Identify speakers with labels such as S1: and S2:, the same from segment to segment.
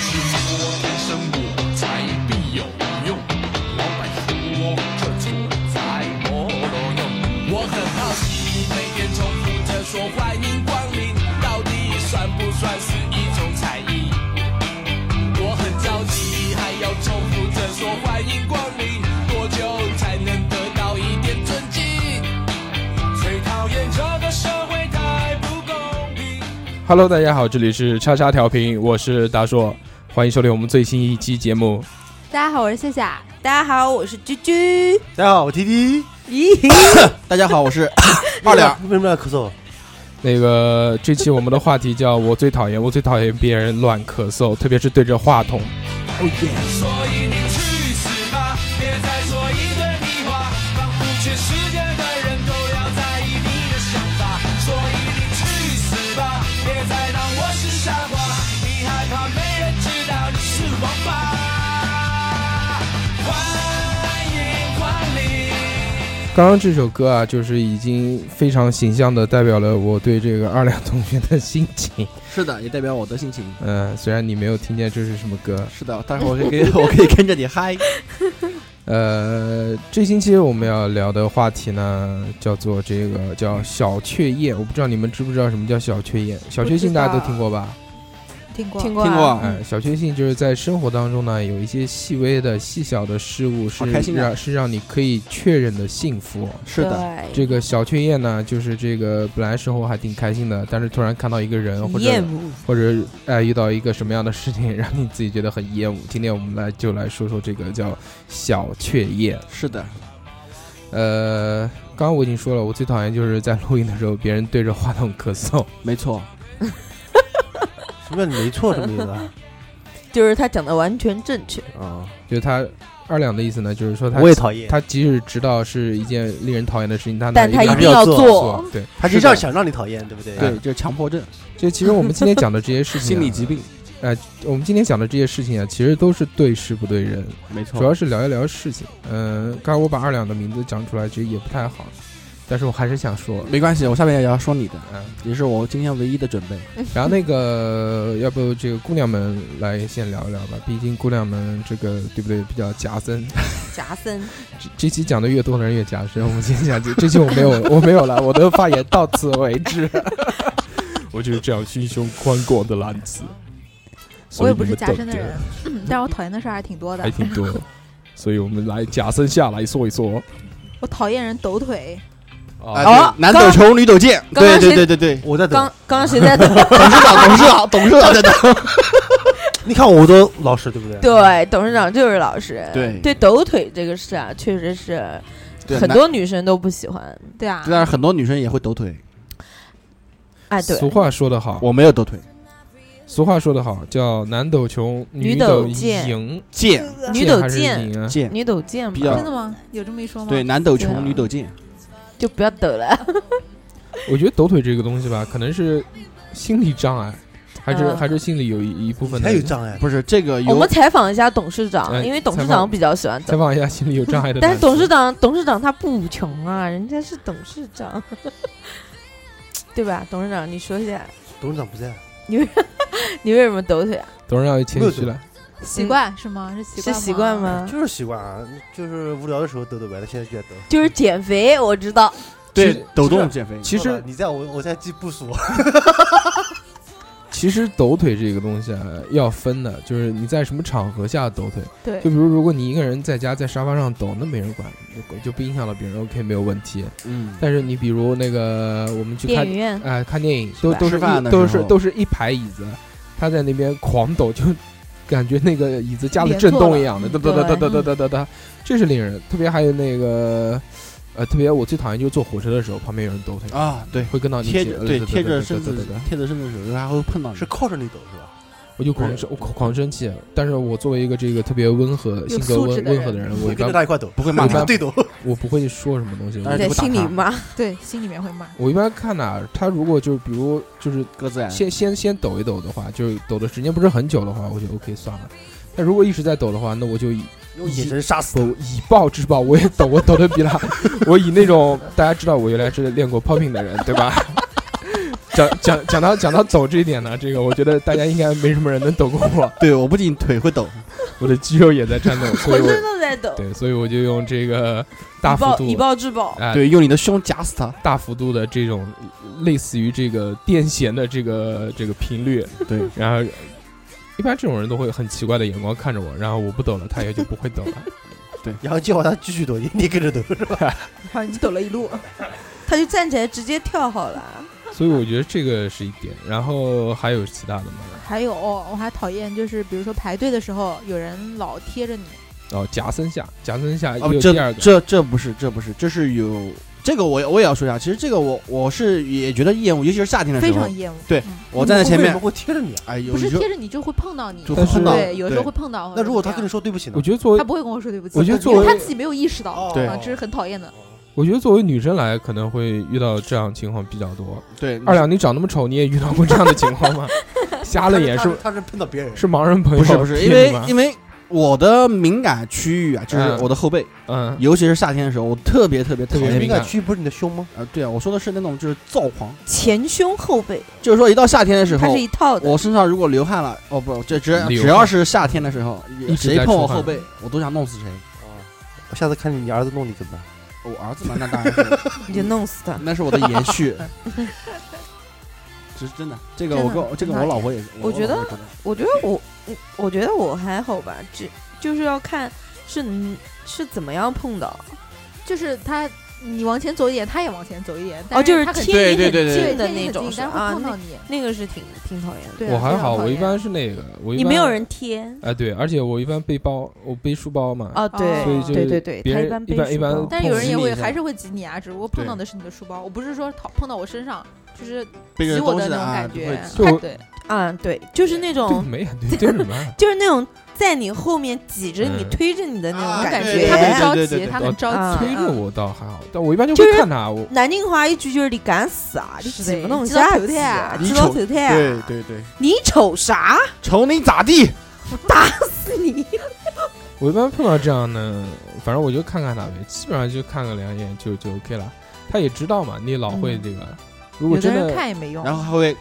S1: 是做生我才必有用，老板说这做才没用。我很好奇，每天重复着说欢迎光临，到底算不算是一种才艺？我很着急，还要重复着说欢迎光临，多久才能得到一点尊敬？最讨厌这个社会太不公平。
S2: Hello，大家好，这里是叉叉调频，我是大硕，欢迎收听我们最新一期节目。
S3: 大家好，我是夏夏。
S4: 大家好，我是居居。
S5: 大家好，我 T T。
S4: 咦，
S5: 大家好，我是
S2: 二两。
S5: 为什么要咳嗽？
S2: 那个这期我们的话题叫我最讨厌，我最讨厌别人乱咳嗽，特别是对着话筒。
S1: 所以你去死吧，别再说一堆屁话，让不全世界的人都要在意你的想法。所以你去死吧，别再当我是傻瓜，你害怕没人知道你是王八。欢迎光临。
S2: 刚刚这首歌啊，就是已经非常形象的代表了我对这个二两同学的心情。
S5: 是的，也代表我的心情。
S2: 嗯、虽然你没有听见这是什么歌，
S5: 是的，但是我可以 跟我可以跟着你嗨。
S2: 呃，这星期我们要聊的话题呢，叫做这个叫小雀叶。我不知道你们知不知道什么叫小雀叶？小确幸大家都听过吧？
S4: 听过
S3: 听过、啊，
S5: 听过啊
S2: 哎，小确幸就是在生活当中呢，有一些细微的、细小的事物是
S5: 好开心啊
S2: 让是让你可以确认的幸福。
S5: 是的，
S2: 这个小确叶呢，就是这个本来生活还挺开心的，但是突然看到一个人或
S4: 厌
S2: 者
S4: 恶，
S2: 或者哎遇到一个什么样的事情， 让你自己觉得很厌恶。今天我们来就来说说这个叫小确叶。
S5: 是的，
S2: 呃，刚刚我已经说了，我最讨厌就是在录音的时候别人对着话筒咳嗽。
S5: 没错。什么叫你没错？什么意思啊？
S4: 就是他讲的完全正确。
S5: 啊，
S2: 就他二两的意思呢，就是说他
S5: 我也讨厌。
S2: 他即使知道是一件令人讨厌的事情，他
S4: 但他
S2: 他
S5: 一
S4: 一
S5: 定
S4: 定
S5: 要
S4: 要
S5: 做
S4: 做，
S2: 对，
S5: 他
S2: 是
S5: 就是要
S2: 的
S5: 想让你讨厌，对不对？
S2: 对，
S5: 这是强迫症、
S2: 就其实我们今天讲的这些事情、啊
S5: 心理疾，病，
S2: 我们今天讲的这些事情啊，其实都是对事不对人，
S5: 没
S2: 主要是聊一聊事情。嗯、刚才我把二两的名字讲出来，其实也不太好，但是我还是想说，
S5: 没关系，我下面也要说你的，
S2: 嗯、
S5: 也是我今天唯一的准备。
S2: 然后那个，要不这个姑娘们来先聊一聊吧，毕竟姑娘们这个对不对比较夹森，
S4: 夹森，
S2: 这这期讲的越多的人越夹生，我们先讲这这期我没有我没有了，我的发言到此为止。 我就是这样心胸宽广的男子，所
S3: 我
S2: 以
S3: 也不
S2: 你
S3: 是
S2: 们
S3: 夹
S2: 懂
S3: 生的
S2: 得
S3: 人，嗯但我讨厌的事儿还挺多
S2: 还
S3: 的。
S2: 挺多。所以我们来假生下来说一说
S3: 我讨厌人抖腿，
S2: 啊，
S4: 哦
S6: 啊，男抖穷，女抖贱，
S4: 刚
S6: 对
S4: 刚
S6: 对
S4: 谁
S6: 对对对，
S5: 我在等
S4: 刚，刚刚谁在抖？
S6: 董事长，董事长，董事 长在等。
S5: 你看我都老实，对不对？
S4: 对，董事长就是老师。
S6: 对
S4: 对，抖腿这个事啊，确实是
S6: 对
S4: 很
S6: 男
S4: 多女生都不喜欢。
S3: 对啊，
S6: 但是很多女生也会抖腿，
S4: 哎，对，
S2: 俗话说得好，
S6: 我没有抖腿，
S2: 俗话说得好，叫男抖穷，
S4: 女抖
S2: 抖
S4: 贱
S2: 淫，
S6: 贱
S4: 女抖
S2: 还是
S4: 贱，
S5: 嗯
S2: 淫啊？
S6: 贱，
S4: 女抖贱
S6: 比
S4: 嘛，
S6: 较
S3: 真的吗？有这么一说吗？
S6: 对，，男抖
S4: 对啊
S6: 穷，女抖贱，
S4: 就不要抖了。
S2: 我觉得抖腿这个东西吧，可能是心理障碍，还是
S4: 嗯
S2: 还是心里有一一部分的
S5: 才有障碍。
S6: 不是这个
S4: 我
S6: 有
S4: 们采访一下董事
S2: 哎
S4: 长，因为董事
S2: 采访
S4: 长比较喜欢
S2: 采
S4: 抖。
S2: 访一下心理有障碍的
S4: 但
S2: 男子。
S4: 是董事长，董事长他不穷啊，人家是董事长， 对吧？董事长，你说一下，
S5: 董事长不在，
S4: 你为什么抖腿啊？嗯
S2: 董事长又谦虚了，
S3: 习惯是吗？是习
S4: 是
S3: 惯
S4: 习惯？吗？
S5: 就是习惯啊，就是无聊的时候抖抖呗。他现在就在抖。
S4: 就是减肥，我知道。
S2: 其
S6: 对
S2: 实
S6: 抖动减肥，
S2: 其
S5: 说
S2: 实
S5: 吧你在我我在记步数，
S2: 其实抖腿这个东西啊，要分的，就是你在什么场合下抖腿。
S4: 对
S2: 就比如，如果你一个人在家在沙发上抖，那没人管，就就不影响到别人，OK，没有问题。
S6: 嗯，
S2: 但是你比如那个，我们去看
S4: 电影院，
S2: 哎，看电影都
S4: 吧
S2: 都是
S6: 吃饭
S2: 一
S6: 的
S2: 都
S6: 时
S2: 是
S6: 候
S2: 都是一排椅子，他在那边狂抖，就感觉那个椅子加了
S1: 连
S2: 震
S1: 坐
S2: 动
S1: 了
S2: 一样的，哒
S4: 嗯
S2: 哒哒哒
S4: 对
S2: 哒哒哒哒，这是令人特别。还有那个，呃，特别我最讨厌就是坐火车的时候，旁边有人抖腿，
S6: 啊，对，
S2: 会跟到你
S6: 贴
S2: 姐
S6: 着
S2: 呃
S6: 对
S2: 哒哒
S6: 贴
S2: 哒
S6: 着
S2: 哒
S6: 身
S2: 哒哒
S6: 子
S2: 哒
S6: 贴着身子的时候，它会碰到你。
S5: 是靠着你抖是吧？
S2: 我就狂
S6: 对
S2: 生我狂狂生气。但是我作为一个这个特别温和、性格
S1: 素
S2: 温
S1: 质的
S2: 温和
S1: 人嗯
S2: 的人，我
S5: 我
S2: 一
S5: 跟着
S2: 般
S5: 他一块抖，
S6: 不会骂
S2: 我
S6: 他
S2: 一般
S5: 对抖。
S2: 我不会说什么东西。
S6: 但是
S4: 在
S2: 我
S6: 不打
S4: 心里
S6: 卡
S4: 骂，
S1: 对，心里面会骂。
S2: 我一般看哪、他如果就是比如就是
S6: 鸽
S5: 哎
S6: 子眼，
S2: 先先先抖一抖的话，就是抖的时间不是很久的话，我就 OK 算了。但如果一直在抖的话，那我就以
S5: 用眼神杀啊死
S2: 不
S5: 他。
S2: 以暴制暴，我也抖，我抖的比他，我以那种大家知道我原来是练过 popping 的人，对吧？ 讲讲讲到讲到抖这一点呢，这个我觉得大家应该没什么人能抖过我，
S6: 对我不仅腿会抖，
S2: 我的肌肉也在颤抖，所以
S4: 浑身
S2: 我
S4: 都在抖，
S2: 对，所以我就用这个大
S4: 以
S2: 幅
S4: 暴以
S2: 度
S4: 暴制暴，
S2: 啊、
S6: 对，用你的胸夹死他。
S2: 大幅度的这种类似于这个癫痫的这个这个频率，
S6: 对，
S2: 然后一般这种人都会很奇怪的眼光看着我，然后我不抖了，他也就不会抖了。
S5: 然后叫他继续抖，你跟着抖。
S1: 好，你抖了一路，
S4: 他就站起来直接跳好了。啊
S2: 所以我觉得这个是一点，然后还有其他的吗？
S1: 还有我还讨厌就是，比如说排队的时候，有人老贴着你，
S2: 哦，夹森下，夹森下
S6: 哦
S2: 又，哎第二
S6: 这这
S2: 个，
S6: 这不是，这不是，这是有这个我也我也要说一下。其实这个我我是也觉得厌恶，尤其是夏天的时
S1: 非
S6: 候
S1: 常，厌恶。
S6: 对
S1: 嗯
S6: 我站在前
S5: 为什
S6: 面
S5: 么，会贴着你啊？
S6: 哎，有
S1: 不是
S6: 时候
S1: 贴着你就会碰到你，
S6: 就
S2: 但是
S6: 碰到
S1: 对，有时候会
S6: 对
S1: 碰到。或者
S5: 那如果
S1: 怎
S5: 他
S1: 么
S5: 跟你说对不起呢
S2: 我？觉得作
S1: 样他
S2: 为
S1: 不会跟我说对不起，
S2: 我觉得作
S1: 因为
S2: 为
S1: 他自己没有意识到，
S5: 哦
S6: 对
S1: 啊，这是很讨厌的。
S2: 我觉得作为女生来，可能会遇到这样情况比较多。
S6: 对
S2: 二两，你长那么丑，你也遇到过这样的情况吗？瞎了眼
S5: 他
S2: 是
S5: 他是碰到别人，
S2: 是盲人朋友
S6: 不是不是，因
S2: 贴你
S6: 为
S2: 吗
S6: 因为我的敏感区域啊，就是
S2: 嗯
S6: 我的后背，
S2: 嗯
S6: 尤其是夏天的时候，我特别特别特
S2: 别
S6: 别
S2: 敏
S6: 敏
S5: 敏
S2: 感
S5: 感区不是你的胸吗？
S6: 啊，对啊，我说的是那种就是躁狂，
S4: 前胸后背，
S6: 就是说一到夏天的时
S4: 它
S6: 候
S4: 是，一套的。
S6: 我身上如果流汗了，哦不，这只
S2: 流汗
S6: 只要是夏天的时候，
S2: 一直在
S6: 谁碰我
S2: 出汗
S6: 后背，我都想弄死谁。
S5: 我下次看见你儿子弄你怎么办？
S6: 我儿子嘛，那当然 是，
S4: 你就弄死他。
S6: 那是我的延续。这是真的，这个
S4: 真
S6: 我
S4: 的
S6: 跟我这个
S4: 真的
S6: 我老婆也是，
S4: 我觉得
S6: 老婆也知道
S4: 我觉得我，嗯我觉得我还好吧，只就是要看是嗯是怎么样碰到。
S1: 就是他，你往前走一点，他也往前走一点，但
S4: 哦，就是
S1: 他很
S4: 贴你
S6: 对对对对
S4: 很近
S1: 对
S4: 的
S1: 贴你
S4: 那
S1: 很
S4: 种
S1: 近
S4: 是
S1: 但是
S4: 啊
S1: 会，碰到
S4: 那
S1: 你。
S4: 那个是挺挺讨厌的。
S1: 对啊，
S2: 我还
S1: 非常
S2: 好，
S1: 讨
S2: 我一
S1: 厌
S2: 般是那个，我一
S4: 你
S2: 般
S4: 没有人贴
S2: 哎对，而且我一般背包，我背书包嘛，
S4: 哦，对
S2: 呃所以
S1: 哦
S2: 就
S4: 对
S2: 是
S4: 对对，
S2: 别
S4: 他
S2: 人
S4: 一般
S2: 一般
S4: 背
S2: 一般
S4: 书包
S1: 但是有
S6: 碰
S1: 人
S6: 死
S1: 也
S6: 你
S1: 会
S6: 一下
S1: 还是会挤你啊，只不过碰到的是你的书包。我不是说讨碰到我身上，就是
S6: 背
S1: 挤
S6: 着
S1: 我
S6: 东
S1: 的
S6: 西
S1: 那
S6: 的
S1: 种
S6: 啊，
S1: 感
S6: 就
S1: 觉
S6: 会。
S2: 就会
S1: 对，
S4: 啊，对，就是那
S2: 对
S4: 种
S2: 没呀对 对什么啊？
S4: 就是那种在你后面挤着你、
S2: 嗯
S4: 推着你的那
S6: 啊
S4: 种
S1: 我
S4: 感
S1: 感
S4: 觉
S1: 觉。他很
S6: 对对
S1: 着
S6: 对
S1: 急，
S6: 对哦
S1: 他
S2: 对
S1: 很着
S4: 啊
S1: 急。
S2: 推着
S1: 嗯
S2: 我倒还好，但我一般就
S4: 就
S2: 会
S4: 是
S2: 看他，我
S4: 南京话一句就是你敢死啊！你
S1: 是
S4: 什
S1: 的
S4: 么东
S1: 你
S4: 西
S1: 知道
S4: 啊？
S1: 头胎啊
S4: 你
S6: 你
S4: 知道
S6: 瞅
S4: 头胎
S6: 对
S4: 啊？
S6: 对对，
S4: 你瞅啥？
S6: 瞅你咋地？
S4: 打死你！
S2: 我一般碰到这样呢，反正我就看看他呗，基本上就看个两眼就就 OK 了。他也知道嘛，你老会这个，
S4: 嗯
S2: 如
S1: 嗯有
S2: 果
S1: 的
S2: 真
S1: 人
S2: 的，
S1: 看也没用。
S6: 然后还会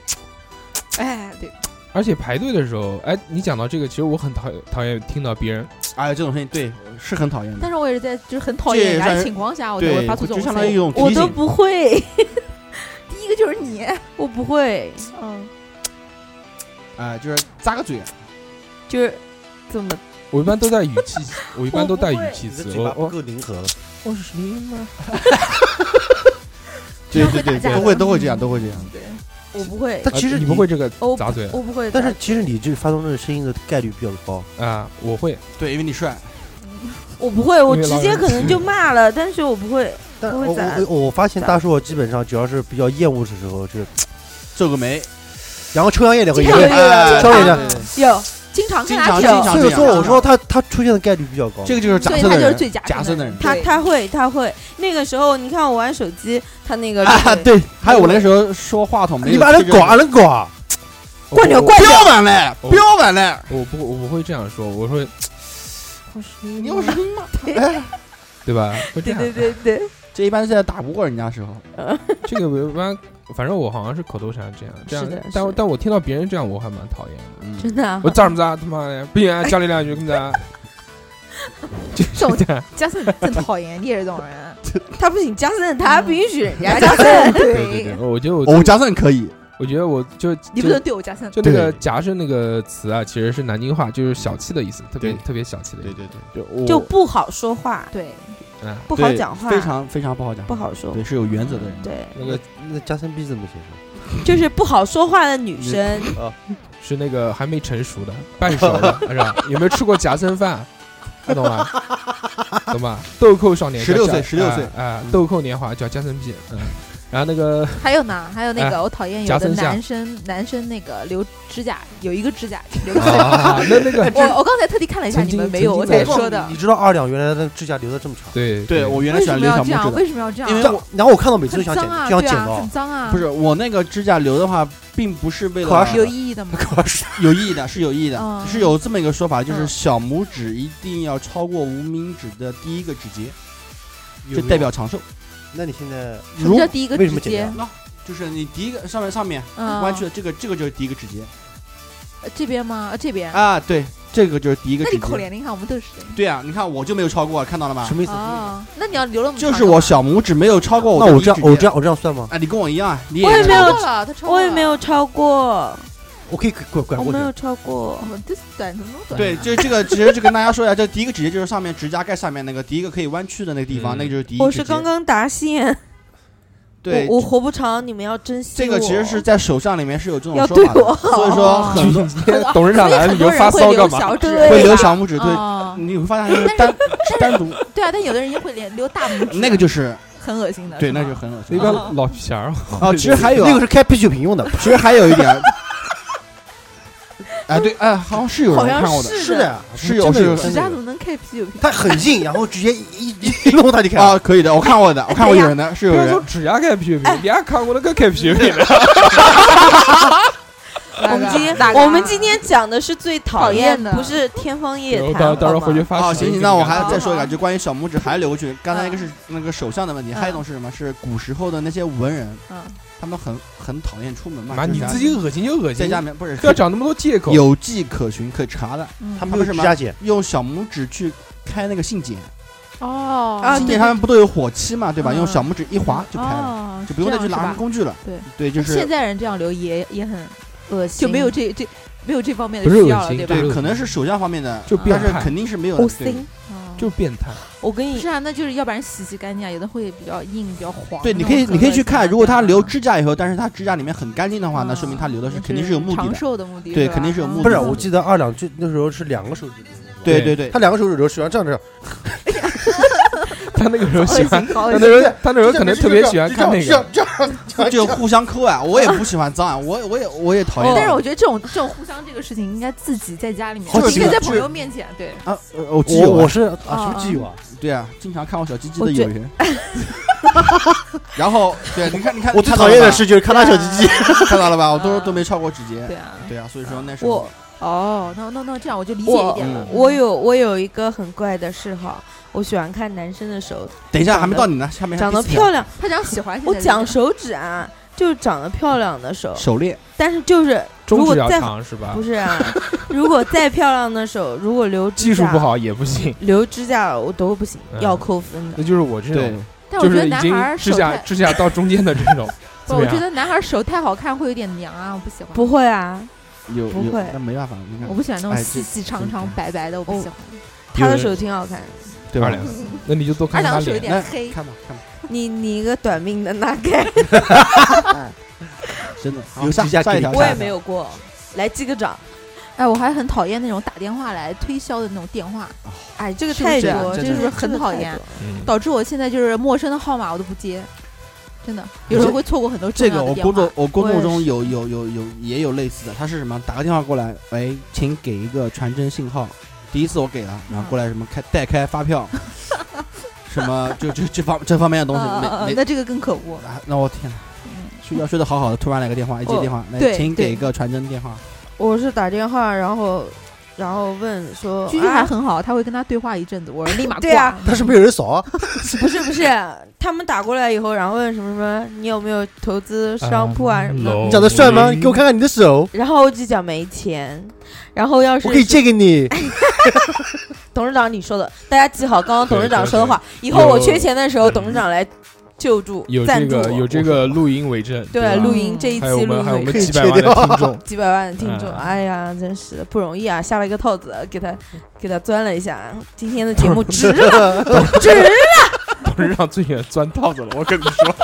S1: 哎，对，
S2: 而且排队的时候，哎，你讲到这个，其实我很讨厌讨厌听到别人，
S6: 哎，这种声音对是很讨厌的
S1: 但。是我也是在就是很讨厌人家
S6: 这
S1: 的
S6: 让
S1: 情况下，我才
S6: 对
S1: 会发，出这
S6: 就
S1: 种
S6: 相当于
S1: 声
S6: 一
S1: 音。
S6: 种
S4: 我
S6: 提
S4: 都
S6: 醒。
S4: 不会，
S1: 第一个就是你，
S4: 我不会，
S1: 嗯，
S6: 哎，就是咂 个嘴，
S4: 就是怎么
S2: 我一般都带语气，我一般都带
S4: 我不
S2: 语
S4: 会
S2: 气
S5: 你的
S2: 词，
S5: 嘴
S2: 我
S5: 巴不
S2: 我
S5: 够灵活了。
S2: 我是谁吗？
S6: 对
S1: 那
S6: 对
S1: 会
S6: 对
S1: 打架
S6: 对，
S1: 的嗯
S6: 都会都会这样，都会这样。
S4: 我不会
S5: 他，其
S2: 啊
S5: 实
S2: 你不会，这个砸嘴
S4: 我不会的。
S5: 但是其实你这发动这个声音的概率比较高。
S2: 啊，我会，
S6: 对，因为你帅，
S4: 我不会，我
S2: 因为
S4: 直
S2: 老
S4: 接
S2: 人
S4: 可能就骂了，但是我不会。
S5: 但
S4: 不
S5: 我
S4: 会咋
S5: 我我我发现
S4: 咋
S5: 大叔基本上只要是比较厌恶的时候，就是
S6: 皱个眉，
S5: 然后抽香烟也会
S4: 经
S5: 厌
S4: 常
S5: 恶
S4: 有，
S6: 哎
S5: 稍微
S4: 有
S5: 的
S4: 有有，
S1: 经常
S6: 经常
S1: 看他踢
S6: 经
S1: 球，
S6: 常
S5: 所
S6: 这
S5: 以
S6: 样。
S5: 说我说他他出现的概率比较高。
S6: 这个就是假
S1: 所以
S6: 设
S1: 他
S6: 的
S1: 就是
S6: 人，
S1: 最假
S6: 假设的人
S4: 他
S1: 对
S4: 他会他会那个时候，你看我玩手机，他那个
S6: 啊，
S4: 就是
S6: 对，还有我那时候说话筒没有
S5: 你把他
S6: 贴着
S5: 搞啊，能搞啊？
S2: 怪你
S6: 标完了，
S2: 我
S6: 标完了，
S2: 我不我不会这样说，我说
S6: 你要什么？
S2: 对吧？会
S4: 对
S2: 这样，
S4: 对对对，
S6: 这一般是在打不过人家的时候，
S2: 这个我一般，反正我好像是口头禅这样，这样
S4: 是的，
S2: 但
S4: 是
S2: 我
S4: 的
S2: 但我听到别人这样，我还蛮讨 厌的。
S6: 嗯，
S4: 真的啊
S2: 我咋么咋他妈的，不行啊，讲你两句，跟咋？ 就是这样，
S1: 加森真讨厌，你也是这种 人。
S4: 他不行，加森他不允许人家
S1: 加森，
S4: 哎
S2: 对对对，我觉得我
S6: 我加上可以，
S2: 我我觉得我就
S1: 你不
S2: 就
S1: 能对我加三。
S2: 就那个“
S5: 对
S2: 夹生”那个词啊，其实是南京话，就是小气的意思，特别
S5: 对
S2: 特别小气的意
S5: 对
S2: 思。
S5: 对对，
S6: 就我
S4: 就不好说话，
S1: 对，
S2: 嗯，
S4: 不
S6: 不
S4: 好讲话，
S6: 非常非常不好讲，
S4: 不好说
S6: 对，，是有原则的人。
S4: 对，
S2: 那
S5: 那
S2: 个
S5: 个那加深 B 怎么写
S4: 就是不好说话的女生，
S2: 是那个还没成熟的半熟的， 是吧？有没有吃过夹生饭？看懂吗？懂吗？豆蔻少年叫
S5: 16
S2: 夹
S5: 岁16岁
S2: 啊、
S6: 嗯
S2: 啊豆蔻年华叫夹生屁。嗯，然后 那个
S1: 还有呢，还有那个，我讨厌有
S2: 夹
S1: 的
S2: 森下
S1: 男生，男生那个留指甲，有一个指甲留
S2: 啊， 那那个
S1: 我我刚才特地看了一下，
S2: 曾
S1: 你
S2: 经
S1: 们没有，我
S2: 曾经
S1: 才
S2: 在
S1: 说的
S5: 你。知道二两原来的指甲留的这么长，
S2: 对
S6: 对我原来
S1: 为
S6: 喜
S1: 什
S6: 欢
S1: 么
S6: 留小
S1: 要这样？
S6: 拇指
S1: 为什么要这样？
S6: 因为
S5: 但然后我看到每次都
S1: 啊很脏啊，
S5: 想剪，就想
S1: 对
S5: 剪
S1: 啊，
S5: 到
S1: 很，脏啊，
S6: 的，不是我那个指甲留的话，并不是为
S5: 可
S6: 了
S5: 爱
S1: 有意义的吗？
S5: 可是
S6: 有意义的，是有意义的，
S1: 嗯
S6: 是有这么一个说法，就是
S1: 嗯
S6: 小拇指一定要超过无名指的第一个指节，这代。表长寿。
S5: 那你现在
S1: 什么
S6: 如
S1: 叫第一个
S5: 为什
S1: 指
S5: 么剪
S1: 节
S5: 掉？
S6: 那就是你第一个上面上面
S1: 嗯
S6: 弯曲的这个，这个就是第一个指节
S1: 呃这边吗？呃这边。
S6: 啊，对，这个就是第一个
S1: 那
S6: 指
S1: 你可
S6: 节。
S1: 怜，你看我们都是
S6: 对啊，你看我就没有超过，看到了吗
S5: 什？么意思？
S1: 啊，那你要留了
S6: 就是我，小拇指没有超过我
S5: 那
S6: 的
S5: 我
S6: 第
S5: 这
S6: 一
S5: 样
S6: 指节。
S5: 我这样我这样算吗？
S6: 啊，你跟我一样啊，你
S4: 我
S6: 是
S4: 也没
S1: 超
S4: 有
S1: 过了，他超过
S4: 我
S1: 了，
S4: 也没有超过，
S5: 我可以拐拐
S4: 我
S1: 哦
S5: 过
S4: 没有
S5: 去。
S4: 超过
S1: 我，们这短什么短啊？
S6: 对，就这个，其实就跟大家说一下，这第一个指节就是上面指甲盖上面那个第一个可以弯曲的那个地方，
S2: 嗯
S6: 那个就是第一指节。
S4: 我是刚刚达线，
S6: 对
S4: 我我活不长，你们要珍惜
S6: 这个其实是在手相里面是有这种
S4: 要
S6: 说法
S4: 对我
S6: 的， 所以说
S1: 好
S6: 很多
S2: 董事长来了你就发骚干嘛？
S1: 小指
S4: 对
S6: 会留
S1: 吧
S6: 小拇指，对，
S1: 啊
S6: 你会发现它是
S1: 但
S6: 单是单独，
S1: 对啊，但有的人也会连留大拇指，
S6: 那个就是
S1: 很恶心的。
S6: 对，
S1: 是吗
S6: 那就很恶心
S2: 那个老皮儿
S6: 啊。其实还有啊
S5: 那个是开啤酒瓶用的，
S6: 其实还有一点，哎，对，哎，好像是有人看过的，
S5: 是的，
S6: 是有是有
S1: 指
S5: 真
S1: 甲
S5: 的
S1: 怎
S5: 有
S1: 么能开啤酒瓶？
S5: 它很硬，然后直接一一一弄它就开了。
S6: 啊，可以的，我看过的，我看哎过有人的，是有
S2: 不要
S6: 人
S2: 说，指甲开皮皮，你还看过那个开皮 皮的？
S4: 我们今天
S1: 啊大，哥
S4: 我们今天讲的是最讨厌
S1: 讨厌的
S4: 不是天方夜
S2: 然后
S4: 谭。
S2: 到到时候
S4: 好吗
S2: 回去发
S6: 啊，
S2: 视
S6: 行行，
S2: 频给
S6: 那
S2: 你
S6: 我
S2: 看
S6: 还再说一
S1: 好
S6: 个，
S1: 好
S6: 就关于小拇指还留过去。刚才一个是那个手相的问题，
S1: 嗯
S6: 还有一种是什么？是古时候的那些文人，
S1: 嗯，
S6: 他们很很讨厌出门嘛，
S2: 妈，
S6: 就是
S2: 你
S6: 在
S2: 自己恶心就恶
S6: 在
S2: 心，
S6: 家里面不是
S2: 不 要找那么多借口。
S6: 有迹可循可查的，
S1: 嗯
S5: 他
S6: 他们
S5: 们用
S6: 用指
S5: 指甲
S6: 甲
S5: 剪，
S6: 用小拇指去开那个信笺，
S1: 哦
S4: 啊
S6: 信
S4: 对
S6: 笺上面不都有火漆嘛，对吧？
S1: 嗯
S6: 用小拇指一划就开了，
S1: 哦，
S6: 就不用再去
S1: 这样
S6: 拿
S1: 是
S6: 什
S1: 吧
S6: 么工具了。
S1: 对
S6: 对，就
S1: 现
S6: 是
S1: 在人这样留也也很
S4: 恶心，
S1: 就没有这这没有这方面的
S2: 不是
S1: 需要
S2: 恶
S1: 了，
S2: 心
S1: 对吧？
S6: 对，可能是手相方面的，
S2: 就
S6: 但
S2: 变
S6: 是
S2: 态，
S6: 肯定是没有
S4: 恶
S6: 的。对
S4: 心。
S1: 哦
S2: 就变态。
S4: 我跟你
S1: 是啊，那就是要不然洗洗干净啊，有的会比较硬，比较黄。
S6: 对，你可以，你可以去看，如果他
S1: 啊
S6: 留指甲以后，但是他指甲里面很干净的话，那说明他留的是肯定是有目的
S1: 嗯长
S6: 的。
S1: 寿的目的，
S6: 对
S1: 吧
S6: 肯定是有 目的
S5: 不是，
S6: 嗯
S5: 我记得二两就那时候是两个手指头，
S6: 对对对，
S5: 他两个手指头喜欢这样这样，
S2: 他那个 时候
S1: 恶
S2: 喜
S1: 心
S2: 欢，
S5: 哦
S1: 好恶
S2: 他那
S1: 心。
S2: 时候他那时候可能特别喜欢看那
S5: 就
S2: 个
S5: 这。样这样这样这
S6: 就
S5: 样，
S6: 互相抠啊，我也不喜欢脏啊，我也我也我也讨厌。啊
S1: 哦但是我觉得这种这种互相这个事情，应该自己在家里面，
S5: 好
S1: 不
S5: 奇
S1: 应该在
S5: 怪就
S1: 朋
S5: 是
S1: 友面前，对，
S6: 啊，呃我基
S5: 我
S6: 友啊
S5: 我是啊什么基友啊？
S6: 对啊，经常看我小鸡鸡
S4: 我
S6: 的
S4: 觉
S6: 有人。然后，对，你看，你看，
S5: 我
S6: 看
S5: 最
S6: 到
S5: 讨
S6: 了
S5: 厌的啊
S6: 吧
S5: 是 就是看他小鸡鸡，
S6: 看到了吧？我都
S1: 啊
S6: 都没超过指节
S1: 对。啊。
S6: 对啊，所以说那是
S4: 我
S1: 哦，那那那这样我就理解
S4: 我
S1: 一点了。
S4: 我有我有一个很怪的嗜好，我喜欢看男生的手
S6: 等一下
S4: 长
S6: 还没
S4: 得
S6: 到你呢，下面还
S4: 长得
S2: 啊
S6: 第四条
S4: 漂亮。
S1: 他讲喜欢现在
S4: 我
S1: 就
S4: 讲
S1: 是
S4: 手指啊，就是长得漂亮的手，
S6: 手链，
S4: 但是就是如
S2: 中
S4: 果
S2: 指要
S4: 再
S2: 长是吧
S4: 不？是 啊，如果再漂亮的手，如果留指
S2: 技术
S4: 甲
S2: 不，好也不行，
S4: 留指甲我都不行，
S2: 嗯
S4: 要扣分的
S2: 那。就是我这种，
S1: 但我
S2: 就
S1: 觉
S2: 是
S1: 得
S2: 已
S1: 男
S2: 经
S1: 孩儿
S2: 指
S1: 手
S2: 甲
S1: 太，
S2: 指甲到中间的这种，
S1: 不是，
S2: 怎么
S1: 我觉
S2: 样？
S1: 得男孩儿手太好看会有点娘啊，我不喜欢，
S4: 不会啊，
S6: 有
S4: 不
S6: 有
S4: 会，
S6: 那没办法，你看
S1: 我不喜欢那种
S6: 哎
S1: 细
S6: 这
S1: 细长
S6: 真
S1: 长
S6: 是
S1: 白白的，我不
S4: 哦
S1: 喜欢。
S4: 他的
S2: 有
S4: 手挺好看。
S6: 对吧
S2: 二？两，那你就多
S1: 二
S2: 看看
S1: 两
S2: 他
S1: 手有
S2: 脸。
S1: 点
S6: 那
S1: 黑，
S6: 看吧看吧，
S4: 你你一个短命的哪 盖，
S6: 真的
S5: 有
S6: 下
S5: 指甲
S6: 下一
S5: 给
S6: 条，
S5: 你
S4: 我
S6: 下一条
S4: 也没有过。来击个掌，
S1: 哎，我还很讨厌那种打电话来推销的那种电话，
S4: 哎，这个
S1: 是不
S4: 太
S1: 是啊
S4: 多，
S6: 这
S4: 这
S1: 真
S4: 个
S1: 是很
S4: 这个
S1: 讨
S4: 太
S1: 厌
S4: 多
S2: 嗯，
S1: 导致我现在就是陌生的号码我都不接，真的，有时候会错过很多重
S6: 这
S1: 要
S6: 个
S1: 的
S6: 我
S1: 电
S6: 工作
S1: 话。
S6: 我工
S4: 我
S6: 作
S4: 也
S6: 中
S4: 是
S6: 有有有有也有类似的，他是什么？打个电话过来，喂，请给一个传真信号。第一次我给了，然后过来什么开代开发 票，什么就就这方这方面的东
S1: 啊啊啊
S6: 西没没
S1: 那这个更可恶。
S6: 啊，那我天哪，睡觉睡得好好的，突然来个电话，一接
S4: 哦
S6: 电话，来哎
S1: 嗯对
S6: 请
S1: 对
S6: 给一个传真电话，
S4: 我是打电话，然后然后问说，
S1: 居居还
S4: 啊
S1: 很好，他会跟他对话一阵子，我立马挂。
S4: 对啊
S5: 他是没有人扫啊，
S4: 不是不是，他们打过来以后，然后问什么什么，你有没有投资商铺啊什么
S2: 嗯
S4: 的，
S5: 你长得帅吗？给我看看你的手，
S4: 然后我就讲没钱，然后要是
S5: 我可以借给你。
S4: 董事长你说的，大家记好刚刚董事长说的话，以
S2: 有
S4: 后我缺钱的时候，董事长来救助
S2: 有
S4: 赞
S2: 这
S4: 助
S2: 个
S4: 我
S2: 有这个录音为证，
S4: 对
S2: 吧
S4: 露营这一期
S2: 还有我
S4: 露
S2: 们还有我
S4: 营
S2: 们
S5: 可以
S2: 几百
S5: 切
S2: 万的
S5: 掉
S2: 听众，
S4: 几百万的听众，
S2: 嗯
S4: 哎呀，真是的不容易啊！下了一个套子，给他给他钻了一下，今天的节 目值了，值
S2: 不是让最远钻套子了。我跟你说，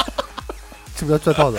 S5: 是不是要钻套子？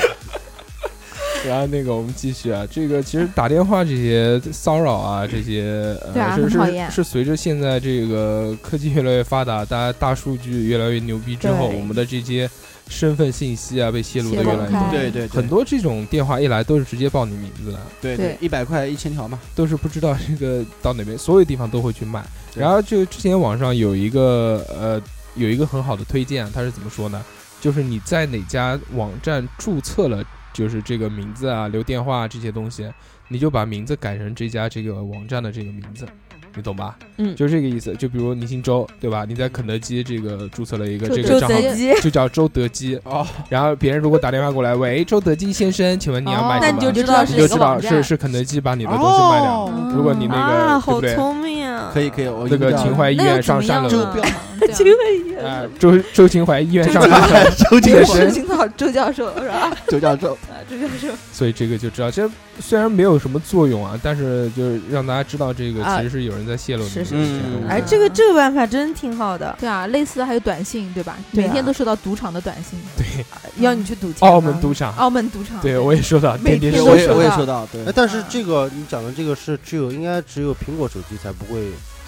S2: 然后那个我们继续啊，这个其实打电话这些骚扰啊，这些
S1: 对啊
S2: 呃是
S1: 很讨厌
S2: 是是随着现在这个科技越来越发达，大家大数据越来越牛逼之后，
S4: 对
S2: 我们的这些身份信息啊被泄露的
S1: 泄
S2: 越
S1: 露
S2: 来越
S1: 开
S2: 多。
S6: 对对
S2: 很多这种电话一来都是直接报你名字的，
S6: 对
S1: 对
S6: 对，一百块一千条嘛，
S2: 都是不知道这个到哪边，所有地方都会去卖。
S6: 对
S2: 然后就之前网上有一个呃有一个很好的推荐，它是怎么说呢？就是你在哪家网站注册了，就是这个名字啊、留电话、啊、这些东西，你就把名字改成这家这个网站的这个名字，你懂吧？
S4: 嗯
S2: 就这个意思。就比如你姓周，对吧？你在肯德基这个注册了一个
S1: 周
S2: 这
S4: 周
S2: 个账号，
S4: 泽基，
S2: 就叫周德基。
S6: 哦，
S2: 然后别人如果打电话过来，喂，周德基先生，请问你要买
S1: 哦
S4: 那
S2: 什么？
S4: 你就知
S1: 道
S4: 道
S2: 你
S1: 是
S2: 就
S1: 哪
S2: 知
S1: 个
S2: 道
S1: 网
S2: 是
S1: 站。
S2: 是肯德基把你的东西卖掉。
S6: 哦
S1: 嗯
S2: 如果你那个
S4: 啊，
S2: 对
S4: 好
S2: 不对
S4: 聪明啊！
S6: 可以可以，我
S2: 那个
S6: 叫
S2: 秦淮医
S1: 那又
S2: 院
S1: 怎
S2: 上
S1: 么
S2: 山
S1: 样
S2: 楼，
S6: 周 彪
S1: 呢？
S4: 秦
S1: 对啊
S4: 淮医
S2: 啊
S4: 院，，
S2: 周周秦淮医院上
S4: 周
S2: 山
S4: 秦淮
S2: 楼，
S5: 周
S2: 这个
S5: 杰
S2: 是
S1: 周星好，周教授是吧？
S6: 就叫周，
S1: 啊周教授，
S2: 所以这个就知道，这虽然没有什么作用啊，但是就是让大家知道这个
S4: 啊
S2: 其实是有人在泄露你的
S4: 是是
S2: 这
S6: 是
S2: 些东西啊
S4: 哎，这个这个办法真挺好的，
S1: 对啊，类似的还有短信对吧？
S4: 对啊
S1: 每天都收到赌场的短信，
S2: 对
S4: 要你去赌钱吗，
S2: 澳门哦赌场，
S1: 澳门赌场。
S2: 对我也说到
S1: 哦每
S2: 天天
S6: 对
S1: 天
S2: 收
S1: 都
S6: 我
S2: 钱
S6: 也
S1: 收
S6: 我也
S1: 到
S6: 收到，对
S5: 哎，，但是这个你讲的这个是只有应该只有苹果手机才不会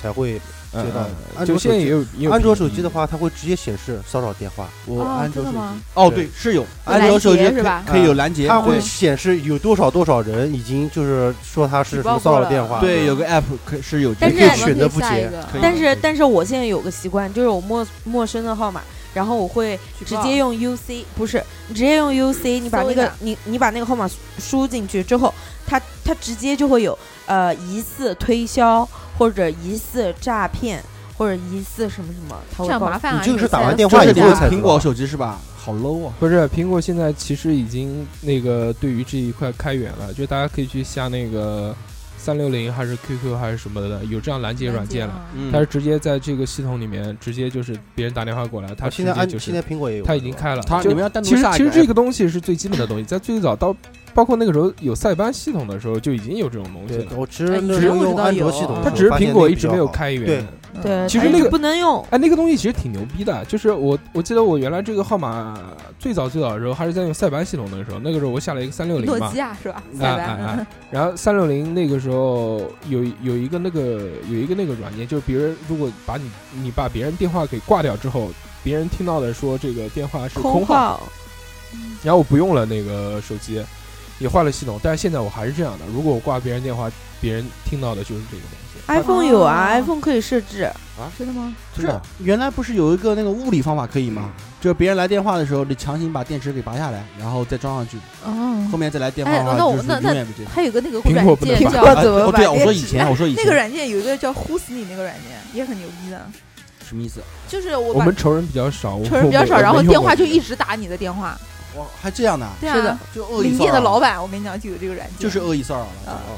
S5: 才会，
S2: 嗯
S5: 知道
S2: 嗯
S5: 安
S2: 就
S5: 卓
S2: 现在
S5: 手机
S2: 也有也有嗯
S5: 安卓
S2: 屏
S5: 手
S2: 蔽
S5: 机的，话，它会直接显示骚扰电话，
S6: 我
S1: 哦
S6: 安
S1: 真
S6: 卓
S1: 的
S6: 手机
S1: 吗，
S6: 哦
S5: 对
S6: 对，是有
S1: 有
S6: 安
S1: 拦
S6: 卓手机
S1: 截
S6: 可
S1: 是
S6: 以
S1: 吧？
S6: 可以有拦截，
S5: 它
S6: 对
S5: 会显示有多少多少人已经就是说它
S1: 举
S5: 是什
S1: 报
S5: 么
S1: 过
S5: 骚扰
S1: 了
S5: 电话，
S6: 对，有个 app 可是有这
S4: 但
S5: 你
S4: 是
S5: 可
S1: 我
S5: 以
S1: 们
S5: 选择不
S1: 下一
S5: 接，
S1: 个
S5: 可以
S4: 但是
S5: 可以
S4: 但是我现在有个习惯，就是我陌陌生的号码，然后我会直接用 UC，不是，你直接用 UC，你把
S1: 搜
S4: 那
S1: 一
S4: 个
S1: 下
S4: 你你把那个号码输输进去之后，它它直接就会有呃疑似推销或者疑似诈骗或者疑似什么什么，它
S1: 这
S4: 会
S1: 样
S4: 告
S1: 麻
S4: 诉
S1: 烦啊！
S5: 你这个
S1: 每
S5: 是打
S1: 次
S5: 完电
S6: 这
S5: 话
S6: 是
S5: 以
S6: 你
S5: 后
S6: 用
S5: 才
S6: 苹
S5: 知
S6: 果
S5: 道
S6: 手机是吧？好 low 啊！
S2: 不是苹果现在其实已经那个对于这一块开源了，就大家可以去下那个三六零还是 QQ 还是什么的，有这样拦截软件了。
S1: 啊
S2: 它是
S6: 嗯，
S2: 直接在这个系统里面，直接就是别人打电话过来，它
S5: 啊
S2: 直
S5: 现在
S2: 接
S5: 安
S2: 就是
S5: 现在苹果也有，
S2: 它已经开了。
S6: 它
S2: 就
S6: 你们要单独
S2: 其实
S6: 下一
S2: 其
S6: 个
S2: 实这
S6: app
S2: 个东西是最基本的东西，在最早到包括那个时候有塞班系统的时候就已经有这种东西
S5: 对，
S2: 了。
S5: 我其
S4: 哎
S5: 实
S4: 以
S5: 那时
S4: 前
S5: 候
S4: 我知
S5: 用
S4: 道
S5: 安卓
S4: 有
S5: 系统的时候，
S2: 它啊只是
S5: 发现
S2: 苹果
S5: 那
S2: 一
S5: 比
S2: 直
S5: 较
S2: 没有
S5: 好
S2: 开源。
S5: 对
S4: 对，
S2: 其实
S4: 它
S2: 那
S4: 就
S2: 个
S4: 不能用，
S2: 哎，那个东西其实挺牛逼的，就是我我记得我原来这个号码最早最早的时候还是在用塞班系统的时候，那个时候我下了一个三六零
S1: 诺
S2: 嘛
S1: 基，亚是吧？
S2: 哎
S1: 塞
S2: 哎
S1: 班，
S2: 哎，然后三六零那个时候有有一个那个有一个那个软件，就是别人如果把你你把别人电话给挂掉之后，别人听到的说这个电话是空号，
S4: 号，
S2: 然后我不用了那个手机，也换了系统，但是现在我还是这样的，如果我挂别人电话，别人听到的就是这个东西。
S4: iPhone 有啊
S1: 哦
S4: ，iPhone 可以设置，
S1: 真的吗？
S5: 真
S6: 是
S5: 的
S6: 原来不是有一个那个物理方法可以吗？就是别人来电话的时候，你强行把电池给拔下来，然后再装上去，后
S1: 哦，
S6: 面再来电话
S1: 哎
S6: 的话
S1: 那我
S6: 就是
S1: 那那
S6: 永远不接。
S1: 还有个那个
S2: 苹
S1: 软
S2: 果不能
S1: 件
S2: 拔
S1: 叫
S4: 啊怎么
S6: 哦
S4: 把
S6: 对啊，我
S4: 电
S6: 说
S4: 池
S6: 以前我说以
S1: 那个
S6: 前
S1: 软件有一个叫 Who's 那个软件也很牛逼的，
S6: 什么意思？
S1: 就是我
S2: 我
S1: 把
S2: 们仇人比较少，我
S1: 仇人比较
S2: 我
S1: 少，
S2: 没
S1: 然后
S2: 用过
S1: 电话就
S2: 这个
S1: 一直打你的电话。
S6: 哇，还这样的啊？
S1: 对
S4: 是的
S1: 啊，
S6: 就恶意骚
S1: 名店
S6: 扰
S1: 的老板，我跟你讲就有这个软件，
S6: 就是恶意骚扰了。
S1: 啊
S6: 哦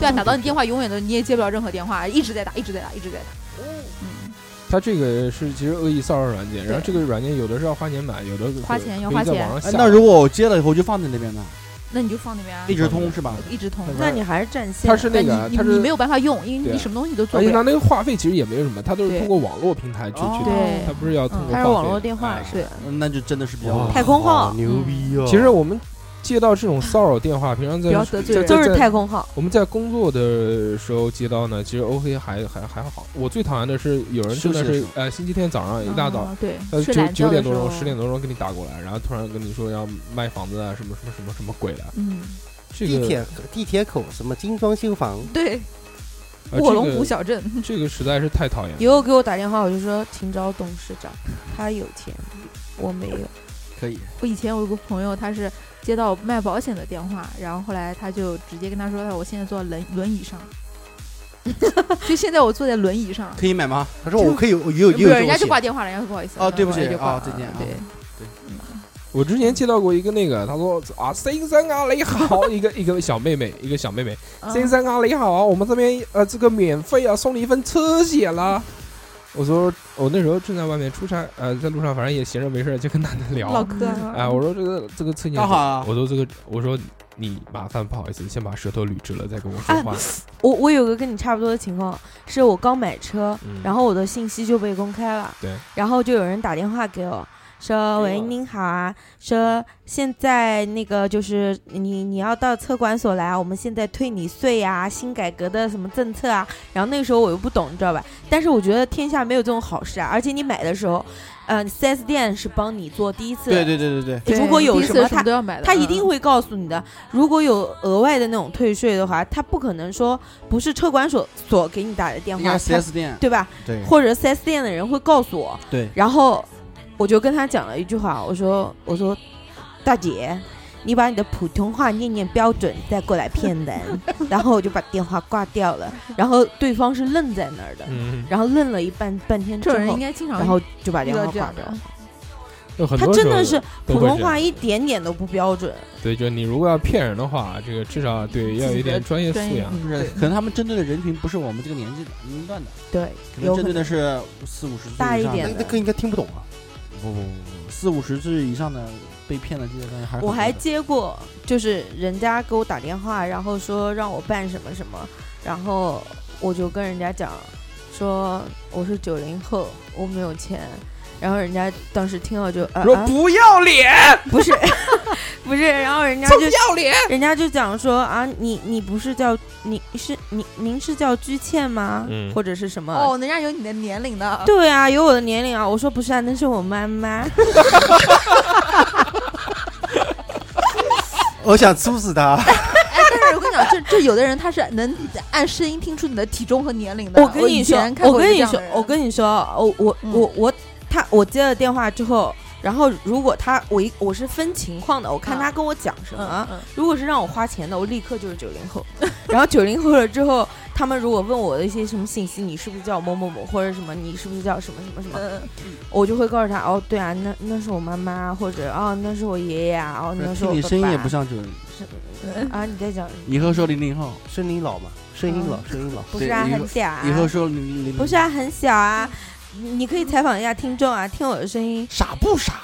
S1: 对啊，打到你电话永远都你也接不了任何电话，一直在打，一直在打，一直在打。嗯，
S2: 它这个是其实恶意骚扰软件，然后
S1: 对
S2: 这个软件有的是要花钱买，有的是
S1: 花钱要
S2: 可以
S1: 花
S2: 在
S1: 钱
S2: 网上
S6: 哎
S2: 下，
S6: 那如果我接了以后就放在那边呢，
S1: 那你就放那边啊，
S6: 一直通是吧？
S1: 一直通。
S4: 那你还是占线，
S2: 嗯它是那
S1: 但
S2: 个啊
S1: 呃你
S2: 它
S1: 你
S2: 是
S1: 你没有办法用，因为
S2: 对
S1: 你
S2: 啊
S1: 什么东西都做
S2: 而
S1: 不
S2: 且它
S1: 了。
S2: 那个话费其实也没有什么，它都是
S1: 对哦
S2: 通过网络平台去去的，
S1: 对
S2: 它不是要通过
S4: 它
S2: 话
S4: 是
S2: 费
S4: 网络电话
S2: 哎
S4: 是的，
S6: 那就真的是比
S5: 哇
S6: 较
S4: 太空号
S5: 好牛逼哦！
S2: 其实我们接到这种骚扰电话，平常在
S1: 不要得罪人
S2: 在
S4: 都是
S2: 在
S4: 太空号，
S2: 我们在工作的时候接到呢，其实 OK 还还还好。我最讨厌的是有人真的
S6: 休息的
S2: 是
S6: 时候
S2: 呃星期天早上一大早。
S1: 哦对
S2: 呃，，
S1: 睡
S2: 九
S1: 懒
S2: 九
S1: 觉
S2: 点
S1: 的
S2: 多
S1: 时候
S2: 钟、十点，多钟给你打过来，然后突然跟你说要卖房子啊，什么什么什么什么鬼的，
S1: 嗯，
S2: 这个
S5: 地铁地铁口什么精装修房，
S1: 对，
S2: 呃
S1: 卧龙湖
S2: 这个
S1: 小镇，
S2: 这个实在是太讨厌了。
S4: 以后给我打电话，我就说请找董事长，他有钱，我没有。
S6: 可以。
S1: 我以前有一个朋友，他是接到卖保险的电话，然后后来他就直接跟他说：“哎我现在坐轮轮椅上， 就现在我坐在轮椅上。
S6: 可以买吗？
S5: 他哦说我可以，我也有
S1: 不是”
S5: 也有
S1: 人
S5: 这
S1: 家就
S5: 种
S1: 挂
S5: 险，
S1: 电话了，人家说不好意思。
S6: 哦对不起
S1: 然后就挂
S6: 哦
S1: 了
S6: 再见啊
S1: 对，
S2: 我之前接到过一个那个，他说啊，先生啊，你好， 一个一个小妹妹，一个小妹妹，
S1: 嗯
S2: 啊先生啊，你好，我们这边呃这个免费啊送你一份车险啦。我说我那时候正在外面出差，呃，在路上反正也闲着没事儿就跟男的聊，
S1: 唠嗑
S4: 嗯
S2: 哎，我说这个这个测验
S6: 刚好啊
S2: 我说这个，我说你麻烦不好意思，先把舌头捋直了再跟我说
S4: 啊
S2: 话。
S4: 我我有个跟你差不多的情况，是我刚买车，
S2: 嗯
S4: 然后我的信息就被公开了，
S2: 对，
S4: 然后就有人打电话给我。说喂，您好啊！说现在那个就是你你要到车管所来啊，我们现在退你税啊，新改革的什么政策啊。然后那个时候我又不懂，你知道吧？但是我觉得天下没有这种好事啊！而且你买的时候，嗯、呃、，4S 店是帮你做第一次
S6: 对对对对对，
S1: 对
S4: 如果有
S1: 第一
S4: 什
S1: 次
S4: 么
S1: 什
S4: 他
S1: 么都要买的，
S4: 他一
S1: 嗯
S4: 定会告诉你的。如果有额外的那种退税的话，他不可能说不是车管所所给你打的电
S6: 应
S4: 话，
S6: 该
S4: 他
S6: 是 4S 店，
S4: 对吧？
S2: 嗯
S6: 对
S4: 或者 4S 店的人会告诉我，
S6: 对，
S4: 然后我就跟他讲了一句话，我说我说大姐，你把你的普通话念念标准再过来骗 人，然后我就把电话挂掉了，然后对方是愣在那儿的，
S2: 嗯，
S4: 然后愣了一半半天之
S1: 这种人
S4: 后
S1: 应，该经常
S4: 然后就把
S1: 遇
S4: 电
S1: 到
S4: 话
S1: 这
S4: 挂
S1: 样
S4: 掉
S1: 的。，
S2: 有很
S4: 他
S2: 多
S4: 真
S2: 时候
S4: 的是
S2: 都
S4: 普
S2: 会
S4: 通
S2: 这
S4: 话
S2: 样
S4: 一点点都不标准，
S2: 对，就是你如果要骗人的话，这个至少对要有一点专业素
S1: 专业
S2: 养。
S6: 不是，可能他们针对的人群不是我们这个年纪的年龄段的，
S4: 对，
S6: 可能
S4: 有可
S6: 针对
S4: 能
S6: 的是四五十岁
S4: 大一
S6: 以上的
S4: 点
S5: 那
S4: 的
S5: 那更应该听不懂啊。
S6: 不不不不，四五十岁以上的被骗的这些东西还是
S4: 我
S6: 很
S4: 还
S6: 多的
S4: 接过，就是人家给我打电话，然后说让我办什么什么，然后我就跟人家讲，说我是九零后，我没有钱。然后人家当时听了就啊
S2: 说
S4: 啊，
S2: 不 要脸，
S4: 不是，不是，然后人家就要脸，人家就讲说啊，你你不是叫你是您您是叫居倩吗？
S2: 嗯
S4: 或者是什么？
S1: 哦，人家有你的年龄的，
S4: 对啊，有我的年龄啊。我说不是啊，那是我妈妈。
S5: 我想处死他，
S1: 哎，但是我跟你讲，这这有的人他是能按声音听出你的体重和年龄的。
S4: 我跟你
S1: 以
S4: 说
S1: 前，看
S4: 我
S1: 过
S4: 跟
S1: 一
S4: 你
S1: 个这
S4: 说
S1: 样的，人
S4: 我跟你说，哦我我
S1: 嗯
S4: 我我他我接了电话之后，然后如果他我一我是分情况的，我看
S1: 啊
S4: 他跟我讲什
S1: 嗯
S4: 么。
S1: 嗯
S4: 如果是让我花钱的，我立刻就是九零后。 然后九零后了之后，他们如果问我的一些什么信息，你是不是叫某某某，或者什么，你是不是叫什么什么什么，
S1: 嗯，嗯
S4: 我就会告诉他，哦，对啊，那那是我妈妈，或者哦，那是我爷爷啊，哦，那是我
S6: 听你声音也不
S4: 像
S6: 像九零，
S4: 啊，你在讲什么？
S6: 以后说零零后，
S5: 声音老嘛，声音老，声音老。
S4: 不
S6: 对
S4: 是啊，
S6: 以
S4: 很
S6: 后
S4: 假啊，
S6: 以后说零零零，
S4: 不是啊，很小啊。你可以采访一下听众啊，听我的声音，
S6: 傻不傻？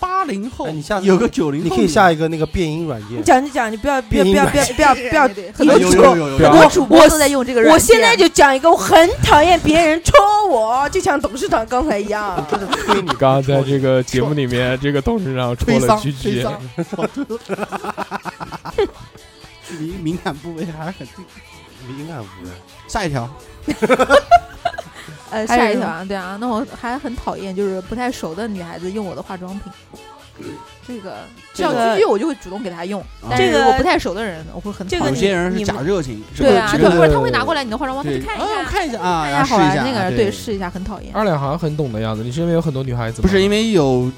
S6: 八零后
S5: 哎，你下次
S6: 有个九零，
S5: 你可以下一个那个变音软
S4: 你
S5: 件，
S4: 讲就讲，你不要不要
S5: 变
S4: 不
S5: 音
S4: 要
S5: 软
S4: 不要不要
S1: 对
S4: 不要
S1: 对对
S6: 有
S1: 很
S6: 有有
S1: 多主
S6: 有有
S1: 播，
S2: 对
S6: 有
S2: 啊
S1: 很多主播都在用这个软件。
S4: 我现在就讲一个，我很讨厌别人戳我，就像董事长刚才一 样。
S5: 真的推你。
S2: 刚刚在这个节目里面，这个董事长戳
S6: 推
S2: 了
S6: 搡
S2: 居
S6: 推
S2: 居，
S6: 搡，距离敏感部位还是很近。
S5: 敏感不是？
S6: 下一条，
S1: 呃，
S4: 还有
S1: 下一
S4: 什
S1: 条啊，对啊，那我还很讨厌就是不太熟的女孩子用我的化妆品。这个
S4: 这
S1: 像
S4: 个
S1: 居居，我就会主动给她用，
S6: 啊
S1: 但是
S4: 这个
S1: 如果不太熟的人，我会很
S4: 这
S1: 讨
S4: 个
S1: 厌
S6: 有些人
S4: 你
S6: 是
S4: 你
S6: 假热情，是
S1: 对
S6: 吧
S1: 啊，
S6: 这
S1: 他
S6: 个
S1: 或者他会拿过来你的化妆包，他
S6: 对，
S1: 去看一
S6: 啊我
S1: 下，
S6: 看一下啊，
S1: 看一
S6: 然
S1: 下
S6: 后
S1: 好
S6: 试一
S1: 玩
S6: 下，
S1: 那
S6: 啊
S1: 个，
S6: 对，啊
S1: 试一下，很讨厌。
S2: 二两好像很懂的样子。你身边有很多女孩子吗，
S6: 不是因为有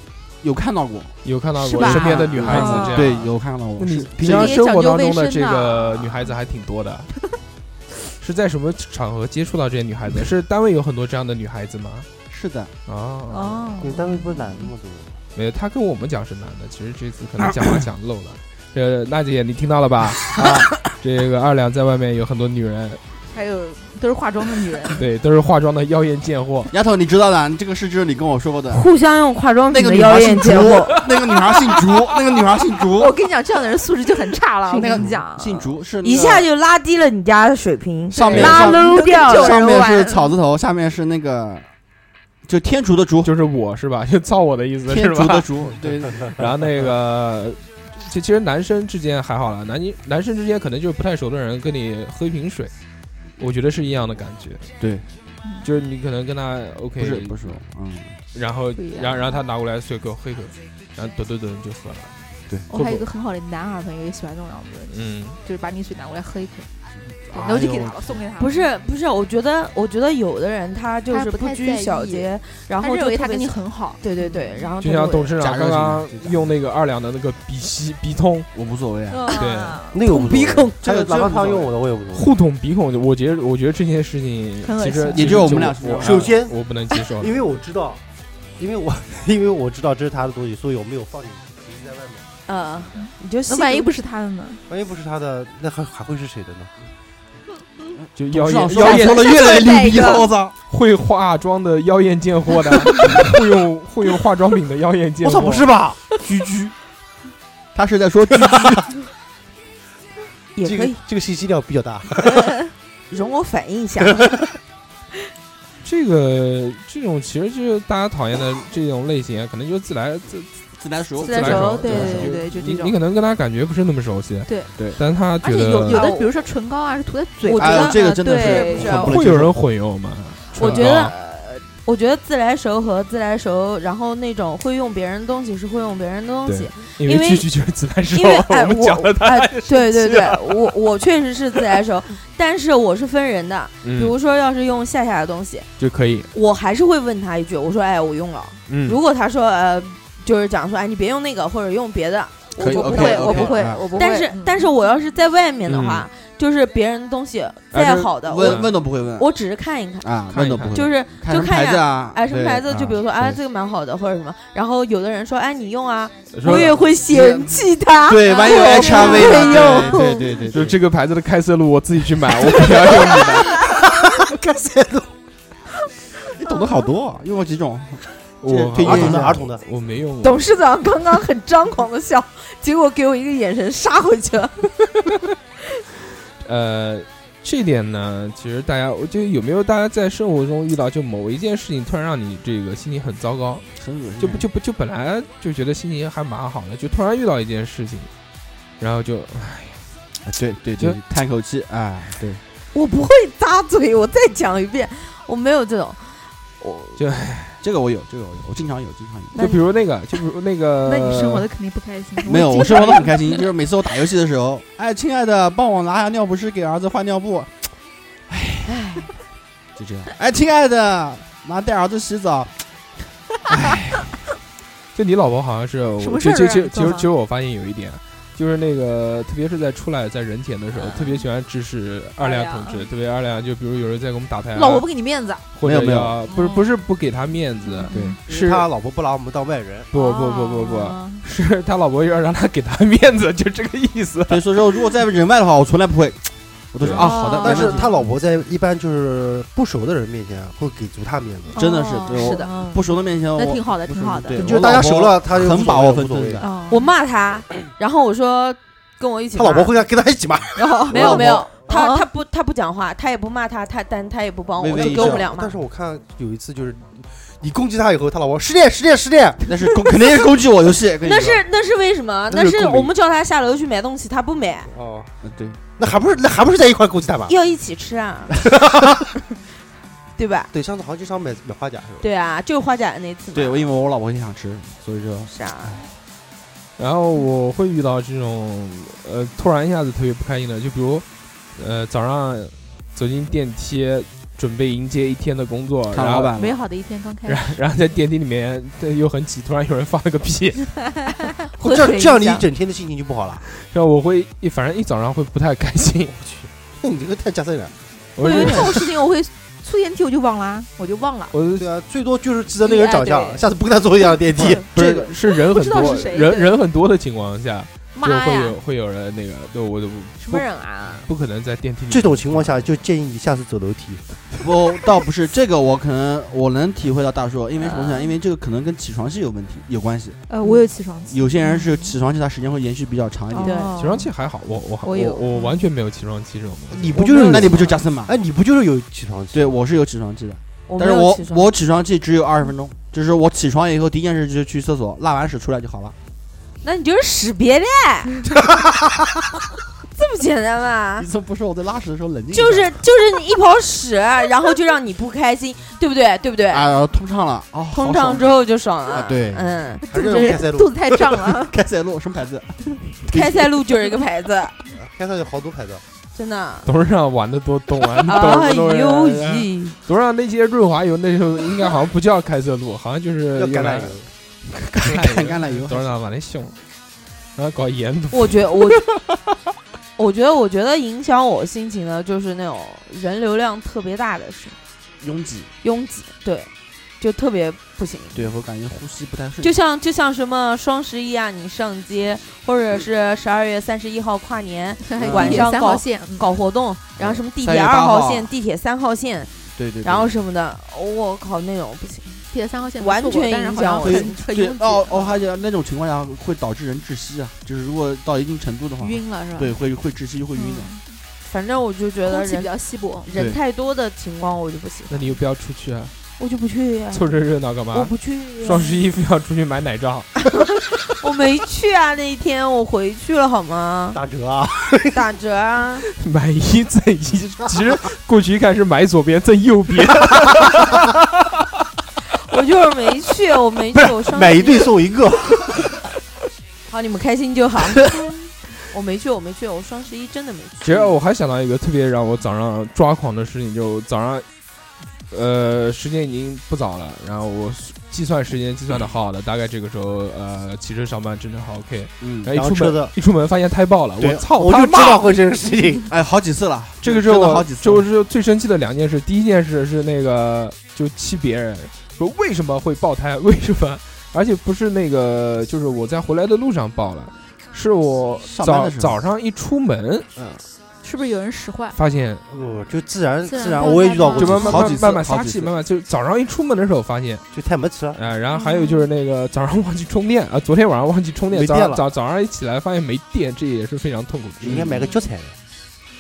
S6: 有看到过，
S2: 有看到
S1: 是
S2: 过
S1: 吧
S2: 身边的女孩子
S1: 啊
S2: 这样？
S6: 对，有看到过
S2: 那，你
S6: 是
S2: 平常生活当中的
S1: 这个
S2: 这
S1: 也讲究卫
S2: 个
S1: 生啊
S2: 女孩子还挺多的， 是在什么场合接触到这些女 孩子？是单位有很多这样的女孩子吗？
S6: 是的，
S2: 哦，
S1: 哦，
S5: 你单位不是懒那么多？
S2: 没有，他跟我们讲是男的，其实这次可能讲话讲漏 了。这娜姐，你听到了吧？啊，这个二两在外面有很多女人，
S1: 还有都是化妆的女人，
S2: 对，都是化妆的妖艳贱货。
S6: 丫头，你知道的，这个事就是你跟我说过 的，
S4: 互相用化妆
S6: 那
S4: 品
S6: 个
S4: 的
S6: 女
S4: 妖
S6: 孩
S4: 艳
S6: 姓竹
S4: 贱货，，
S6: 那个女孩姓竹，那个女孩姓竹，
S1: 我跟你讲，这样的人素质就很差 了。我跟你讲，啊
S6: 姓竹是那
S4: 一
S6: 个
S4: 下就拉低了你家的水平，
S6: 上面
S4: 拉
S6: 上
S4: 搂掉
S1: 有人
S6: 上
S4: 了。
S6: 面是
S1: 玩
S6: 草字头，下面是那个就天竺的竹，
S2: 就是我是吧？就造我的意思
S6: 天
S2: 是
S6: 竺的
S2: 吧？
S6: 竹，对，
S2: 然后那个，其其实男生之间还好啦，男男生之间可能就是不太熟的人跟你喝一瓶水，我觉得是一样的感觉。
S6: 对，
S2: 就是你可能跟他 OK，
S6: 不是不是，嗯，
S2: 然后
S1: 不一样
S2: 然后然后他拿过来随口喝一口，然后噔噔噔就喝了。
S1: 我还有一个很好的男孩朋友也喜欢这种样子的人，
S2: 嗯，
S1: 就是把你水拿过来喝一口，
S6: 哎
S1: 然后就给他了，送给他了。
S4: 不是不是，我觉得我觉得有的人他就
S1: 他
S4: 是
S1: 不
S4: 不
S1: 太
S4: 拘
S1: 在
S4: 小
S1: 意
S4: 节，然
S1: 他
S4: 后
S1: 认
S4: 就
S1: 为
S4: 特
S1: 他
S4: 别
S1: 跟你
S4: 喜
S1: 很好，
S4: 对对对，
S1: 哦
S4: 然后
S2: 就
S4: 他
S2: 像
S4: 会
S2: 董事
S6: 假
S2: 长
S6: 热
S2: 刚
S6: 情
S2: 刚
S6: 就假
S2: 用那个二两的那个鼻吸鼻通
S6: 我无所谓啊，
S4: 嗯
S2: 对
S5: 那个我不
S4: 鼻孔
S5: 还有哪怕他用我的，我也不用。
S2: 互捅鼻孔，我觉得我觉得这件事情
S1: 很恶
S2: 其
S1: 心
S2: 实
S1: 也
S2: 其实
S6: 只有我们俩是这
S2: 我
S6: 样
S5: 首先
S2: 我不能接受，
S5: 因为我知道，因为我 因为我知道这是他的东西，所以我没有放进去，一直在外面。
S4: 嗯，你就
S1: 那
S4: 细
S1: 万一
S4: 读
S1: 不是他的呢？
S5: 万一不是他的，那还还会是谁的呢？
S2: 就妖
S6: 董
S2: 艳
S6: 事长
S2: 妖
S6: 说
S2: 艳
S6: 了越来越牛逼了，我操！
S2: 会化妆的妖艳贱货 的，会用会用化妆品的妖艳贱
S5: 我
S2: 货。
S5: 操，不是吧？居居，
S6: 他是在说居
S4: 也
S5: 这
S4: 可
S5: 个
S4: 以
S5: 这个信息量比较大。
S4: 容我反应一下。
S2: 这个这种其实就是大家讨厌的这种类型啊，可能就是自来自
S6: 自来熟
S1: 自来
S2: 自来熟
S1: 熟，对
S2: 自来
S1: 对
S2: 熟
S1: 对对，就这
S2: 你你
S1: 种。
S2: 可能跟他感觉不是那么熟悉，
S1: 对
S6: 对
S2: 但他
S1: 而
S2: 觉
S1: 且有有
S2: 得
S1: 的，比如说唇膏啊，是涂在嘴
S4: 我
S1: 上
S4: 觉得
S1: 的，
S6: 哎这个真的是
S1: 对
S6: 很不能
S2: 会有人混用吗？
S4: 我觉
S2: 唇膏
S4: 得，呃我觉得自来熟和自来熟，然后那种会用别人东西是会用别人东西
S2: 对，因
S4: 因为
S2: 为句句就是自来熟，
S4: 因为哎，
S2: 我们讲了他，
S4: 哎，对对对，我我确实是自来熟，但是我是分人的。比
S2: 嗯，
S4: 如说，要是用夏夏的东西，
S2: 就可以，
S4: 我还是会问他一句，我说，哎，我用了。
S2: 嗯，
S4: 如果他说，呃，就是讲说，哎，你别用那个，或者用别的。
S6: 可以
S1: 我不
S6: OK，
S1: 会，
S6: OK，
S1: 我不会
S6: 啊，
S1: 我不会。
S4: 但是
S1: 嗯，
S4: 但是我要是在外面的话，就是别人的东西
S6: 哎
S4: 再好的，
S6: 问
S4: 我
S6: 问都不会问
S4: 我只是看一看，
S6: 啊，
S2: 看
S6: 问
S2: 一
S6: 都
S2: 看
S6: 不会，
S4: 就是是就看
S6: 牌
S4: 一
S6: 子
S4: 下。
S6: 啊，
S4: 哎，什么
S6: 对
S4: 牌子？就
S6: 啊
S4: 比如说，哎，
S6: 对
S4: 这个蛮好的，或者什么。然后有的人说，哎，你用啊，
S2: 说
S4: 我也会嫌弃他。
S6: 对，万一有
S4: 啊我不
S6: HRV
S4: 会
S6: 的，
S4: 用
S6: 对对对对，
S2: 就
S6: 对
S2: 这个牌子的开塞露，我自己去买，我不要用你的。
S6: 感谢都，你懂得好多啊，用过几种？
S2: 我
S6: 这
S5: 儿
S6: 这
S5: 童的
S6: 这
S5: 儿童的，
S2: 我没用过，
S4: 董事长刚刚很张狂的笑，结果给我一个眼神杀回去了。
S2: 呃。这点呢，其实大家，我就有没有大家在生活中遇到，就某一件事情突然让你这个心情很糟糕，
S1: 嗯
S6: 很恶心
S2: 就不就不就本来就觉得心情还蛮好的，就突然遇到一件事情，然后就
S6: 哎对对
S2: 就
S6: 对，叹口气，哎，对，
S4: 我不会扎嘴，我再讲一遍，我没有这种。
S6: 我
S2: 就
S6: 这个我有，这个我有，我经常有，经常有。
S1: 那
S2: 就
S1: 你
S2: 比如那个，就比如那个，
S1: 那你生活的肯定不开心。
S6: 呃没有，
S1: 经
S6: 我生活
S1: 常
S6: 的很开心，就是 每次我打游戏的时候，哎，亲爱的，帮我拿下尿不湿，给儿子换尿布，
S4: 哎，
S6: 就这样。哎，亲爱的，妈带儿子洗澡，
S2: 就你老婆好像是，
S1: 什
S2: 我
S1: 么
S2: 其
S1: 事
S2: 实
S1: 儿
S2: 其
S1: 啊
S2: 实其实
S1: 做
S2: 其实我发现有一点，就是那个特别是在出来在人前的时
S1: 哎
S2: 候，特别喜欢指使二两同志，特别二两就比如有人在给我们打牌啊，
S1: 老婆不给你面子，
S2: 或
S6: 没
S2: 者
S6: 有没嗯有
S2: 要不是
S1: 嗯
S2: 不是不给他面子，
S6: 对
S2: 是
S5: 他老婆不拿我们当外人，
S2: 不不不不不，
S1: 啊
S2: 是他老婆要让他给他面子，就这个意思。
S6: 所以说，如果在人外的话，我从来
S4: 哦
S6: 不会，我都是啊，好的，
S1: 哦
S5: 但是
S6: 没问题
S5: 他老婆在一般就是不熟的人面前啊会给足他面子，
S6: 真的是
S1: 哦
S6: 对我
S1: 是的，
S6: 不熟的面前，我
S1: 那挺好的，
S6: 不
S1: 挺
S6: 是
S1: 好的
S6: 对。
S5: 就是大家熟了，他就
S6: 很
S5: 无所
S6: 把
S5: 谓
S6: 握
S5: 无
S6: 分
S5: 所
S6: 寸
S5: 谓
S6: 的。
S1: 哦
S4: 我骂他，然后我说跟我一起
S5: 他
S4: 骂。
S5: 老婆会跟他一起骂，
S4: 然后没
S5: 我
S4: 有
S5: 老婆
S4: 没有，他
S1: 啊
S4: 他不他不讲话，他也不骂他，他但他也不帮
S6: 微
S4: 我，
S6: 微
S4: 就
S6: 一
S4: 给我
S6: 笑
S4: 们俩骂
S5: 但。是我看有一次就是你攻击他以后，他老婆十点十点十点，
S6: 那是攻 肯定是攻击我游戏，跟你
S4: 那
S6: 说
S4: 是那是为什么？
S2: 那
S4: 那
S2: 是
S4: 是
S2: 共鸣
S4: 我们叫他下楼去买东西，他不买，
S5: 哦，
S6: 对，
S5: 那还不是那还不是在一块攻击他吗？
S4: 要一起 吃啊，对吧？
S5: 对，上次好像就想买买花甲是吧？
S4: 对啊，就是花甲的那次嘛。
S6: 对我因为我老婆也想吃，所以说
S4: 是啊，
S2: 然后我会遇到这种呃突然一下子特别不开心的，就比如呃早上呃走进电梯，准备迎接一天的工作，
S6: 看
S2: 然
S6: 老
S2: 后
S6: 板
S1: 美
S6: 了，
S1: 好的一天刚开
S2: 然
S1: 始，
S2: 然后在电梯里面对又很挤，突然有人发了 个屁，
S5: 这
S4: 会
S5: 样
S4: 很
S5: 这样你一
S4: 影响
S5: 整天的心情就不好了。
S2: 然后我会一反正一早上会不太开心，
S5: 我去，你这个太加深了。
S2: 我
S1: 因
S2: 是
S1: 为这种事情我会出电梯我就忘了，啊我就忘了。
S2: 我是
S5: 对啊，最多就是记得那个人长
S1: 哎
S5: 相，
S1: 对
S5: 下次不跟他坐一辆电梯。
S2: 不
S6: 这
S2: 是
S6: 个
S2: 是人
S1: 不
S2: 很
S1: 知道
S2: 多
S1: 是谁
S2: 人
S1: 对
S2: 人很多的情况下，就
S1: 妈
S2: 会
S1: 呀
S2: 有，会有人那个对我就不
S1: 什么人啊？
S2: 不可能在电梯里
S5: 这种情况下，就建议你下次走楼梯。
S6: 我倒不是这个，我可能我能体会到大叔，因为什么
S4: 啊
S6: 呢？因为这个可能跟起床气有问题有关系，
S1: 呃，我有起床气，
S6: 有些人是起床气，他时间会延续比较长一
S4: 哦
S6: 点。
S1: 对
S2: 起床气还好，我我
S1: 我有
S2: 我我完全没有起床气这种东西，
S5: 你不就是
S6: 那你不就加森吗？
S5: 哎，你不就是有起床气？
S6: 对，我是有起床气的，
S4: 我
S6: 但
S4: 没
S6: 是
S4: 有
S6: 我
S4: 起床，
S6: 我起床气只有二十分钟，就是我起床以后第一件事就是去厕所，拉完屎出来就好了。
S4: 那你就是屎别的， 这么简单吗？
S6: 你怎么不说我在拉屎的时候冷静？
S4: 啊就是就是你一泡屎，然后就让你不开心，对不对？对不对？
S6: 啊，通畅了啊，
S4: 通畅之后就爽了
S6: 啊。对，
S4: 嗯，
S5: 还是
S1: 这
S5: 开塞
S1: 人
S5: 露
S1: 肚？子太胀了
S6: 开塞露什么牌子？
S4: 开塞露就是一个牌子，
S5: 开塞露有好多牌子，啊
S4: 真的。
S2: 董事长玩的多懂啊，你懂
S4: 哎
S2: 不懂
S4: 呦
S2: 啊？
S4: 咦，
S2: 董事长那些润滑油那时候应该好像不叫开塞露，好像就是
S5: 要橄
S2: 用来
S5: 榄油。
S2: 橄
S6: 橄榄油
S2: 董事长把那凶了，然后搞盐毒。
S4: 我觉得我，我觉得我觉得影响我心情的就是那种人流量特别大的事，
S6: 拥挤。
S4: 拥挤。对，就特别不行。
S6: 对，我感觉呼吸不太顺。
S4: 就像就像什么双十一啊，你上街，或者是十二月三十一号跨年晚上
S1: 三
S4: 搞
S1: 号线嗯
S4: 搞活动，然后什么地铁
S6: 嗯3月8
S4: 二号
S6: 号
S4: 线、地铁三号线，
S6: 对对，对
S4: 然后什么的，哦我靠，那种不行。
S1: 铁三号线
S4: 完
S1: 没坐过
S4: 全
S1: 但是
S4: 影
S1: 好
S4: 响
S1: 像
S4: 我
S1: 很
S6: 对
S1: 很
S6: 对
S1: 拥，
S6: 哦
S1: 挤
S6: 哦，而且那种情况下会导致人窒息啊，就是如果到一定程度的话，
S1: 晕了是吧？
S6: 对，会会窒息，会晕的。
S1: 嗯
S4: 反正我就觉得
S1: 空气比
S4: 人
S1: 较稀薄，
S6: 对
S4: 人太多的情况我就不行，
S2: 那你又不要出去啊，
S4: 我就不去呀、
S2: 凑这热闹干
S4: 我
S2: 嘛？
S4: 不去、
S2: 双十，一非要出去买奶罩，
S4: 我没去啊！那一天我回去了，好吗？
S5: 打折啊！
S4: 打折啊！
S2: 买一赠一，其实过去一看是买左边赠右边，
S4: 我就是没去，我没去，我双
S5: 买一
S4: 十
S5: 对送一个，
S4: 好，你们开心就好。我没去，我没去，我双十一真的没去。
S2: 其实我还想到一个特别让我早上抓狂的事情，就早上，呃，时间已经不早了，然后我计算时间计算的好好的，大概这个时候呃骑车上班正常还 OK，
S6: 嗯，
S2: 然
S5: 然
S2: 后
S5: 后
S2: 一出
S5: 车
S2: 门
S5: 子，
S2: 一出门发现胎爆了，
S5: 对，
S2: 操，
S5: 我
S2: 他
S5: 就
S2: 妈
S5: 知道会这个事情。
S6: 哎，好几次了，
S2: 这个是
S6: 真的
S2: 我
S6: 好几次
S2: 就
S6: 了。
S2: 是最生气的两件事。第一件事是那个就气别人说为什么会爆胎，为什么？而且不是那个，就是我在回来的路上爆了，是我
S6: 上班
S2: 早
S6: 的时候
S2: 早上一出门
S1: 是不是有人使坏？
S2: 发现，
S5: 哦，就自然
S1: 自然
S5: 自然，
S1: 爆
S5: 我也
S1: 胎
S5: 遇到
S1: 吗
S5: 过
S2: 就
S5: 几
S2: 慢慢
S5: 次，
S6: 好几
S2: 慢
S6: 次
S2: 慢慢
S6: 好
S2: 撒
S6: 几
S2: 气，
S6: 次
S2: 慢慢就早上一出门的时候发 现。
S5: 就太没吃了。
S2: 啊、然后还有就是那个早上忘记充电啊、昨天晚上忘记充电，
S5: 没
S2: 早
S5: 电
S2: 上
S5: 了
S2: 早早上一起来发现没电，这也是非常痛苦的事情。
S5: 你应该买个脚踩的。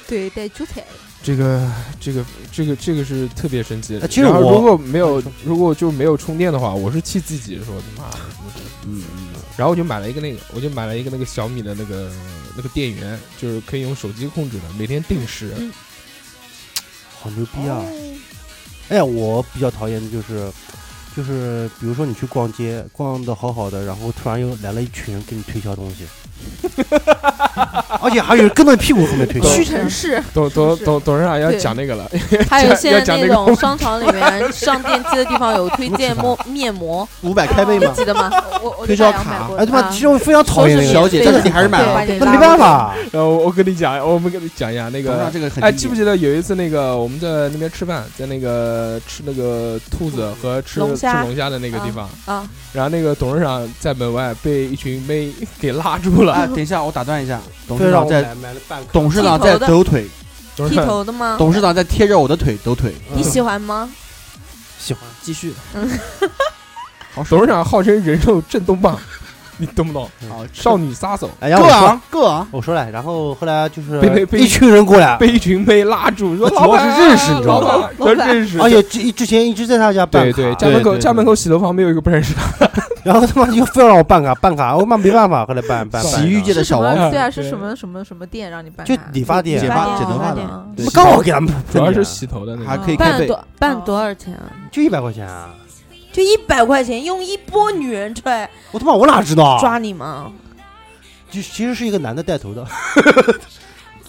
S1: 对，带韭菜。
S2: 这个这个这个这个是特别生气的。
S5: 呃其实
S2: 然后
S5: 我
S2: 如果没有如果就没有充电的话，我是气自己说他妈的什么什么。
S6: 嗯嗯，
S2: 然后我就买了一个那个，我就买了一个那个小米的那个那个电源，就是可以用手机控制的，每天定时。
S1: 嗯
S5: 好牛逼啊！
S1: 哦
S5: 哎，我比较讨厌的就是，就是比如说你去逛街，逛的好好的，然后突然又来了一群人给你推销东西， 而且还有人跟到你屁股后面推销。
S1: 屈臣氏，
S2: 董董
S1: 是
S2: 董董事长要
S1: 对
S2: 讲那个了，
S4: 还有
S2: 要
S4: 现在
S2: 讲
S4: 那
S2: 那个
S4: 种商场里面上电梯的地方有推荐摸面膜，
S6: 五百开背
S4: 你
S6: 嘛，
S4: 记得吗？
S1: 我我
S6: 推
S1: 在
S6: 销
S1: 阳买
S6: 卡
S1: 过
S5: 哎，他妈，
S4: 啊
S5: 其实我非常讨厌
S4: 都
S5: 那个
S4: 是
S5: 人，
S6: 小姐，
S4: 免费
S6: 但
S4: 的
S6: 是你还是买
S4: 对
S6: 了。
S4: 把你
S5: 那
S4: 拉
S5: 没
S4: 过
S5: 办
S4: 去。
S5: 法，
S2: 然后我跟你讲，我们跟你讲一下那
S6: 董事长
S2: 个。
S6: 这个很
S2: 哎，
S6: 经
S2: 记不
S6: 典
S2: 记得有一次那个我们在那边吃饭，在那个吃那个兔子和吃
S4: 龙虾
S2: 吃龙虾的那个地方，
S4: 啊，
S2: 然后那个董事长在门外被一群妹 给拉住了，
S4: 嗯
S6: 啊，等一下，我打断一下，董
S5: 非
S6: 事
S5: 让
S6: 长
S5: 我
S6: 在
S5: 买买了半颗。
S6: 董事长在抖腿，
S2: 董事
S4: 剃
S2: 长
S4: 头的吗？
S6: 董事长在贴着我的腿抖腿。
S4: 你喜欢吗？
S5: 喜
S2: 嗯
S5: 欢
S6: 继续，好
S2: 董
S6: 爽，
S2: 事长号称人肉震动棒， 你懂不懂？
S6: 好
S2: 少女杀手
S5: 哎，然后
S6: 够
S5: 我说，
S6: 啊够啊！
S5: 我说了，然后后来就是
S2: 被被被
S5: 一群人过来，
S2: 被一群妹拉住，说
S5: 主要是认识你知道吧
S2: 吧？要认识，
S5: 而且之之前一直在他家办
S2: 对对，
S5: 卡，
S2: 家门口
S6: 对对
S2: 家门口洗头房没有一个不认识的，
S5: 然后他妈就非要让我办卡，办卡，我他妈没办法，后来办办办
S6: 洗浴界的
S1: 是什
S6: 小王，
S2: 王
S1: 么？对啊，是
S2: 对
S1: 什么什么什么店让你办
S5: 就
S1: 卡？
S5: 理发店
S6: 剪
S4: 发
S6: 剪头
S4: 发
S6: 发
S4: 店
S6: 的，
S4: 啊
S6: 对
S5: 刚好给他们，
S2: 主要是洗头的那
S5: 啊
S6: 还
S2: 个。
S6: 可以开
S4: 办
S6: 背，
S4: 多办多少钱啊？
S5: 就一百块钱啊！
S4: 就一百块钱，用一波女人出来
S5: 我他妈我哪知道啊？
S4: 抓哦你吗？
S5: 就其实是一个男的带头的，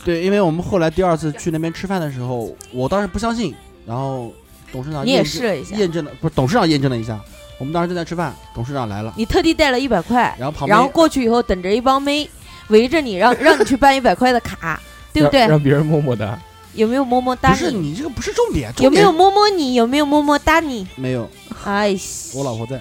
S6: 对，因为我们后来第二次去那边吃饭的时候，我当时不相信，然后董事长
S4: 你也
S6: 验证
S4: 试了一下，
S6: 啊验证了，不是董事长验证了一下，我们当时正在吃饭，董事长来了，
S4: 你特地带了一百块，
S6: 然后旁边
S4: 然后过去以后等着一帮妹围着你，让让你去办一百块的卡，对不对
S2: 让？让别人摸摸
S5: 啊
S2: 的，
S4: 有没有么么哒
S6: 不是
S4: 你？
S6: 你这个不是重点，
S4: 有
S6: 重
S4: 没
S6: 点
S4: 有摸摸你？有没有么么哒你？
S6: 没有，
S4: 哎，
S6: 我老婆在，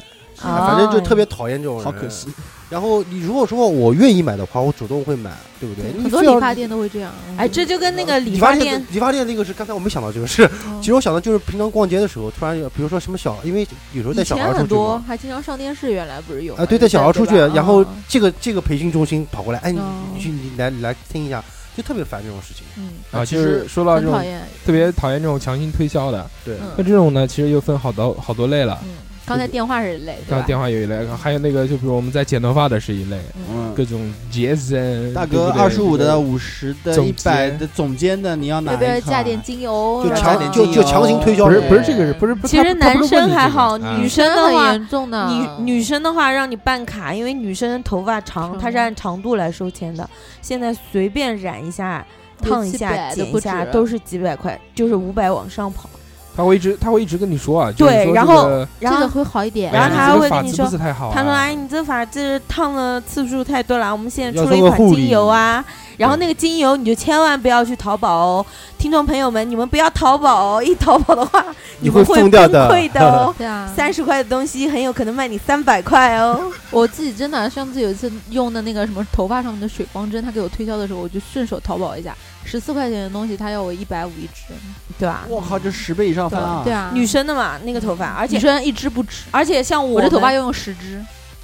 S4: 啊
S5: 反正就特别讨厌这种人。
S6: 好可惜。。
S5: 然后你如果说我愿意买的话，我主动会买，对不对？你
S1: 很多
S5: 非要
S1: 理发店都会这样。
S4: 哎，这就跟那个理
S5: 理
S4: 发
S5: 店
S4: 店
S5: 的，理发店那个是刚才我没想到这个事，
S1: 嗯
S5: 其实我想到就是平常逛街的时候，突然有比如说什么小，因为有时候带
S1: 以
S5: 小孩
S1: 前
S5: 出
S1: 很
S5: 去
S1: 多
S5: 嘛，
S1: 还经常上电视，原来不是有
S5: 啊，对，带小孩出去，然后
S1: 嗯
S5: 这个这个培训中心跑过来，哎，你
S1: 嗯
S5: 你去你来你来听一下，就特别烦这种事情。
S1: 嗯，
S2: 啊，
S6: 其
S2: 就
S6: 实
S2: 是说到
S1: 很
S2: 这
S1: 讨
S2: 种
S1: 厌。
S2: 特别讨厌这种强行推销的，
S5: 对
S1: 嗯
S2: 那这种呢，其实又分好多好多类了。
S1: 嗯，刚才电话是累，对
S2: 像
S4: 啊
S1: 吧？
S2: 电话有一类，还有那个就比如我们在剪头发的是一类，
S6: 嗯，
S2: 各种节省，
S6: 大
S2: 对
S6: 哥
S2: 不对
S6: 二十五的、五十的、
S2: 总
S6: 一百
S2: 监
S6: 的总监的，你要哪
S1: 要不要
S6: 一啊
S1: 加
S6: 款？
S1: 点精油？
S5: 就是强
S1: 吧
S5: 就就强行推销
S2: 不是
S5: 人
S2: 不是这个是不是不是
S4: 其实
S2: 他不
S4: 男
S2: 是问
S4: 生
S2: 你
S4: 还
S2: 这个
S4: 好，
S2: 啊
S4: 女
S1: 真
S4: 生
S1: 的
S4: 的
S1: 很
S4: 话，嗯
S1: 严重的。
S4: 女女生的话让你办卡，因为女生头发长，
S1: 长
S4: 它是按长度来收钱的。现在随便染一下、
S1: 有
S4: 烫一
S1: 700
S4: 下、
S1: 的
S4: 剪一
S1: 不
S4: 下
S1: 止
S4: 都是几百块，就是五百往上跑。
S2: 他会一直他会一直跟你说啊，就是
S4: 对
S2: 说
S4: 然
S2: 这个
S4: 后
S2: 哎
S4: 然
S1: 这
S4: 后
S1: 个会好一点。，
S4: 然后
S2: 你
S4: 他
S2: 这个
S4: 会
S2: 发
S4: 跟你
S2: 质不
S4: 说
S2: 是太好啊，
S4: 他说：“哎，你这发质烫的次数太多了，我们现在
S5: 要
S4: 出了一
S5: 做个
S4: 款
S5: 护
S4: 精
S5: 理
S4: 油啊，然后那个精油你就千万不要去淘宝哦，听众朋友们，你们不要淘宝哦，一淘宝的话
S5: 你
S4: 们
S5: 会
S4: 会
S5: 疯掉
S4: 崩
S5: 的
S4: 溃的 哦
S1: 对啊，
S4: 三十块的东西很有可能卖你三百块哦。
S1: 我自己真的上次有一次用的那个什么头发上面的水光针，他给我推销的时候，我就顺手淘宝一下，十四块钱的东西，他要我一百五一支。
S4: 对吧？
S6: 我靠，这十倍以上翻啊！
S1: 对啊，
S4: 女生的嘛，那个头发，而
S1: 女
S4: 且
S1: 生一支不止，
S4: 而且像
S1: 我
S4: 我
S1: 这头发
S4: 们
S1: 要用十支，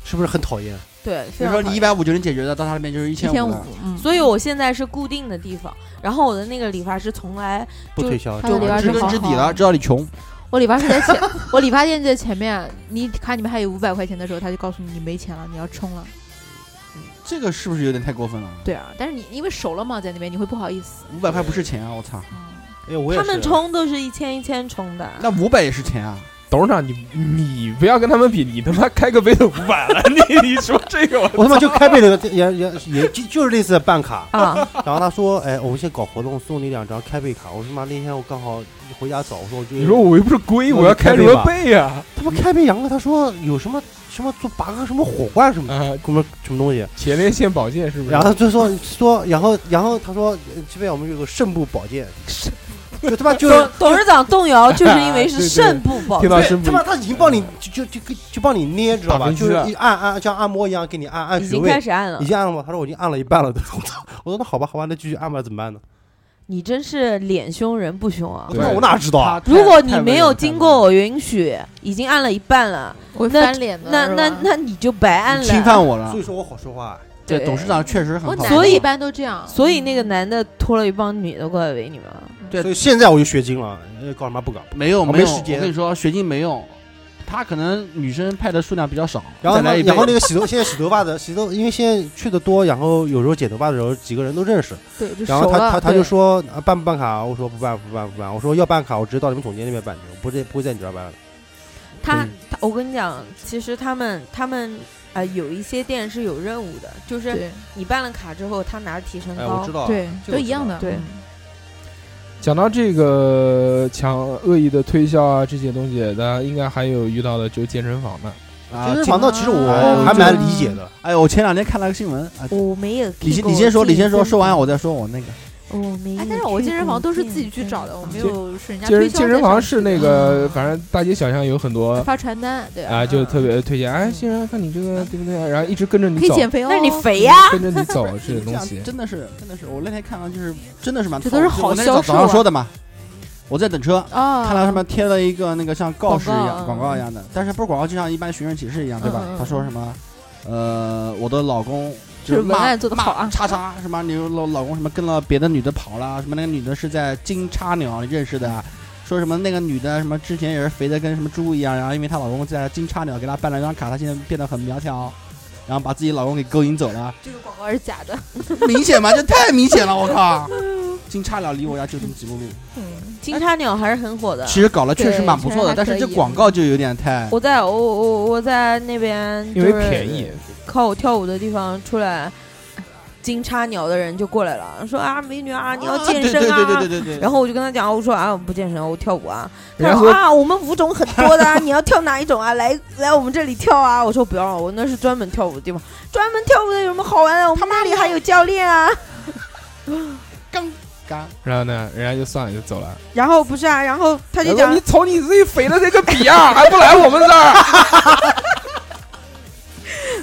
S5: 是不是很讨厌？
S4: 对，
S6: 比
S4: 非
S6: 如
S4: 常
S6: 说
S4: 好
S6: 你一百五就能解决的，到他那边就是一
S1: 一千五
S6: 五。。
S1: 嗯，
S4: 所以我现在是固定的地方，然后我的那个理发师从来
S5: 不
S4: 就
S5: 推销
S1: 他，
S5: 就
S1: 的
S4: 啊
S1: 理发
S6: 啊知
S1: 师
S6: 根
S1: 好
S6: 知底
S1: 好
S6: 了，知道你穷，
S1: 我理发师在 前，我理发店就在前面。你卡里面还有五百块钱的时候，他就告诉你你没钱了，你要充了。
S6: 这个是不是有点太过分了？
S1: 对啊，但是你因为熟了嘛，在那边你会不好意思。
S6: 五百块不是钱啊！我操，
S1: 嗯，
S5: 哎，我也
S4: 他
S5: 是
S4: 们充都是一千一千充的，
S6: 那五百也是钱啊！
S2: 董事长，你你不要跟他们比，你他妈开个杯都五百了， 你你说这个我
S5: 我他妈就开背的也也也就就是类似的办卡，
S4: 啊，
S5: 然后他说，哎，我们现在搞活动，送你两张开背卡。我说妈，那天我刚好回家早，我说我就
S2: 你说我又不是龟，
S5: 那
S2: 我要
S5: 就
S2: 开
S5: 开
S2: 什
S5: 杯
S2: 么啊
S5: 吧
S2: 背呀？
S5: 他妈开背羊了，啊他说有什么什么做拔个什么火罐什么
S2: 啊，
S5: 什么什么东西，
S2: 前列腺保健是不是？
S5: 然后他就说说，然后然后他说呃这边我们有个肾部保健，就他妈就
S4: 董
S5: 是
S4: 董事长动摇就是因为
S2: 对
S4: 是
S2: 对
S4: 肾不保
S2: 听
S4: 健，
S2: 到肾部
S5: 对他妈他已经帮你就就就就帮你捏，知道
S2: 打
S5: 吧？
S2: 飞机
S5: 就是
S2: 了
S5: 一按按像按摩一样给你按按
S4: 已
S5: 穴
S4: 经
S5: 位
S4: 开，始按了
S5: 已。经按了吗？他说我已经按了一半了，我操！ 我说那好吧好吧，那继续按吧，怎么办呢？
S4: 你真是脸凶人不凶啊！
S2: 对
S5: 那我哪知道啊？
S6: 他
S4: 如果
S6: 太
S4: 你
S6: 太温
S4: 没
S6: 柔
S4: 有
S6: 了
S4: 经
S6: 太
S4: 过
S6: 温柔了
S4: 我允许，已经按了一半了，
S1: 我会
S4: 那
S1: 翻脸的。
S4: 那
S1: 嗯是吧
S4: 那那你就白按
S6: 你
S4: 了。
S6: 侵犯我了
S5: 所以。说我好说话，
S6: 对，
S4: 对
S6: 董事长确实
S1: 我
S6: 很好，
S1: 男
S4: 所
S1: 的
S4: 以
S1: 一般都这样。嗯
S4: 所以那个男的拖了一帮女的过来围你们了。
S6: 对
S5: 所以现在我就学精了，呃搞什么不搞？
S6: 没有
S5: 我
S6: 啊没有，
S5: 没时间
S6: 我跟你说，学精没用，他可能女生派的数量比较少。
S5: 然后
S6: 再
S5: 他
S6: 来一
S5: 然后那
S6: 杯
S5: 个洗头，现在洗头发的洗头，因为现在去的多，然后有时候剪头发的时候几个人都认识，
S1: 对，就
S5: 然后
S1: 熟
S5: 他
S1: 了
S5: 他他
S1: 对
S5: 就说啊办不办卡？我说不办不办不办，我说要办卡，我直接到你们总监那边办去，我不在不会在你这儿办了。
S4: 他
S5: 嗯
S4: 他，我跟你讲，其实他们他们呃有一些店是有任务的，就是
S1: 对
S4: 你办了卡之后，他拿着提成
S5: 哎，
S4: 包
S5: 我知。道，
S1: 对都
S5: 这啊个
S1: 一样的。
S4: 对
S1: 嗯
S2: 讲到这个抢恶意的推销啊这些东西，大家应该还有遇到的就是健身房的，
S5: 健
S6: 啊
S5: 身
S6: 这
S5: 房倒其实
S6: 哎
S5: 我还蛮
S1: 这个
S5: 理解的，
S6: 哎，我前两天看了个新闻啊，
S4: 我没有
S6: 你
S4: 去
S6: 先
S4: 过
S6: 你
S4: 健
S6: 先
S4: 身房。
S6: 说，你先说，说完我再说我那个。
S4: 我没有去过健身房。，
S1: 哎但是我健身房都是自己去找的，
S4: 啊
S1: 我没有是人嗯家
S2: 健
S1: 推
S2: 身
S1: 销
S2: 健身
S1: 在上
S2: 房
S1: 去
S2: 是那个，反正大街小巷有很多
S1: 发传单，对
S2: 啊，就特别推荐，哎，
S4: 嗯
S2: 先生看你这个对不对啊？然后一直跟着你
S1: 可以
S2: 走，
S1: 减肥哦。
S4: 那你肥呀？
S2: 跟着你走这些
S6: 这
S2: 东
S6: 样
S2: 西，
S6: 真的是真的是，我那天看到就是真的是蛮
S1: 这
S6: 操
S1: 都是
S6: 心
S1: 好
S6: 我那天早
S1: 销售
S6: 早上
S1: 啊
S6: 说的嘛，我在等车，
S1: 啊，
S6: 看到上面贴了一个那个像告示一样
S1: 广告嗯
S6: 广告一样的，但是不是广告就像一般寻人启事一样对吧
S1: 嗯嗯？嗯
S6: 他说什么？呃，我的老公
S1: 就是是文
S6: 骂
S1: 案做的好
S6: 骂
S1: 啊，
S6: 叉叉什么，你老老公什么跟了别的女的跑了，什么那个女的是在金叉鸟认识的。啊说什么那个女的什么之前也是肥的跟什么猪一样，然后因为她老公在金叉鸟给她办了一张卡，她现在变得很苗条，然后把自己老公给勾引走 了，
S1: 这个广告是假的。
S6: 明显吗？这太明显了，我靠！金叉鸟离我家就这么几步路，
S1: 嗯，
S4: 金叉鸟还是很火的。
S6: 其实搞了确实
S1: 对
S6: 蛮不错的，
S1: 其实还
S6: 但
S1: 可以
S6: 是这广告就有点太
S4: 我在我我我在那边，
S2: 因为便宜，，
S4: 靠我跳舞的地方出来，金叉鸟的人就过来了，说啊，美女啊，你要健身啊。
S6: 对对对对对对。
S4: 然后我就跟他讲，我说啊，我不健身，我跳舞啊。
S2: 人
S4: 他
S2: 家
S4: 说
S2: 说
S4: 啊，我们舞种很多的啊，你要跳哪一种啊？来来，我们这里跳啊！我说不要，我那是专门跳舞的地方，专门跳舞的有什么好玩的？我们那里还有教练啊。
S6: 嘎
S2: 然后呢，人家就算了，就走了。
S4: 然后不是啊，然后他就
S2: 然
S4: 讲
S2: 后你，瞅你自己肥的这个
S6: 哎
S2: 比啊，还不来我们这儿？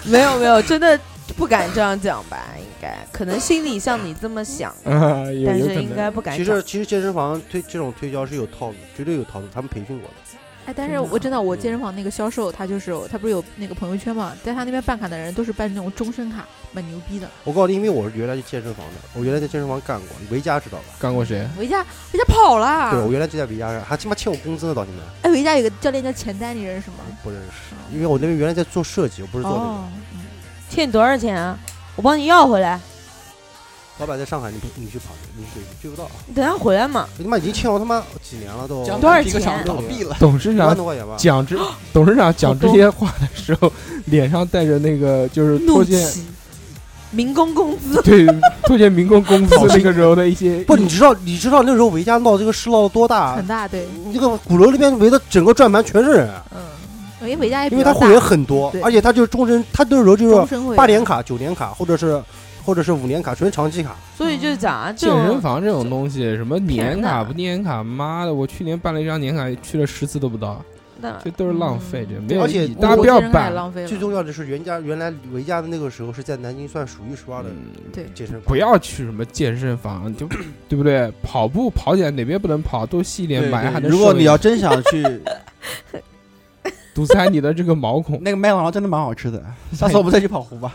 S4: 没有没有，真的不敢这样讲吧？应该可能心里像你这么想，
S2: 嗯， 有
S4: 但
S2: 有
S4: 是
S2: 可
S4: 应该
S2: 能。
S4: 不敢
S5: 其
S4: 讲。
S5: 实其实健身房推这种推销是有套路，绝对有套路，他们培训过的。
S1: 哎，但是我真的，我健身房那个销售，他就是他不是有那个朋友圈嘛，在他那边办卡的人都是办那种终身卡，蛮牛逼的。
S5: 我告诉你，因为我是原来去健身房的，我原来在健身房干过，维嘉知道吧？
S2: 干过谁？啊
S1: 维嘉，维嘉跑
S5: 对，
S1: 了。
S5: 我原来就在维嘉干，还他妈欠我工资呢，到现在
S1: 哎，维嘉有个教练叫钱丹，你认识吗？
S5: 不认识，因为我那边原来在做设计，我不是做那个。
S1: 嗯哦，嗯
S4: 欠你多少钱啊？我帮你要回来，
S5: 老板在上海，你不你去跑，你去追不到，
S4: 你等他回来 嘛。
S5: 你他妈已经欠我他妈几年了都，
S6: 江
S5: 一
S4: 多少
S6: 南皮革厂
S4: 钱
S6: 倒闭了，
S2: 董事
S5: 万
S2: 长
S5: 多块钱吧。
S2: 讲这，董事长讲这些话的时候，脸上带着那个就是
S4: 怒
S2: 拖欠
S4: 气，民工工 资，
S2: 对，推荐民工公司那个时候的一些
S5: 不，你知道你知道那时候维嘉闹这个事闹得多大
S1: 哦
S5: 啊
S1: 很？大，对，
S5: 那个鼓楼那边围的整个转盘全是人，
S1: 嗯，因为伟嘉也
S5: 因
S1: 比
S5: 为
S1: 较
S5: 他
S1: 大，
S5: 会员很多
S1: 对，
S5: 而且他就是终身，他那时候就
S1: 终
S5: 是
S1: 身会员
S5: 八年，卡、九年卡，或者是或者是五年卡，全是长期卡。
S4: 所以就是讲
S5: 嗯
S4: 啊，这
S2: 健身
S4: 种
S2: 房这种东西，什么年
S4: 天哪
S2: 卡不年卡，妈的，我去年办了一张年卡，去了十次都不到，
S4: 那
S2: 这都是浪费，这没
S5: 而
S2: 有
S5: 且
S2: 意义。
S5: 我
S2: 大家
S1: 我
S2: 不
S1: 觉
S2: 要
S1: 得人太
S2: 办，
S1: 浪费
S5: 最
S1: 了
S5: 重要的是，原家原来维嘉的那个时候是在南京算数一数二的
S2: 嗯
S1: 对
S5: 健身房，
S2: 不要去什么健身房， 就对不对？跑步跑起来哪边不能跑，多吸一点
S6: 对
S2: 霾，还
S6: 对
S2: 能
S6: 如果
S2: 瘦一
S6: 你要
S2: 点
S6: 真 想去，
S5: 哎
S2: 堵塞你的这个毛孔。
S6: 那个麦当劳真的蛮好 吃的，下次我们再去跑湖吧。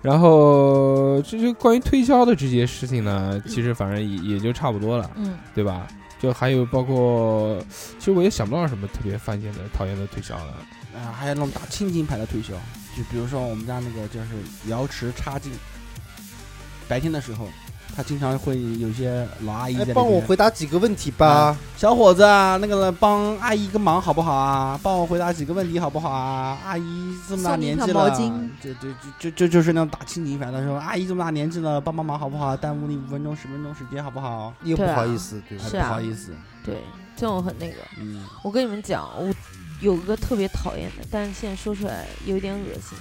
S2: 然后这就关于推销的这些事情呢，其实反正也也就差不多了，
S1: 嗯，
S2: 对吧？就还有包括，其实我也想不到什么特别犯贱的、讨厌的推销了。
S6: 啊，还有那种打亲情牌的推销，就比如说我们家那个就是瑶池插镜，白天的时候，他经常会有些老阿姨在
S5: 哎
S6: 那，边
S5: 帮我回答几个问题吧。
S6: 小伙子啊，那个帮阿姨个忙好不好啊？帮我回答几个问题好不好啊？阿姨这么大
S1: 送你一
S6: 年
S1: 条
S6: 纪
S1: 毛
S6: 了
S1: 巾，
S6: 这这这这这就是那种打亲情牌的时候，阿姨这么大年纪了，帮帮忙好不好？耽误你五分钟十分钟时间好不好？
S5: 又不
S4: 对啊
S5: 好意思，对吧？
S4: 是
S6: 不
S4: 啊
S6: 好意思，
S4: 对这种很那个。
S6: 嗯，
S4: 我跟你们讲，我有一个特别讨厌的，但是现在说出来有点恶心。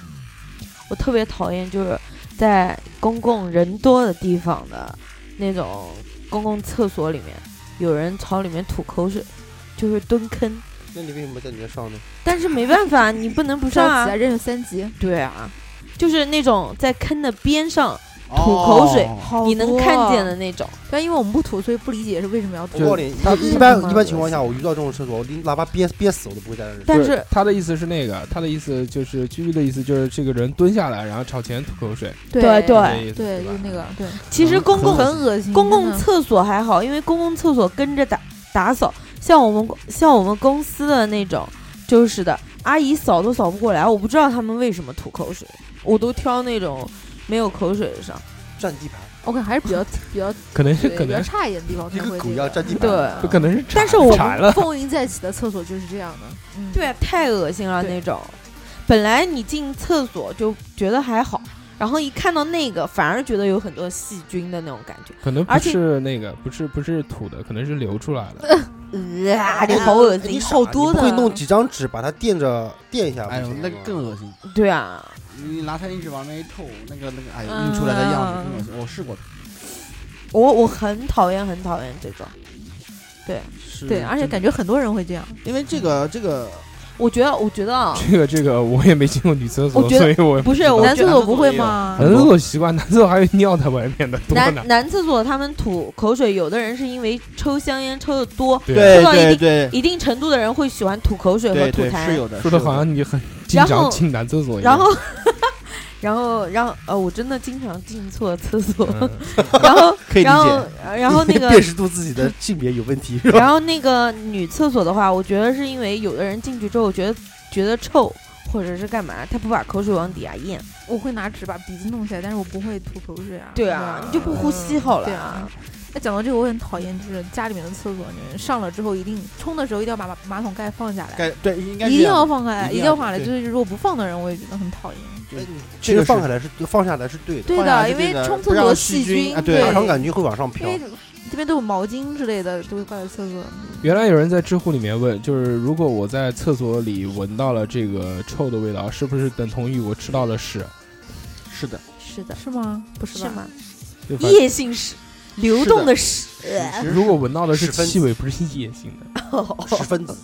S4: 我特别讨厌就是在公共人多的地方的那种公共厕所里面，有人朝里面吐口水，就是蹲坑。
S5: 那你为什么在里面上呢？
S4: 但是没办法，你不能不上
S1: 上
S4: 啊
S1: 级啊，。人有三级，
S4: 对啊，就是那种在坑的边上，
S6: 吐
S4: 口水
S5: 哦
S1: 好
S4: 你能
S1: 多啊
S4: 看见的，那种。
S1: 但因为我们不吐，所以不理解是为什么要
S5: 我
S1: 吐。
S5: 告诉你，
S2: 他
S5: 一般
S1: 嗯
S5: 一般情况下，我遇到这种厕所，我拎喇叭憋憋死我都不会在那里。
S4: 但
S2: 不
S4: 是
S2: 他的意思是那个，他的意思就是居居的意思就是这个人蹲下来，然后朝前吐口水，
S1: 对
S4: 对对
S2: 这意思
S1: 对，就
S2: 吧
S1: 是那个对，
S4: 其实公共
S1: 很恶心，
S4: 公共
S1: 真的
S4: 厕所还好，因为公共厕所跟着打打扫，像我们像我们公司的那种，就是的，阿姨扫都扫不过来，我不知道他们为什么吐口水，我都挑那种没有口水的上。
S5: 占地盘，
S1: 我看还是 比较比较
S2: 可能是
S1: 对
S2: 可
S1: 比较
S2: 能是
S1: 差一点的地方
S5: 一
S1: 才
S5: 个
S1: 会
S5: 狗
S1: 这
S5: 要
S1: 个。
S5: 占地
S4: 对啊
S5: 盘。
S2: 不可能是馋，
S4: 但是我们
S2: 馋了，
S1: 风云再起的厕所就是这样的，嗯，
S4: 对啊，太恶心了
S1: 对
S4: 那种。本来你进厕所就觉得还好，然后一看到那个，反而觉得有很多细菌的那种感觉。
S2: 可能不
S4: 而且
S2: 是那个，不是不是吐的，可能是流出来 的。
S4: 啊，你好恶
S5: 哎你
S4: 心，
S5: 傻
S4: 好多
S5: 你
S4: 的。
S5: 不会弄几张纸把它垫着垫一下？
S6: 哎呦，那个更
S5: 恶
S6: 恶心！
S4: 对啊，
S6: 你拿餐巾纸往那一吐，那个那个，哎呦，
S4: 嗯
S6: 印出来的样子更恶心。我试过，
S4: 我我很讨厌，很讨厌这种。
S6: 是
S1: 对，而且感觉很多人会这样，
S6: 因为这个这个
S4: 我觉得，我觉得啊，
S2: 这个这个我也没进过女厕所，
S4: 我觉
S2: 所
S4: 得
S2: 以我也
S4: 不是
S2: 知道
S4: 我
S1: 男
S4: 觉
S1: 厕
S4: 得
S1: 所不会吗？
S2: 男厕所习惯，男厕所还有尿在外面的多呢
S4: 男。男厕所他们吐口水，有的人是因为抽香烟抽的多，
S6: 对
S4: 知道一
S6: 对
S4: 定
S6: 对
S4: 一定程度的人会喜欢吐口水和
S6: 对
S4: 吐
S6: 对，是
S4: 痰，
S6: 有的，
S2: 说
S6: 的
S2: 的好像你很经
S4: 然
S2: 常
S4: 后
S2: 进男厕所一
S4: 然
S2: 样。
S4: 后。 然后，然后，呃，我真的经常进错厕所，
S2: 嗯，
S4: 然后，
S5: 可以理
S4: 然
S5: 解
S4: 后，，然后 那个
S5: 辨，识度自己的性别有问题是吧？
S4: 然后那个女厕所的话，我觉得是因为有的人进去之后觉得觉得臭，或者是干嘛，他不把口水往底下咽。
S1: 我会拿纸把鼻子弄起来，但是我不会吐口水啊。
S4: 对啊，你就不呼吸好了啊。
S1: 那讲到这个，我很讨厌，就是家里面的厕所，你上了之后一定冲的时候一定要把马马桶盖放下来，
S5: 哎
S6: 该对应该
S1: 一定要放下来，
S6: 一定要
S1: 一定要放下来。
S6: 对
S1: 就是如果不放的人，我也觉得很讨厌。
S5: 哎你
S6: 这
S5: 这
S6: 个是
S5: 个放下来是放下来是对的，
S1: 对
S6: 放下来是
S1: 的，因
S6: 对
S1: 为
S6: 的
S1: 冲
S6: 不
S1: 厕
S6: 让
S1: 所
S6: 细菌
S1: 菌
S6: 啊，对
S5: 大肠杆菌会往哎上
S1: 因
S5: 飘
S1: 为。这边都有毛巾之类的，就会挂在厕所。
S2: 原来有人在知乎里面问，就是如果我在厕所里闻到了这个臭的味道，是不是等同于我吃到了屎？
S6: 是的，
S4: 是的，
S1: 是吗？不是吧？
S4: 吗？
S2: 就反
S4: 夜性屎，流动的屎。
S2: 如果闻到的是
S5: 屎分子
S2: 气味，不是夜性的。
S5: 十分子，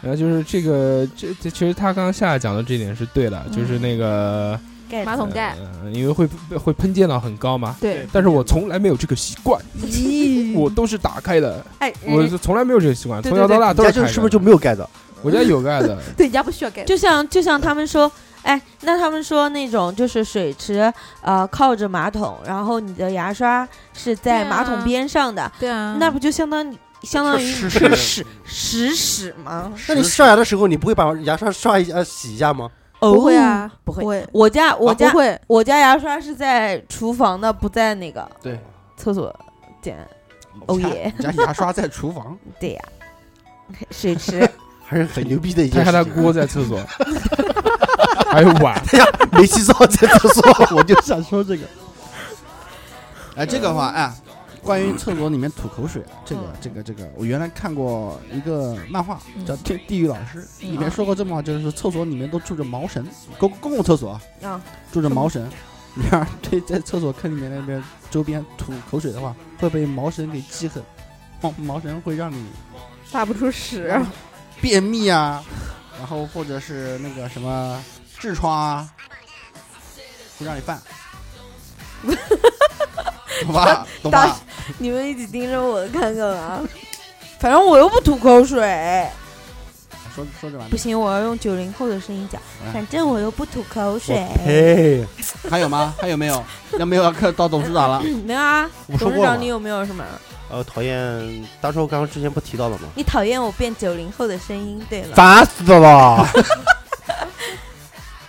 S2: 然后就是这个，这这其实他刚刚夏夏讲的这点是对
S5: 嗯
S2: 的，就是那个
S4: 盖
S1: 马桶盖，
S2: 呃因为会会喷溅到很高嘛。
S1: 对，
S2: 但是我从来没有这个习惯，
S5: 嗯
S1: 咦
S2: 我都是打开的，
S4: 哎，
S2: 我
S4: 人
S2: 是从来没有这个习惯，
S4: 对
S2: 从小到大
S5: 你
S2: 都
S5: 家
S2: 开
S5: 这
S2: 的。
S5: 个是不是就没有嗯盖子？
S2: 我家有盖的，
S1: 对，人家不需要盖。
S4: 就像就像他们说，哎，那他们说那种就是水池呃靠着马桶，然后你的牙刷是在
S1: 对啊
S4: 马桶边上的，
S1: 对啊，
S4: 那不就相当于相当于
S5: 是
S4: 你
S5: 是
S4: 嗯是
S5: 是
S4: 屎屎屎吗？
S5: 那你刷牙的时候，你不会把牙刷刷一下呃洗一下吗？
S4: 哦
S1: 不会，啊，
S4: 不
S1: 不
S4: 会。
S1: 会，
S4: 我家我
S1: 啊
S4: 家
S1: 不会。
S4: 我家牙刷是在厨房的，不在那个
S6: 对
S4: 厕所间。 哦耶，
S6: 你家牙刷在厨房，
S4: 对呀，水池
S5: 还是很牛逼的一
S2: 他
S5: 件
S2: 还
S5: 事
S2: 他
S5: 情。
S2: 锅在厕所，还有碗，
S5: 没洗澡在厕所，
S6: 我就想说这个。哎，这个话哎，关于厕所里面吐口水，这个
S1: 嗯
S6: 这个这个，我原来看过一个漫画
S1: 嗯
S6: 叫《地地狱老师》，
S1: 嗯
S6: 里面说过这么话，就是厕所里面都住着毛神，公公共厕所啊，
S4: 啊，
S6: 住着毛神。你要是对在厕所坑里面那边周边吐口水的话，会被毛神给记恨，毛毛神会让你
S1: 大不出屎，
S6: 便秘啊，然后或者是那个什么痔疮啊，不让你 犯，懂吧？懂吧？
S4: 你们一起盯着我看干嘛？ 反正我又不吐口水，
S6: 说说着玩
S4: 不行，我要用九零后的声音讲。反正我又不吐口水，
S5: 呸！
S6: 还有吗？还有没有？要没有要看到董事长了。
S4: 没有啊？
S5: 我说
S4: 董事
S5: 过了
S4: 长，你有没有什么？
S5: 呃，讨厌，当时我刚刚之前不提到了吗？
S4: 你讨厌我变九零后的声音，对了，
S5: 烦死了！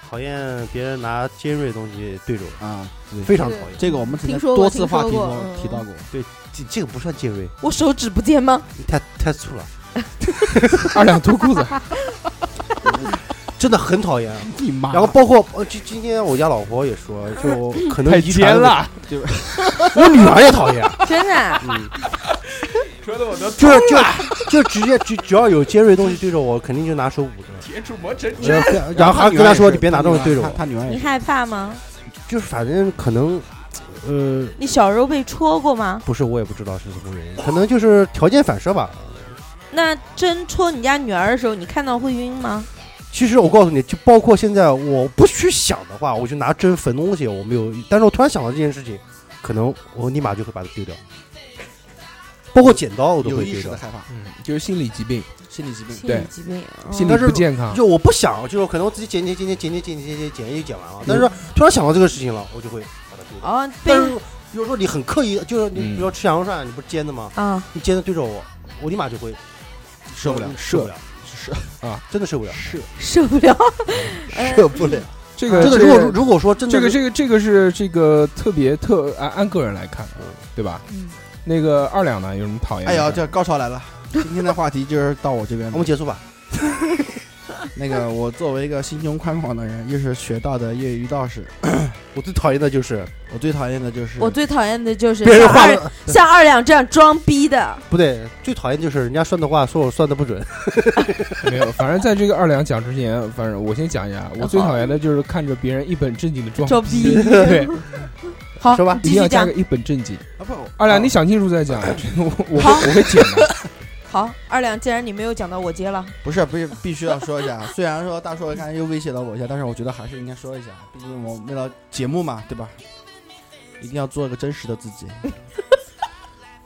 S5: 讨厌别人拿尖锐的东西对着我，
S6: 啊，对，
S5: 非常讨厌。
S6: 这个我们曾经
S1: 听说
S6: 多
S1: 过
S6: 次话题
S1: 听说过
S6: 中
S1: 嗯
S6: 提到过。
S5: 这这个不算尖锐，
S4: 我手指不见吗？
S5: 你太太粗了，
S2: 二两脱 裤子，
S5: 真的很讨厌。啊
S6: 你妈
S5: 然后包括呃，今今天我家老婆也说，就可能
S2: 太
S5: 遗传
S2: 尖
S5: 的
S2: 了，
S5: 问题，我女儿也讨厌，
S4: 真的啊？
S5: 嗯，
S2: 说的我都
S5: 就是就就直接只只要有尖锐东西对着我，肯定就拿手捂着，
S2: 铁杵磨成
S5: 然后然后还跟她说你别拿东西对着
S6: 他
S5: 我，
S6: 女儿也
S4: 你
S6: 是，
S4: 害怕吗？
S5: 就是反正可能，呃，
S4: 你小时候被戳过吗？
S5: 不是我也不知道是什么原因，可能就是条件反射吧。
S4: 那真戳你家女儿的时候，你看到会晕吗？
S5: 其实我告诉你，就包括现在，我不去想的话，我就拿针缝东西，我没有。但是我突然想到这件事情，可能我立马就会把它丢掉。包括剪刀，我都
S6: 有
S5: 会
S6: 意
S5: 丢
S6: 识
S5: 掉
S6: 的。害怕，
S2: 嗯，就是心理疾病，
S6: 心理疾病。
S4: 心
S2: 对
S4: 理疾病。哦
S2: 心理
S5: 但是
S2: 不健
S6: 啊
S2: 康，
S5: 就我不想，就是可能我自己剪剪剪剪剪剪剪剪剪剪也剪完了，
S6: 嗯
S5: 但是突然想到这个事情了，我就会把它丢掉。
S4: 哦，被
S5: 但是比如说你很刻意，就是你
S2: 嗯
S5: 比如说吃羊肉串，你不是煎的吗？
S4: 啊，
S5: 你煎的对着我，我立马就会嗯
S6: 受不了
S5: 受不了，
S6: 是
S5: 真的受不了，
S4: 受不了。呃
S6: 哎受不了。
S2: 这个
S5: 真的。
S2: 这
S5: 如
S2: 个
S5: 果如果说真的
S2: 这个
S5: 是
S2: 这个这个是这个特别特按按个人来看，对吧？
S1: 嗯，
S2: 那个二两呢有什么讨厌
S6: 哎
S2: 的事儿？
S6: 呀，这高潮来 了！今天的话题就是到我这边了。
S5: 我们结束吧。
S6: 那个，我作为一个心胸宽广的人，又是学到的业余道士，
S5: 我最讨厌的就是
S6: 我最讨厌的就是
S4: 我最讨厌的就是
S5: 嗯别人
S4: 像
S5: 画
S4: 二
S5: 的
S4: 像二两这样装逼的。
S5: 不对，最讨厌就是人家算的话说我算的 不准，
S2: 没有，反正在这个二两讲之前，反正我先讲 一下，啊我最讨厌的就是看着别人一本正经的装
S4: 装
S2: 逼
S4: 逼，
S2: 对，
S4: 好，
S5: 说吧
S2: 一
S4: 继
S2: 定要
S4: 续
S2: 加
S4: 讲
S2: 个。一本正经。
S6: 啊不，啊
S2: 二两，你想清楚再讲，我我
S4: 好
S2: 会我会剪的。
S4: 好，二两，既然你没有讲到，我接了。
S6: 不是不是，必须要说一下。啊 虽然说大硕刚才又威胁到我一下，但是我觉得还是应该说一下，毕竟我为了节目嘛，对吧？一定要做个真实的自 己。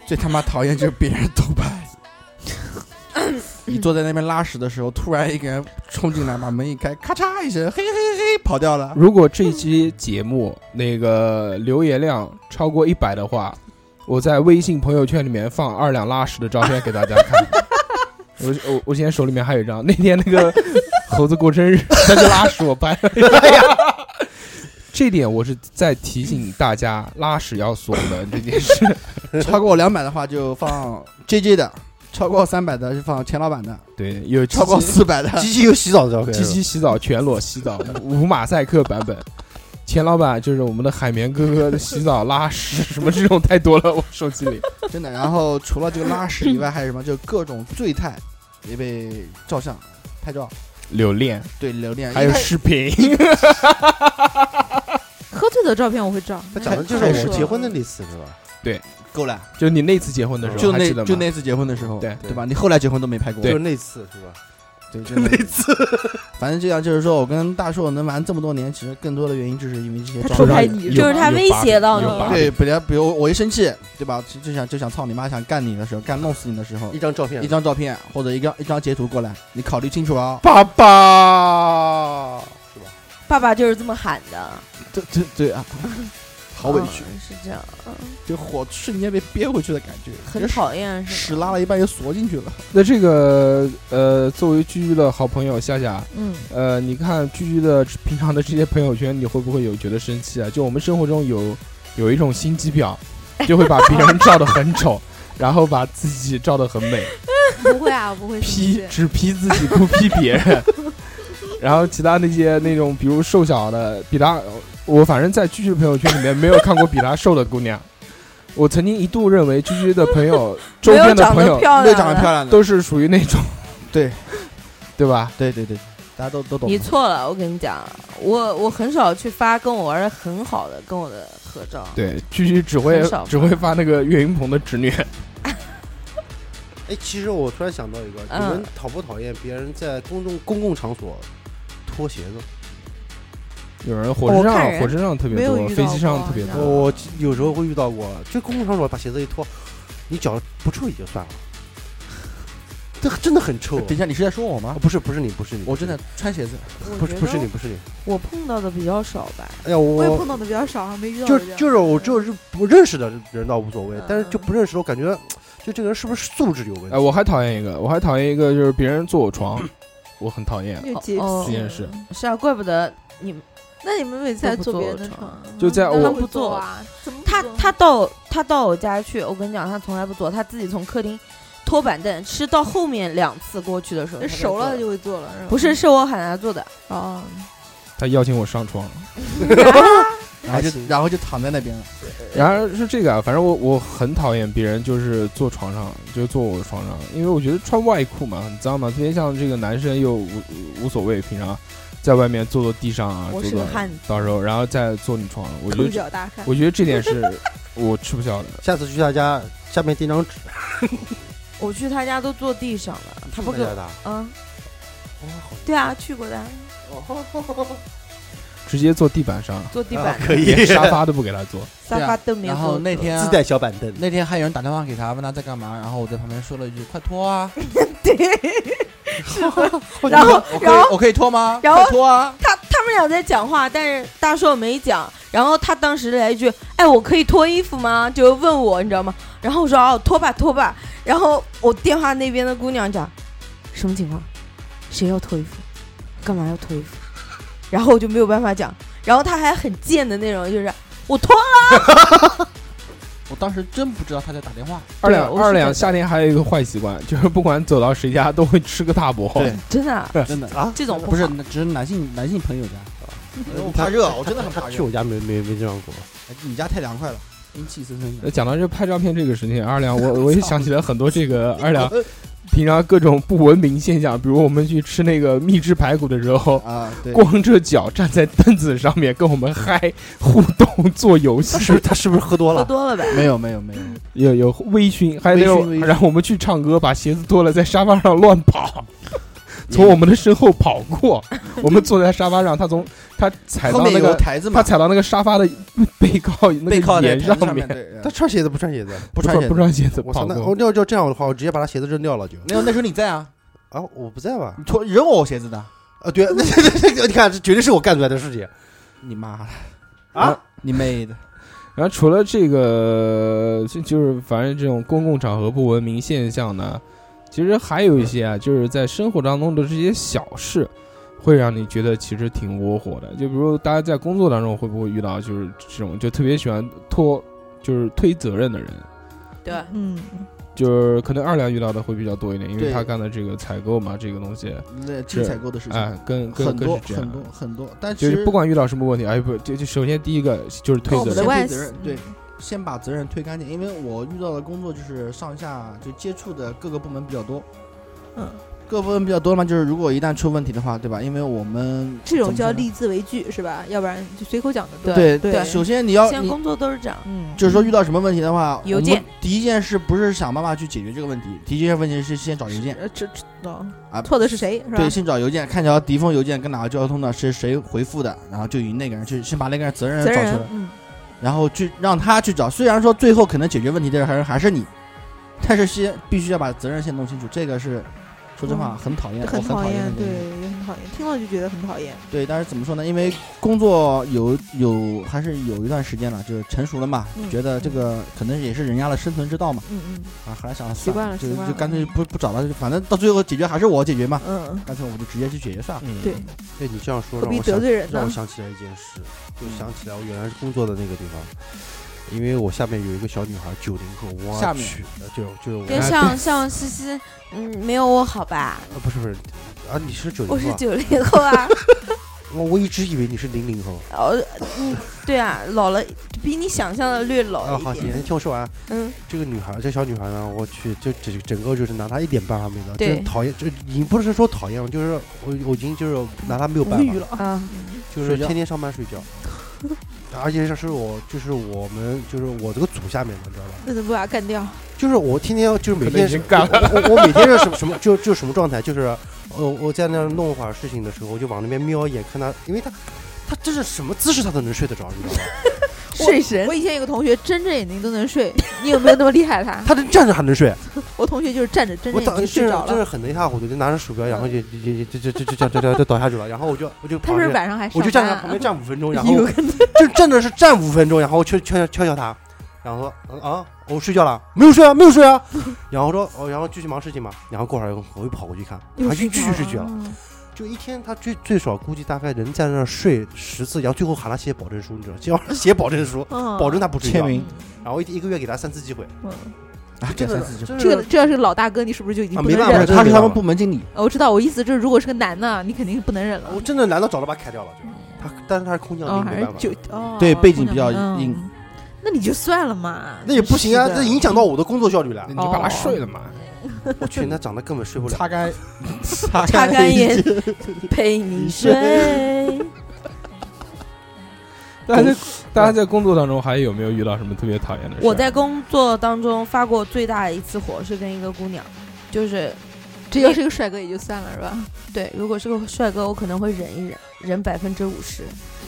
S6: 最他妈讨厌就是别人偷拍。你坐在那边拉屎的时候，突然一个人冲进来，把门一开，咔嚓一声，嘿嘿嘿，跑掉 了。
S2: 如果这期节目那个留言量超过一百的话，我在微信朋友圈里面放二两拉屎的照片给大家看。 我我我现在手里面还有一张，那天那 个猴子过生日，他就拉屎我拍了。这点我是在提醒大家，拉屎要锁门这件事。
S6: 超过两百的话就放 JJ 的，超过三百的就放钱老板的，
S2: 对，有
S6: 超过
S2: 机
S6: 四百的
S5: 机器有洗澡的照片
S2: 机器洗澡全裸洗澡无马赛克版本。钱老板就是我们的海绵哥哥的洗澡拉屎什么这种太多了，我手机里。
S6: 真的。然后除了这个拉屎以外，还有什么？就各种醉态也被照相、拍照，
S2: 留恋，
S6: 对留
S4: 呃
S6: 念。
S2: 还有
S6: 因为
S2: 视频，
S1: 喝醉的照片我会照，
S5: 他讲的就是
S6: 太
S5: 我
S6: 扯
S5: 们结婚的那次是吧？
S6: 够了，
S2: 就你那次结婚的时候，
S6: 就
S2: 还记
S6: 那
S2: 得吗
S6: 就那次结婚的时候，
S2: 对
S6: 对吧？你后来结婚都没拍过，
S5: 就是那次是吧？
S6: 对，就那次。 反正这样就是说，我跟大硕能玩这么多年，其实更多的原因就是因为这些
S1: 他
S6: 照
S1: 偷
S6: 片。啊
S1: 拍你，
S2: 有
S4: 就是他威胁到你
S2: 有把柄
S6: 对，本来比如我一生气，对吧？就就想就想操你妈，想干你的时候，干弄死你的时候
S5: 一，张照片，
S6: 一张照片或者一张一张截图过来，你考虑清楚啊。
S5: 爸爸是吧？
S4: 爸爸就是这么喊的，
S6: 对对对啊， 好委屈，
S4: 嗯，是这样，
S6: 就火瞬间被憋回去的感觉，
S4: 很讨厌是
S6: 屎拉了一半又缩进去了。
S2: 那这个呃，作为居居的好朋友夏夏，
S1: 嗯，
S2: 呃，你看居居的平常的这些朋友圈，你会不会有觉得生气啊？就我们生活中有有一种心机婊，就会把别人 照得很丑，然后把自己照得很美。
S1: 不会啊，我不会
S2: P
S1: 生气
S2: 只 P 自己不 P 别人，然后其他那些那种，比如瘦小的，比她，我反正在居居的朋友圈里面没有看过比她瘦的姑娘。我曾经一度认为居居的 朋友周
S1: 没有
S2: 边的
S1: 长
S2: 朋
S1: 得
S2: 友
S1: 漂
S4: 哦
S6: 对，
S1: 亮
S6: 长得
S1: 的，
S6: 漂亮的，
S2: 都是属于那种，
S6: 对，
S2: 对吧？
S6: 对对对，大家都都懂
S4: 你。错了，我跟你讲，我我很少去发跟我玩的很好的跟我的合照。
S2: 对，居居只会
S4: 很少
S2: 只会发那个岳云鹏的侄女，
S5: 哎，其实我突然想到一个，你
S4: 嗯
S5: 们讨不讨厌别人在公众公共场所脱鞋子？
S2: 有人
S1: 哦
S2: 火车
S4: 我看
S2: 上
S4: 人
S2: 火车上特
S1: 没
S2: 别
S1: 有
S2: 多，
S1: 遇
S2: 飞
S1: 到
S2: 机上
S1: 过
S2: 特
S4: 啊
S2: 别多。
S5: 我有时候会遇到过，就公共场所把鞋子一脱，你脚不臭也就算了， 这真的很臭。
S6: 等一下，你是在说我吗 哎
S5: 啊，？不是不是你，不是你，
S6: 我正在穿鞋子，
S4: 我
S5: 不是
S4: 觉
S5: 不
S4: 得
S5: 是你，不是你。
S4: 我碰到的比较少吧。
S5: 哎呀，
S1: 我也
S5: 我
S1: 碰到的比较少，没遇到
S5: 就
S1: 过这样
S5: 就是我就是不认识的人倒无所谓
S4: 嗯，
S5: 但是就不认识的我感觉，就这个人是不是素质有问
S2: 哎，
S5: 题？
S2: 我还讨厌一个，我还讨厌一个就是别人坐我床，我很讨厌。
S1: 有洁
S4: 哦
S2: 这件
S1: 癖
S2: 事。
S4: 是啊，怪不得你们
S1: 那你们每次在
S4: 都不
S1: 坐别人
S4: 坐
S1: 的
S4: 床
S1: 床，嗯
S2: 就在
S1: 那
S2: 我
S1: 他
S4: 不
S1: 不
S4: 坐
S1: 坐啊？怎么不
S4: 他
S1: 坐
S4: 他到他到我家去，我跟你讲，他从来不坐，他自己从客厅拖板凳，是到后面两次过去的时候才
S1: 熟了
S4: 坐
S1: 就会坐了，吧
S4: 不是，是我喊他做的。
S1: 哦，
S2: 他邀请我上床，
S6: 然后就然后就躺在那边了。
S2: 然而是这个啊，反正我我很讨厌别人就是坐床上，就坐我床上，因为我觉得穿外裤嘛很脏嘛，特别像这个男生又无无所谓，平常在外面坐坐地上啊，
S4: 我
S2: 坐
S4: 是个
S2: 坐
S4: 汉子，
S2: 到时候然后再坐你床上，我觉
S1: 抠
S2: 得这
S1: 脚大汉。
S2: 我觉 得这点是我吃不消的。
S5: 下次去他家，下面垫张纸，
S4: 我去他家都坐地上了，他不给
S5: 给
S4: 我
S5: 他。啊
S4: 嗯，对啊，去过的啊，哦
S2: 直接坐地板上，
S4: 坐地板的、
S5: 可以
S2: 连沙发都不给他坐。
S4: 沙发都没有
S6: 啊然
S4: 坐
S6: 后
S4: 过
S6: 那天
S5: 自带小板凳，
S6: 那天还有人打电话给他，问他在干嘛，然后我在旁边说了一句：“快脱啊
S4: 对，！”
S6: 然
S4: 后
S6: 我可
S4: 然后
S6: 以我可以脱吗？
S4: 然后
S6: 快脱啊！
S4: 他他们俩在讲话，但是大硕没讲。然后他当时来一句：“哎，我可以脱衣服吗？”就问我，你知道吗？然后我说：“哦，脱吧，脱吧。”然后我电话那边的姑娘讲：“什么情况？谁要脱衣服？干嘛要脱衣服？”然后我就没有办法讲。然后他还很贱的那种，就是我脱了。
S6: 我当时真不知道他在打电话。
S2: 二两
S4: 我是
S2: 二
S4: 觉
S2: 两
S4: 得
S2: 夏天还有一个坏习惯，就是不管走到谁家都会吃个大薄。
S4: 真的啊、
S6: 真的
S5: 啊
S4: 这种
S6: 不是
S4: 好，
S6: 只是男性男性朋友家，我
S5: 他
S6: 怕热，我真的很怕
S5: 他去
S6: 热。
S5: 我家没没没这样过。
S6: 哎你家太凉快了，阴气森森
S2: 呃
S6: 的。
S2: 讲到这拍照片这个事情，二两我我也想起来很多这个二两平常各种不文明现象，比如我们去吃那个秘制排骨的时候，
S6: 啊，对，
S2: 光着脚站在凳子上面跟我们嗨互动做游
S5: 他是不
S2: 戏
S5: 是，他是不是喝多
S4: 喝
S5: 了？
S4: 多了呗。
S6: 没有没有没有，
S2: 有有微醺，还有那
S6: 微醺
S2: 种
S6: 微醺
S2: 然后我们去唱歌，把鞋子脱了在沙发上乱跑，从我们的身后跑 过，我们坐在沙发上，他从他踩
S6: 后
S2: 到
S6: 面
S2: 那
S6: 有
S2: 个
S6: 台子
S2: 他
S6: 嘛，
S2: 踩到那个沙发的背靠那
S6: 背靠
S2: 个
S6: 在
S2: 沿
S6: 台子上
S2: 面，
S6: 对，
S5: 他穿鞋子不穿鞋子？
S6: 不穿鞋
S2: 不
S6: 子。
S2: 穿鞋子
S5: 我操！
S2: 跑
S5: 那
S2: 过
S5: 我。要要这样的话，我直接把他鞋子扔掉了就。
S6: 没有，那时候你在啊，
S5: 啊，我不在吧？
S6: 你脱扔我鞋子的，
S5: 啊，对，那这这你看，这绝对是我干出来的事情
S6: 你妈的，嗯
S5: 啊！
S6: 你妹的！
S2: 然后除了这个，就就是反正这种公共场合不文明现象呢，其实还有一些啊，就是在生活当中的这些小事，会让你觉得其实挺窝火的。就比如大家在工作当中会不会遇到就是这种就特别喜欢拖，就是推责任的人，
S4: 对，
S1: 嗯，
S2: 就是可能二两遇到的会比较多一点，因为
S6: 对
S2: 他干的这个采购嘛，这个东西，
S6: 那这个采购的事
S2: 哎
S6: 情，
S2: 跟跟
S6: 很
S2: 跟
S6: 多
S2: 是这样
S6: 很。多很多，但其
S2: 就
S6: 实
S2: 是不管遇到什么问题，哎不，就就首先第一个就是推
S6: 那我
S2: 责
S6: 们先推
S1: 外
S2: 任
S6: 责任
S1: 嗯
S6: 对先把责任推干净，因为我遇到的工作就是上下就接触的各个部门比较多，
S1: 嗯，
S6: 各部门比较多嘛，就是如果一旦出问题的话，对吧？因为我们
S1: 这种
S6: 怎么说呢
S1: 叫立字为据是吧？要不然就随口讲的
S6: 对
S1: 对，
S6: 首先你要
S4: 现在
S6: 你
S4: 工作都是这样。
S1: 嗯，
S6: 就是说遇到什么问题的话，
S4: 邮
S6: 我们
S4: 件
S6: 第一件事不是想办法去解决这个问题，第一件问题是先找邮件
S1: 呃这这哦
S6: 啊，
S1: 错的是谁是吧
S6: 对，？先找邮件，看条敌封邮件跟哪个交通的是谁回复的，然后就以那个人去先把那个人责任
S1: 责
S6: 找
S1: 任
S6: 出来
S1: 人，，嗯，
S6: 然后去让他去找。虽然说最后可能解决问题的人还是还是你，但是先必须要把责任先弄清楚。这个是说真话、
S1: 嗯
S6: 很讨
S5: 哎
S6: 厌，
S1: 这
S6: 我
S1: 很
S6: 很
S1: 讨
S6: 厌
S1: 厌，
S6: 这
S1: 对
S6: 种东西，
S1: 也很讨厌，听了就觉得很讨厌。
S6: 对。但是怎么说呢？因为工作有有还是有一段时间了，就是成熟了嘛，
S1: 嗯
S6: 觉得这个可能也是人家的生存之道嘛。
S1: 嗯嗯
S6: 啊，后来想了
S1: 习惯了
S6: 算就
S1: 习惯
S6: 就
S1: 了
S6: 干脆不不找了，反正到最后解决还是我解决嘛。
S1: 嗯，
S6: 干脆我们就直接去解决算了。
S2: 嗯
S1: 对
S5: 对你这样说
S1: 何
S5: 让
S1: 必
S5: 我
S1: 得
S5: 想，
S1: 罪人
S5: 让
S1: 呢
S5: 我？想起来一件事，就想起来我原来工作的那个地方，因为我下面有一个小女孩，九零后，我
S6: 下面
S5: 去，呃就就是我
S4: 就
S5: 啊，
S4: 像像西西，嗯，没有我好吧？
S5: 不是不是，啊，你是九
S4: 我
S5: 零
S4: 是
S5: 后啊，
S4: 九零后啊，
S5: 我我一直以为你是零零后。
S4: 哦，嗯，对啊，老了，比你想象的略
S5: 啊，
S4: 老
S5: 好，
S4: 一
S5: 你
S4: 点。
S5: 先听我说完。
S4: 嗯，
S5: 这个女孩，这小女孩呢，我去，就整整个就是拿她一点办法没得，就
S4: 对
S5: 是讨厌，就已经不是说讨厌了，就是我我已经就是拿她没有办
S1: 无
S5: 法
S1: 语，了。
S4: 啊，
S5: 就是
S6: 睡觉
S5: 天天上班睡觉，而且这是我就是我们就是我这个组下面的，你知道吧？
S1: 那怎么把他干掉？
S5: 就是我天天就是
S7: 可
S5: 每
S7: 能
S5: 天
S7: 已经干
S5: 了，我我我每天是什么什么就就什么状态，就是呃我在那儿弄会儿事情的时候，我就往那边瞄一眼，看她，因为她她这是什么姿势她都能睡得着，你知道吧？
S4: 睡神
S1: 我以前有个同学睁着眼睛都能睡，你有没有那么厉害他？
S5: 她能站着还能睡。
S1: 我同学就是站着睁着
S5: 我
S1: 眼
S5: 当
S1: 睛
S5: 时
S1: 睡
S5: 真
S1: 着
S5: 是
S1: 了。
S5: 狠的一塌糊涂，就拿着鼠标，然后就就就就就就就就就就倒下去了。然后我就我就
S1: 他
S5: 旁
S1: 是不是
S5: 边，
S1: 晚上还上
S5: 我就站在
S1: 班
S5: 他旁边
S1: 啊？
S5: 站五 分钟，然后
S4: 有可能
S5: 就站着是站五分钟，然后去敲敲敲他，然后说啊，我睡觉了，没有睡啊，没有睡啊。然后说哦，然后继续忙事情嘛。然后过会儿我又跑过去看，他继续睡觉了。
S1: 嗯
S5: 就一天他最最少估计大概能在那儿睡十次，然后最后喊他写保证书，你知道，叫写保证 书，
S1: 嗯，
S5: 保证他不睡觉。
S6: 签名
S5: 然后一一个月给他三次机会，
S1: 嗯
S6: 啊，这
S5: 这个
S6: 三四就
S1: 这个这要是个老大哥，你是不是就已经
S5: 啊
S1: 不
S5: 没
S1: 能
S5: 办法
S1: 忍
S6: 不
S5: 这
S6: 是他
S1: 了？
S5: 个没
S6: 是他
S5: 办
S6: 们
S5: 法
S6: 部门经理，
S1: 我知道，我意思就是，如果是个男的，你肯定不能忍了
S5: 我。真的难道找他把他开掉了？就是他，但是他是空降
S1: 哦，
S5: 兵，
S1: 还
S5: 没
S1: 是
S5: 办法。
S1: 就哦，
S6: 对背景比较
S1: 嗯
S6: 硬。
S1: 那你就算了嘛，
S5: 那也不行啊，
S1: 是的
S5: 这影响到我的工作效率了
S7: 那。你把
S1: 哦
S7: 他睡了嘛？
S5: 我去，那长得根本睡不了。
S6: 擦干擦
S4: 擦干
S6: 眼
S4: 眼，陪你睡。
S7: 大家在大家在工作当中还有没有遇到什么特别讨厌的事？
S4: 我在工作当中发过最大的一次火是跟一个姑娘，就是
S1: 这要是个帅哥也就算了，是吧？
S4: 对，如果是个帅哥，我可能会忍一忍，忍百分之五十。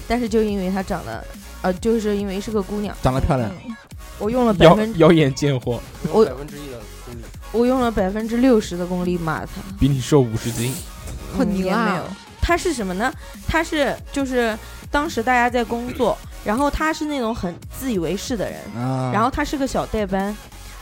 S4: 但是就因为她长得，呃，就是因为是个姑娘，
S6: 长
S5: 啊
S6: 得漂亮，
S1: 嗯
S4: 我用了百
S7: 妖
S4: 分，
S7: 妖艳贱货，
S4: 我
S5: 百分之一的功力，
S4: 我用了百分之六十的功力骂她，
S7: 比你瘦五十斤，
S1: 好
S4: 嗯
S1: 牛
S4: 也没
S1: 啊
S4: 有。她是什么呢？她是就是当时大家在工作，然后她是那种很自以为是的人，
S6: 啊，
S4: 然后她是个小代班，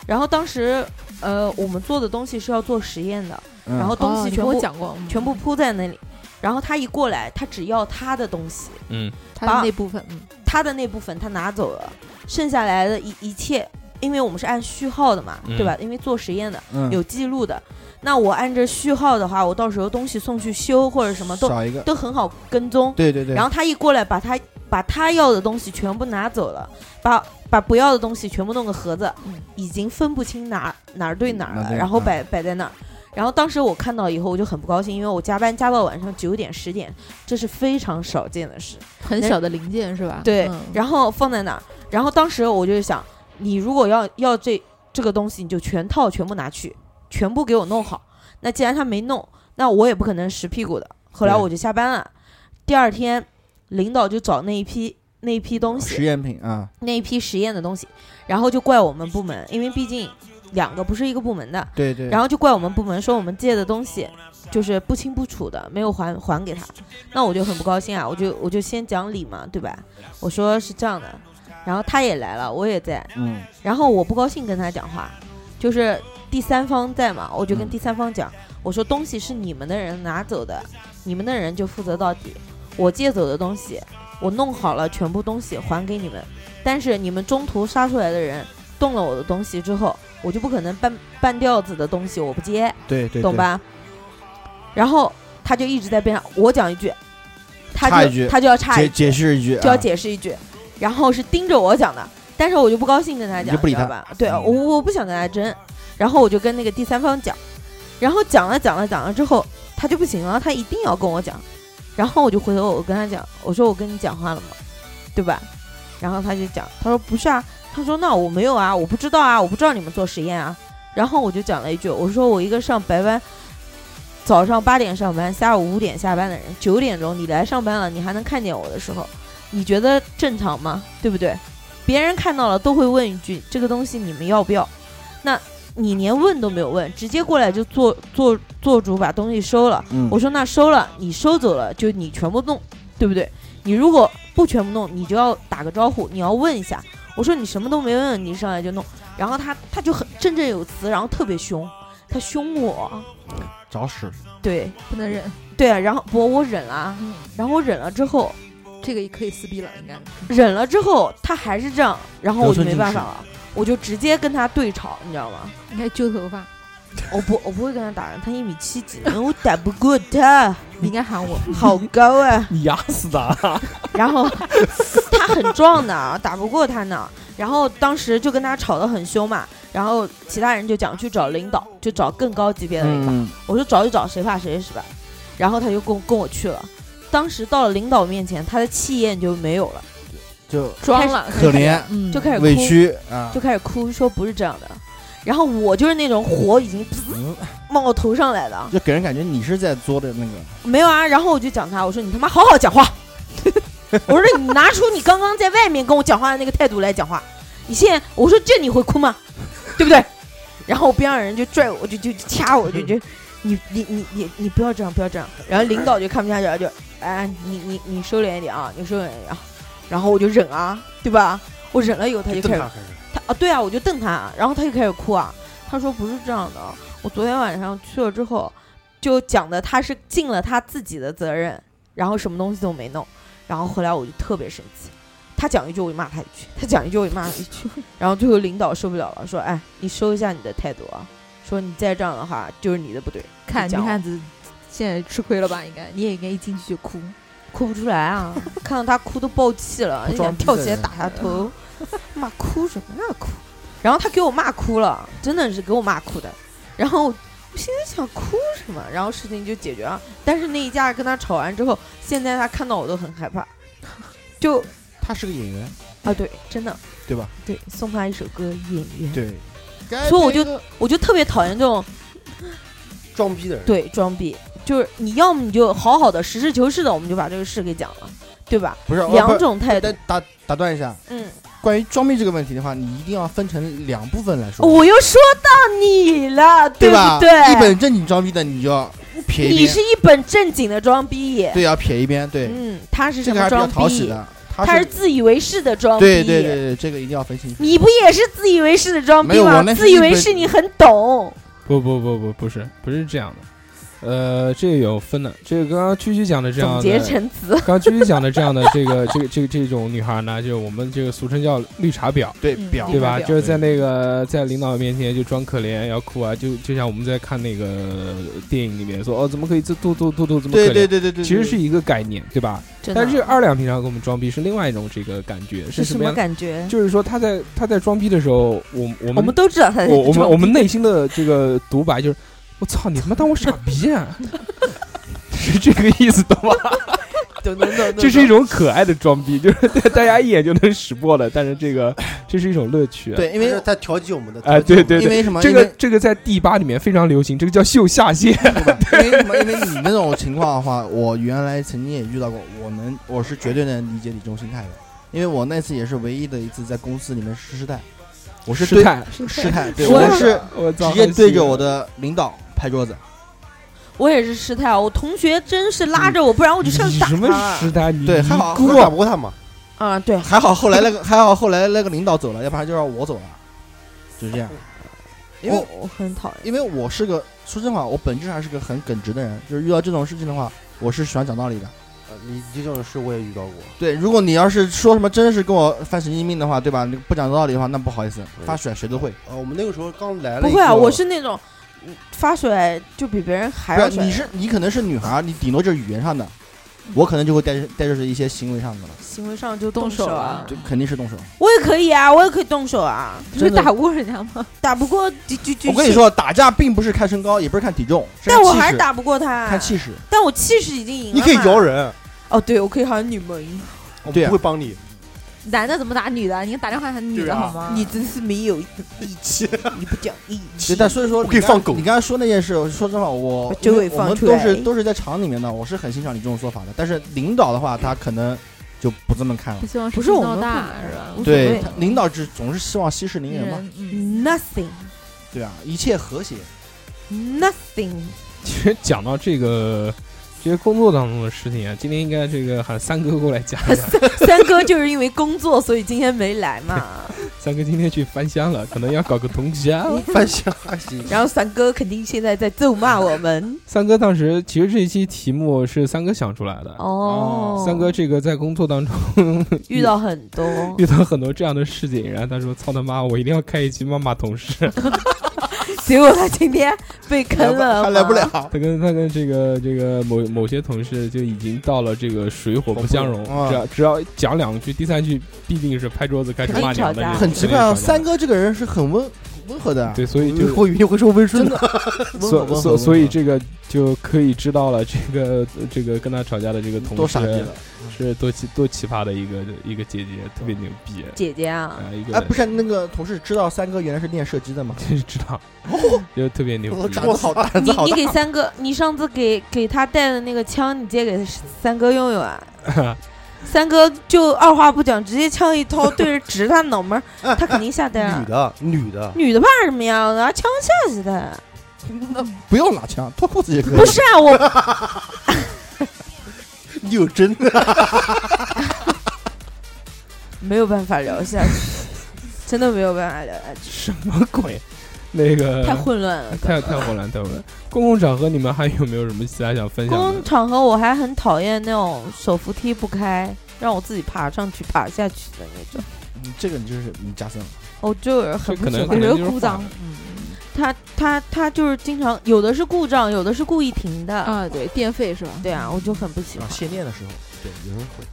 S4: 然后当时呃我们做的东西是要做实验的，
S6: 嗯
S4: 然后东
S1: 哦
S4: 西
S1: 你
S4: 全
S1: 跟
S4: 部、
S1: 我讲过，嗯
S4: 全部铺在那里，然后她一过来，她只要她的东西，
S7: 嗯，
S1: 他
S4: 把
S1: 的那部分，嗯
S4: 她的那部分她拿走了，剩下来的一一切，因为我们是按序号的嘛，
S7: 嗯
S4: 对吧？因为做实验的
S6: 嗯
S4: 有记录的，那我按着序号的话，我到时候东西送去修或者什么都
S6: 少一个，
S4: 都很好跟踪。
S6: 对对对，
S4: 然后他一过来，把他把他要的东西全部拿走了，把把不要的东西全部弄个盒子，
S1: 嗯
S4: 已经分不清哪儿哪儿对哪儿
S6: 哪嗯儿
S4: 了，
S6: 对
S4: 然后
S6: 哪儿
S4: 摆摆在那儿。然后当时我看到以后，我就很不高兴，因为我加班加到晚上九点十点，这是非常少见的事。
S1: 很
S4: 那
S1: 小的零件是吧？
S4: 对，
S1: 嗯
S4: 然后放在那儿，然后当时我就想，你如果要要这这个东西，你就全套全部拿去，全部给我弄好。那既然他没弄，那我也不可能拾屁股的。后来
S6: 对
S4: 我就下班了，第二天领导就找那一批那一批东
S6: 实
S4: 西，
S6: 验品啊，
S4: 那一批实验的东西，然后就怪我们部门，因为毕竟两个不是一个部门的，
S6: 对对，
S4: 然后就怪我们部门说我们借的东西就是不清不楚的，没有还还给他，那我就很不高兴啊，我就我就先讲理嘛，对吧？我说是这样的，然后他也来了，我也在，
S6: 嗯，
S4: 然后我不高兴跟他讲话，就是第三方在嘛，我就跟
S6: 嗯
S4: 第三方讲，我说东西是你们的人拿走的，你们的人就负责到底，我借走的东西我弄好了，全部东西还给你们，但是你们中途杀出来的人动了我的东西之后，我就不可能半半吊子的东西我不接，
S6: 对对，
S4: 懂
S6: 对？
S4: 吧？然后他就一直在边上，我讲一句，他
S6: 插
S4: 就
S6: 一句
S4: 他就要插一
S6: 解解
S4: 句，
S6: 释一句，
S4: 就要
S6: 啊
S4: 解释一句，然后是盯着我讲的，但是我就不高兴跟他
S6: 你
S4: 讲，
S6: 就不理他
S4: 知道吧？对我我不想跟他争，然后我就跟那个第三方讲，然后讲了讲了讲了之后，他就不行了，他一定要跟我讲，然后我就回头我跟他讲，我说我跟你讲话了吗？对吧？然后他就讲，他说不是啊，他说那我没有啊，我不知道啊，我不知道你们做实验啊。然后我就讲了一句，我说我一个上白班，早上八点上班，下午五点下班的人，九点钟你来上班了，你还能看见我的时候，你觉得正常吗？对不对？别人看到了都会问一句：“这个东西你们要不要？”那你连问都没有问，直接过来就做做做主把东西收了。
S6: 嗯，
S4: 我说那收了，你收走了就你全部弄，对不对？你如果不全部弄，你就要打个招呼，你要问一下。我说你什么都没问，你上来就弄，然后他他就很振振有词，然后特别凶，他凶我，
S6: 找屎，
S4: 对
S1: 不能忍，
S4: 对啊，然后我我忍了啊，
S1: 嗯
S4: 然后我忍了之后，
S1: 这个也可以撕逼了，应该。
S4: 忍了之后他还是这样，然后我就
S5: 得寸
S4: 没
S5: 进
S4: 办
S5: 尺
S4: 法了，我就直接跟他对吵，你知道吗？
S1: 应该揪头发，
S4: 我不我不会跟他打人，他一米七 几，我打不过他，
S1: 你应该喊我。
S4: 好高啊。
S2: 你压死他！
S4: 然 后他很壮的，打不过他呢。然后当时就跟他吵得很凶嘛，然后其他人就讲去找领导，就找更高级别的领导。
S2: 嗯，
S4: 我说找一找，谁怕谁是吧？然后他就跟跟我去了。当时到了领导面前，他的气焰就没有了，
S5: 就
S1: 装了，
S5: 可怜，
S1: 嗯，
S4: 就开始哭，
S5: 委屈啊，
S4: 就开始哭，说不是这样的。然后我就是那种火已经
S6: 嗯，
S4: 冒我头上来了，
S6: 就给人感觉你是在作的那个，
S4: 没有啊。然后我就讲他，我说你他妈好好讲话， 我说你拿出你刚刚在外面跟我讲话的那个态度来讲话。你现在我说这你会哭吗？对不对？然后边上人就拽我，就就就掐我，就就你你你你你不要这样，不要这样。然后领导就看不下去了，就哎你你你收敛一点啊，你收敛一点啊。然后我就忍啊，对吧？我忍了以后，他就开始
S5: 开始
S4: 他啊，对啊，我就瞪他，然后他就开始哭啊。他说不是这样的，我昨天晚上去了之后，就讲的他是尽了他自己的责任，然后什么东西都没弄，然后后来我就特别生气，他讲一句我就骂他一句，他讲一句我就骂他一句，然后最后领导受不了了，说哎，你收一下你的态度啊，说你再这样的话就是你的不对，
S1: 看
S4: 你
S1: 女
S4: 讲
S1: 汉子现在吃亏了吧？应该你也应该一进去就哭，
S4: 哭不出来 啊，看到他哭都爆气了，
S6: 不
S4: 想
S6: 装逼
S4: 跳
S6: 的
S4: 起来
S6: 人
S4: 打他 头，骂哭什么呀哭？然后他给我骂哭了，真的是给我骂哭的。然后我心里想哭什么，然后事情就解决了。但是那一架跟他吵完之后，现在他看到我都很害怕，就
S6: 他是个演员，
S4: 啊对，真的
S6: 对吧？
S4: 对，送他一首歌《演员》，
S6: 对，
S4: 所以我就我就特别讨厌这种
S5: 装逼的人，
S4: 对装逼，就是你要么你就好好的实事求是的，我们就把这个事给讲了，对吧？
S6: 不是哦不
S4: 两
S6: 是
S4: 种态度
S6: 打，打打断一下，
S4: 嗯。
S6: 关于装逼这个问题的话，你一定要分成两部分来说，
S4: 哦我又说到你了，
S6: 对
S4: 不
S6: 吧？
S4: 对？
S6: 一本正经装逼的，你就要撇一
S4: 你
S6: 边
S4: 是，一本正经的装逼，
S6: 对，要撇一边，对，
S4: 嗯，他是
S6: 这
S4: 什
S6: 个还
S4: 么
S6: 是比较
S4: 装
S6: 讨喜
S4: 逼？
S6: 的，
S4: 他
S6: 是
S4: 是自以为是的装逼。
S6: 对对对对，这个一定要分清楚。
S4: 你不也是自以为是的装
S6: 没
S4: 逼
S6: 有
S4: 吗
S6: 我那？是
S4: 自以为
S6: 一本
S4: 是你很懂，
S2: 不不不不，不是不是这样的，呃，这个有分的，这个刚刚区区讲的这样
S4: 总
S2: 的，
S4: 结陈词。
S2: 刚居讲的这样的这个这个这个这种女孩呢，就是我们这个俗称叫绿茶婊，
S6: 对
S1: 嗯
S6: 表
S2: 对吧？
S1: 绿茶婊
S2: 就是在那个在领导面前就装可怜要哭啊，就就像我们在看那个电影里面说哦，怎么可以这兔兔兔兔怎么可
S6: 对
S2: 怜？
S6: 对对对对，
S2: 其实是一个概念，对吧？
S4: 真的
S2: 但是二两平常给我们装逼是另外一种这个感觉，
S4: 是
S2: 什
S4: 什
S2: 么
S4: 么
S2: 样的？
S4: 感觉？
S2: 就是说他在他在装逼的时候，我我
S4: 我
S2: 们
S4: 们都知道他在
S2: 我我
S4: 装
S2: 们
S4: 逼
S2: 我们内心的这个独白就是，我操你他妈当我傻逼啊！ 是这个意思懂吗？
S4: 懂懂懂懂
S2: 这是一种可爱的装逼，就是大大家一眼就能识破的，但是这个这是一种乐趣。，
S6: 对，因
S5: 因为
S6: 为
S5: 他调节我们的
S2: 哎对对
S6: 因为什么？
S2: 这个这个在第八里面非常流行，这个叫秀 下限。
S6: 因为因为什么？因为你那种情况的话，我原来曾经也遇到过，我能我是绝对能理解你这种心态的，因为我那次也是唯一的一次在公司里面失态，我是
S2: 试
S6: 对
S2: 探，
S6: 失态，对
S4: 哎我
S6: 我
S4: 也
S6: 是
S2: 我操
S6: 直接对着我，的领导拍桌子，
S4: 我也是失态啊！我同学真是拉着我，不然我
S2: 我
S4: 就上去打
S2: 什么
S4: 他
S2: 试。探？你
S6: 对，还好
S5: 姑
S6: 还
S5: 我打
S6: 好
S5: 不过他嘛，
S4: 啊，对，
S6: 还好后来那个还好后来那个领导走了，要不然就让我走了，就这样，因为
S4: 我我很讨厌。
S6: 因为我是个说真话，我本质还是个很耿直的人，就是遇到这种事情的话，我是喜欢讲道理的。
S5: 呃你这种事我也遇到过，
S6: 对，如果你要是说什么真是跟我犯神经病的话，对吧？你不讲道理的话，那不好意思，发甩谁都会。
S5: 呃，我们那个时候刚来了，
S4: 不会啊，我是那种嗯发甩就比别人还
S6: 不
S4: 要
S6: 是，
S4: 甩。
S6: 你是你可能是女孩，你顶多就是语言上的，我可能就会带着带着是一些行为上的了，
S4: 行为上就
S1: 动
S4: 动
S1: 手
S4: 手
S1: 啊
S4: 啊，
S6: 就肯定是动手。
S4: 我也可以啊，我也可以动手啊，
S1: 不是打不过人家吗？
S4: 打不过就就就
S6: 我跟你，说，打架并不是看身高，也不是看体重，是
S4: 但
S6: 看
S4: 我
S6: 气
S4: 还
S6: 势
S4: 是打不过他，
S6: 看气势。
S4: 但我气势已经赢了，
S5: 你可以摇。人，
S4: 哦，对，我可以喊你们，
S5: 我
S6: 对啊
S5: 不会帮你，
S1: 男的怎么打女的？你打电话喊女
S5: 对
S1: 的
S5: 啊
S1: 好吗？
S4: 你真是没有义 气，你不讲义
S6: 对，
S4: 气。
S6: 但所以说
S5: 我可以
S6: 你刚
S5: 放狗
S6: 你刚才说那件事，说真话，我
S4: 把周伟
S6: 因为我
S4: 放
S6: 们
S4: 出
S6: 都是
S4: 来
S6: 都是在厂里面的，我是很欣赏你这种说法的。但是领导的话，他可能就不这么看了
S1: 不。希望
S4: 不
S1: 事
S4: 是
S1: 情
S4: 我
S1: 闹
S4: 们
S1: 大
S4: 不
S1: 是吧？
S4: 无所
S6: 对
S4: 谓，
S6: 他领导只总是希望息事宁人嘛。
S1: 人嗯，
S4: nothing
S6: 对啊，一切和 谐。
S4: nothing，
S2: 其实讲到这个。这些工作当中的事情啊，今天应该
S5: 哎
S2: 这个喊三哥过来讲一下。
S4: 三哥就是因为工作，所以今天没来嘛。
S2: 三哥今天去翻箱了，可能要搞个同居啊。
S5: 翻箱还 行。
S4: 然后三哥肯定现在在咒骂我 们
S2: 三哥当时其实这一期题目是三哥想出来的。啊
S4: 哦。
S2: 三哥这个在工作当中
S4: 遇到很多，
S2: 遇到很多这样的事情，然后他说：“操他妈，我一定要开一期骂骂同 事。
S4: 结果他今天被坑了，哦
S5: 还来不了。”
S2: 他跟他跟这个这个某某些同事就已经到了这个水火不相容，
S5: 啊
S2: 只要只要讲两句，第三句必定是拍桌子开始骂娘的那种，
S5: 很奇怪啊，
S2: 肯定吵架
S5: 三哥这个人是很温温和
S6: 啊
S5: 的，
S2: 哎对，所
S6: 嗯
S2: 以就
S5: 我以为会说温顺的，温和
S2: 所
S5: 温和
S2: 所所以
S5: 温和
S2: 这个就可以知道了，这个 这个跟他吵架的这个同事
S5: 多傻逼了！
S2: 是多奇多奇葩的一个一个姐姐，特别牛逼
S4: 姐姐啊，
S2: 啊！一个
S6: 哎，不是 那个同事知道三哥原来是练射击的吗？
S2: 真是知道， 就特别牛
S5: 我
S2: 逼
S5: 长。得好 胆
S4: 你
S5: 子好
S4: 你
S5: 大，
S4: 给三哥，你上次给给他带的那个枪，你借给三哥用用啊。三哥就二话不讲，直接枪一掏，对着直他脑门儿，他肯定吓呆 了。
S5: 女的女的，
S4: 女的怕什么呀？拿枪吓死他！
S6: 那不用拿枪，脱裤子也可以
S4: 不。是啊，我
S5: 你有真的，
S4: 没有办法聊下去， 真的没有办法聊下去，
S2: 什么鬼？那个
S4: 太混乱了。
S2: 太太混乱，太混乱。公共场合你们还有没有什么其他想分
S4: 公
S2: 享
S4: 共
S2: 的？
S4: 场合我还很讨厌那种手扶梯不开，让我自己爬上去、爬下去的那种。
S6: 你这个你就是你加深了，
S4: 我就是很
S2: 这
S4: 不
S2: 可
S4: 喜
S2: 能
S4: 欢
S2: 可
S1: 我觉
S2: 能就
S1: 得
S2: 是
S1: 故障
S2: 话
S4: 他他他就是经常有的是故障，有的是故意停的。
S1: 啊，对，电费是吧？
S4: 对啊，我就很不喜
S6: 啊
S4: 欢。
S6: 限电的时候，对，有人会。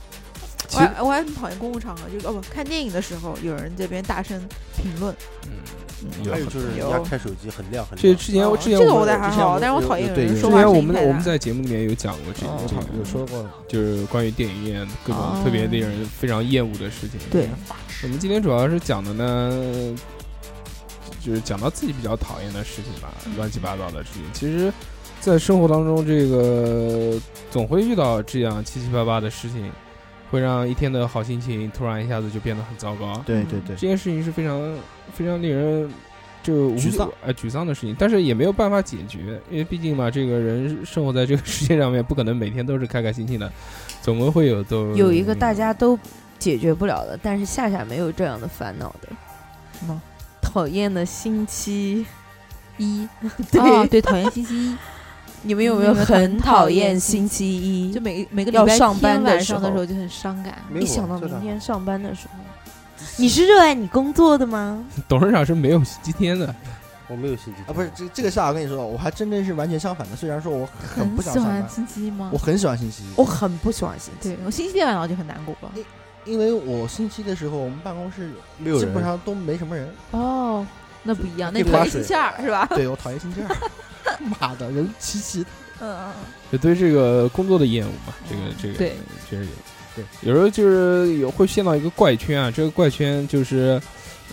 S1: 我还我还很讨厌公共场合，就是哦不，看电影的时候有人这边大声评论，
S2: 嗯有
S5: 还有就是人家开手机很亮很
S2: 这
S5: 亮，
S2: 之前
S1: 哦
S2: 之前
S1: 这个
S2: 我
S1: 我
S2: 们
S1: 倒还
S6: 之前
S1: 好，
S6: 我
S1: 但是我啊
S6: 有
S1: 讨厌有
S5: 对
S1: 人
S5: 有
S1: 说
S2: 之
S1: 话
S2: 前我
S1: 声音
S2: 们
S1: 太
S2: 我们
S1: 大。
S2: 在节目里面有讲过这
S4: 哦
S2: 这个，
S6: 有说过
S2: 就是关于电影院各种特别令人非常厌恶的事情。
S1: 对，
S2: 我们今天主要是讲的呢，就是讲到自己比较讨厌的事情吧，
S4: 嗯
S2: 乱七八糟的事情。其实，在生活当中，这个总会遇到这样七七八八的事情，会让一天的好心情突然一下子就变得很糟糕。
S6: 对对对
S2: 这，件事情是非常非常令人就无
S6: 沮丧
S2: 呃沮丧的事情，但是也没有办法解决，因为毕竟嘛，这个人生活在这个世界上面，不可能每天都是开开心心的，总归会有都
S4: 有一个大家都解决不了的，但是夏夏没有这样的烦恼的。
S1: 什么？
S4: 讨厌的星期一， 哦对、
S1: 啊，对，讨厌星期一，
S4: 你们有没有
S1: 你们
S4: 很
S1: 很
S4: 讨
S1: 讨
S4: 厌
S1: 厌
S4: 星
S1: 星
S4: 期一？
S1: 就每每个礼
S4: 要
S1: 拜
S4: 上班
S1: 天
S4: 的
S1: 晚
S4: 时
S1: 上的
S4: 候
S1: 时候就很伤感。
S5: 没
S4: 一
S5: 有啊
S4: 想到
S5: 这
S4: 明
S5: 倒
S4: 天上班的时候，你是热爱你工作的吗？
S2: 董事长是没有今天的，
S5: 我没有心机
S6: 啊，不是这这个夏，我跟你说，我还真真是完全相反的。虽然说我很
S1: 很
S6: 不想
S1: 喜
S6: 上
S1: 欢
S6: 班，
S1: 星期一吗
S6: 我？很喜欢星期一，
S4: 我很不喜欢星期
S1: 对我星期天晚上就很难过了。
S6: 因为我星期的时候，我们办公室
S5: 没有
S6: 基本
S5: 人，
S6: 上都没什么人。
S1: 哦，那不一样，那
S6: 可以
S1: 讨
S6: 划
S1: 厌
S6: 水
S1: 星期二是吧？
S6: 对我讨厌星期二，妈的，人齐齐。
S1: 嗯，
S2: 也对这个工作的厌恶嘛，这个这个
S1: 对
S2: 确实有，
S6: 对，
S2: 有时候就是有会陷到一个怪圈啊，这个怪圈就是。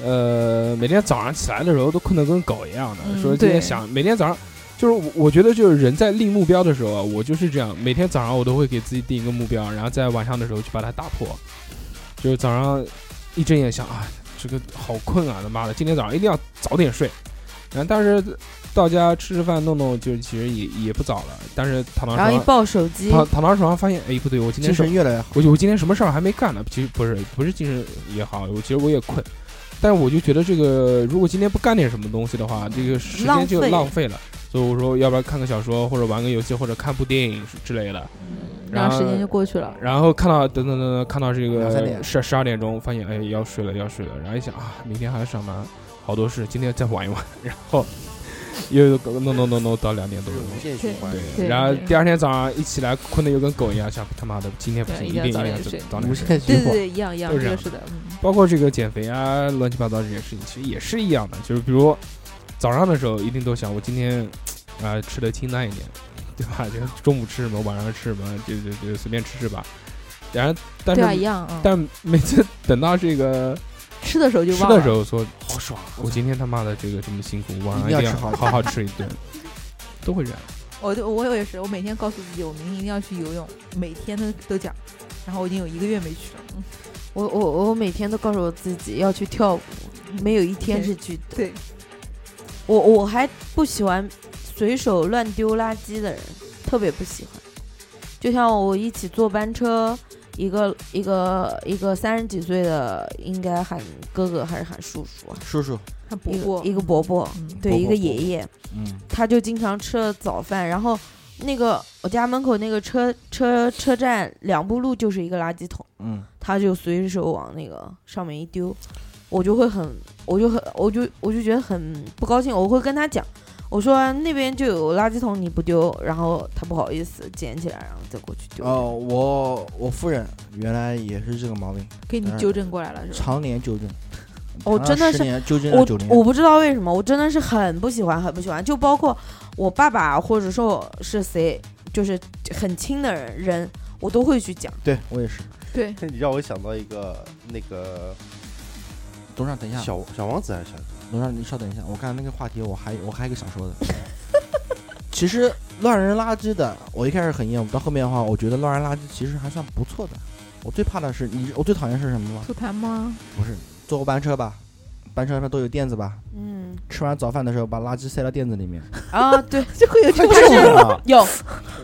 S2: 呃，每天早上起来的时候都困得跟狗一样的，
S1: 嗯
S2: 说今天
S1: 对
S2: 想每天早上，就是我我觉得就是人在立目标的时候啊，我就是这样，每天早上我都会给自己定一个目标，然后在晚上的时候去把它打破，就是早上一睁眼想啊，这个好困啊，他妈的，今天早上一定要早点睡，然后但是到家吃吃饭弄弄，就其实也也不早了，但是躺到
S4: 一。然后
S2: 床
S4: 一
S2: 上。
S4: 抱手机，
S2: 躺躺到床上发现，哎，不对，我今天
S6: 精
S2: 什
S6: 神越来越好。
S2: 我我今天什么事儿还没干呢？其实不是不是精神也好，我其实我也困，但是我就觉得这个如果今天不干点什么东西的话，这个时间就
S4: 浪费
S2: 浪费了。所以我说，要不然看个小说，或者玩个游戏，或者看部电影之类的。然
S1: 然
S2: 后
S1: 后时间就过去了。
S2: 然后看到等等等等，看到这
S6: 两三
S2: 个
S6: 点
S2: 十十二点钟，发现哎要睡了要睡了，然后一想啊，明天还要上班，好多事，今天再玩一玩， 然后又又弄弄弄弄到两点多
S5: 就是
S2: 钟。
S6: 嗯
S5: 无限循环，
S2: 对，
S1: 对
S2: 然后
S1: 对
S2: 第二天早上一起来，困得又跟狗一样，想他妈的今天不行，
S1: 对
S2: 一
S1: 一
S2: 定
S1: 定要早
S2: 要
S1: 点
S2: 早
S1: 睡
S2: 早
S6: 无
S2: 点睡。
S6: 限
S1: 对
S6: 循
S1: 对
S6: 环，
S1: 对，一样一样，
S2: 都
S1: 这
S2: 是这样
S1: 个是的，嗯，
S2: 包括这个减肥啊，乱七八糟这些事情，其实也是一样的。就是比如早上的时候，一定都想我今天啊、吃的清淡一点，对吧？就中午吃什么，晚上吃什么，就就就随便吃吃吧。然后，但是、
S1: 对啊，一样，嗯，
S2: 但每次等到这个
S1: 吃的时候就
S2: 吃
S1: 忘
S2: 的时
S1: 了。
S2: 候说，
S5: 好爽啊，
S2: 我今天他妈的这个这么辛苦，晚
S6: 一
S2: 上
S6: 定要
S2: 定要
S6: 吃好
S2: 好好吃一顿，都会这样。
S1: 我就我也是，我每天告诉自己，我明天一定要去游泳，每天都都讲。然后我已经有一个月没去了。嗯
S4: 我我我每天都告诉我自己要去跳舞，没有一天是去的。
S1: 对，
S4: 我我还不喜欢随手乱丢垃圾的人，特别不喜欢。就像我一起坐班车，一个一个一个三十几岁的，应该喊哥哥还是喊叔叔啊？
S8: 叔叔，
S1: 看伯
S4: 一
S1: 伯
S4: 个一，个伯伯，
S1: 嗯
S8: 伯
S4: 对，
S8: 伯
S4: 一个爷爷，
S8: 嗯，
S4: 他就经常吃了早饭，然后那个我家门口那个车车车站两步路就是一个垃圾桶，
S8: 嗯，
S4: 他就随手往那个上面一丢，我就会很，我就很，我就我就觉得很不高兴，我会跟他讲，我说那边就有垃圾桶你不丢，然后他不好意思捡起来，然后再过去丢。
S6: 哦，我我夫人原来也是这个毛病，
S1: 给
S2: 嗯
S1: 你纠正过来了是吧？
S6: 常年纠正。
S4: 哦
S6: 常常
S4: 真的
S6: 十
S4: 是
S6: 年纠正了
S4: 我
S6: 九年。
S4: 我不知道为什么，我真的是很不喜欢，很不喜欢。就包括我爸爸或者说是谁，就是很亲的人人，我都会去讲。
S6: 对我也是。
S1: 对，
S5: 你让我想到一个那个
S6: 董事长，等
S4: 啊
S6: 一下，
S5: 小小王子还 是小
S6: 董事长，你稍等一下，我刚才那个话题，我还我还有一个想说的。 其实乱扔垃圾的，我一开始很厌恶，到后面的话，我觉得乱扔垃圾其实还算不错的。我最怕的是你，我最讨厌是什么吗？
S1: 吐痰吗？
S6: 不是坐过班车吧？班车上都有垫子吧？
S4: 嗯，
S6: 吃完早饭的时候把垃圾塞到垫子里面，
S4: 啊，对，
S1: 就会有这
S6: 太过
S1: 种
S6: 分了。
S4: 有，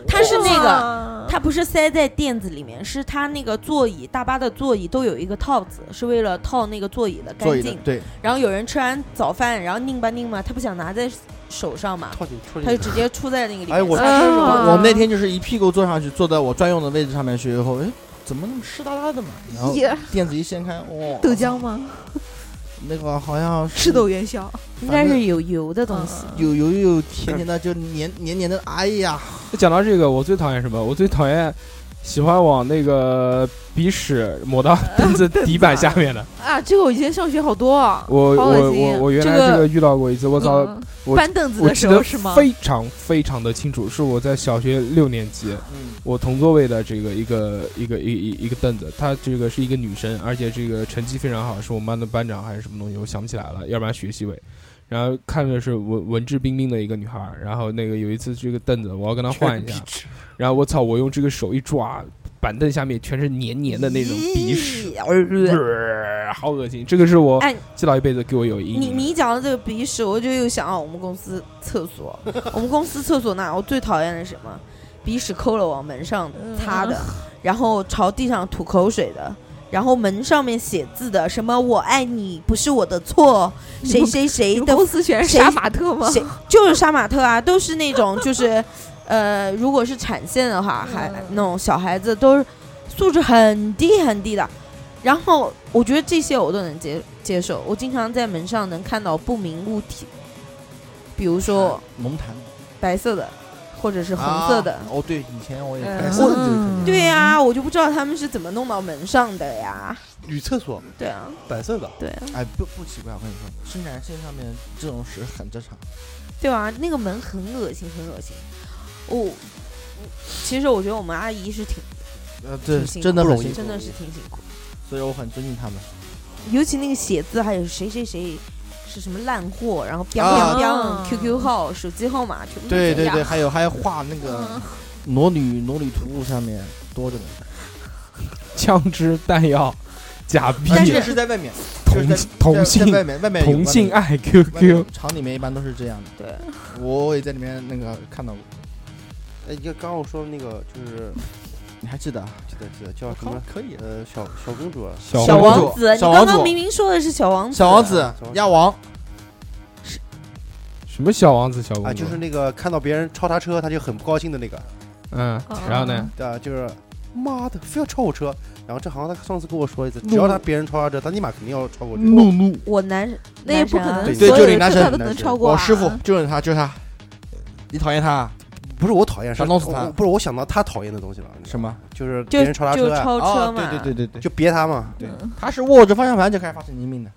S4: 他是那个。
S1: 个，
S4: 它不是塞在垫子里面，是它那个座椅，大巴的座椅都有一个套子，是为了套那个座椅的
S6: 座
S4: 干
S6: 椅的
S4: 净。
S6: 对，
S4: 然后有人吃完早饭，然后拧吧拧吧，他不想拿在手上嘛，
S5: 套进戳
S4: 他就
S5: 进去
S4: 直，接出在那个里面。
S5: 嗯哎我
S4: 塞
S1: 啊
S4: 车手
S6: 我我那天就是一屁股坐上去，坐在我专用的位置上面去以后，哎，怎么那么湿哒哒的嘛？然后
S1: 也
S6: 垫子一掀开，哇，
S1: 豆浆吗？
S6: 那个好像是
S1: 赤豆元宵，
S4: 应该是有油的东西。
S6: 有有有甜甜的，就黏黏黏的，哎呀，
S2: 讲到这个，我最讨厌什么？我最讨厌喜欢往那个鼻屎 抹到凳子底板下面的。
S1: 啊！这个我以前上学好多啊，
S2: 我
S1: 好恶
S2: 我
S1: 心啊
S2: 我我原
S1: 这
S2: 来
S1: 个
S2: 这个遇到过一次，我操！
S1: 嗯
S2: 我
S1: 搬凳子
S2: 我
S1: 的
S2: 记
S1: 时
S2: 得
S1: 候是吗？
S2: 非常非常的清楚，是我在小学六年级，
S6: 嗯
S2: 我同座位的这个一个一个一一一个凳子，她这个是一个女生，而且这个成绩非常好，是我们班的班长还是什么东西，我想不起来了，要不然学习委。然后看着是文文质彬彬的一个女孩，然后那个有一次这个凳子我要跟她换一下，然后我操，我用这个手一抓，板凳下面全是黏黏的那种鼻屎，呃好恶心！这个是我
S4: 哎
S2: 记到一辈子，给我有阴
S4: 你
S2: 影。
S4: 你讲到这个鼻屎，我就又想到我们公司厕 所，我们公司厕所那我最讨厌的是什么？鼻屎抠了往门上
S1: 嗯
S4: 擦 的，然后朝地上吐口水的，然后门上面写字的，什么我爱你不是我的错，谁谁谁
S1: 你们
S4: 的
S1: 公司全是
S4: 谁
S1: 杀马特吗？
S4: 谁就是杀马特啊，都是那种就是，呃，如果是产线的话，还那种小孩子都是素质很低很低的。然后我觉得这些我都能接接受，我经常在门上能看到不明物体，比如说
S6: 龙潭
S4: 白色的，或者是红色的。
S6: 哦对，以前我也
S1: 嗯
S6: 白色的这个肯定
S4: 对呀、我就不知道他们是怎么弄到门上的呀。
S5: 女厕所
S4: 对啊，
S5: 白色的，
S4: 对啊，
S6: 哎不不奇怪，我跟你说，生产线上面这种事很正常。
S4: 对啊，那个门很恶心，很恶心。我、我其实我觉得我们阿姨是挺
S6: 呃，对
S4: 挺辛苦
S6: 真的
S5: 不
S6: 很
S5: 容易
S6: 辛苦
S4: 真的是挺辛苦。
S6: 所以我很尊敬他们。
S4: 尤其那个写字，还有谁谁谁是什么烂货，然后 biang
S6: 啊
S4: biang
S1: 啊
S4: biang QQ 号、手机号码，全部
S6: 对对
S4: 这
S6: 对，
S4: 样
S6: 还有还有画那
S2: 啊
S1: 嗯
S6: 个裸女裸女图上面多着呢，
S2: 枪支弹药、假币、
S6: 但是是在外面，
S2: 同
S6: 就是在
S2: 同
S6: 在在外
S2: 性
S6: 面外面有
S2: 同性爱 QQ
S6: 外面。厂里面一般都是这样的，
S4: 对，
S6: 我也在里面那个看到过，
S5: 哎，你看刚刚我说的那个就是
S6: 你还记得啊？
S5: 记得记得叫什么？
S6: 可以，
S5: 呃，小小公主啊，
S2: 小
S4: 小
S2: 王
S4: 王子，你
S6: 小
S4: 刚
S6: 王
S4: 刚
S6: 子
S4: 明明说的嗯是小王子，
S6: 小王子鸭王，
S2: 什么小王子、小
S5: 啊，
S2: 公主
S5: 就是，那个看到别人超他车，他就很不高兴的那个，
S2: 嗯，然后呢？
S5: 对啊，就是妈的，非要超我车。然后这好像他上次跟我说一次，只要他别人超他车，他立马肯定要超过去。
S6: 怒，
S4: 我男
S1: 那也不可
S4: 男啊
S1: 能，
S4: 神
S6: 对
S1: 所
S6: 就
S1: 有
S6: 是
S1: 的
S6: 男
S1: 车
S6: 神
S1: 他都能超过
S6: 我
S1: 啊。
S6: 师傅就是他，就是他，你讨厌他啊
S5: 不是我讨厌，是
S6: 想弄死他
S5: 我不是我想到他讨厌的东西了，
S6: 什么？
S5: 就是别
S4: 就
S5: 人超他
S4: 就
S5: 车啊，
S4: 超车嘛，
S6: 啊对对对对对，
S5: 就别他嘛。
S1: 嗯
S6: 他是握着方向盘就开始发神经病的，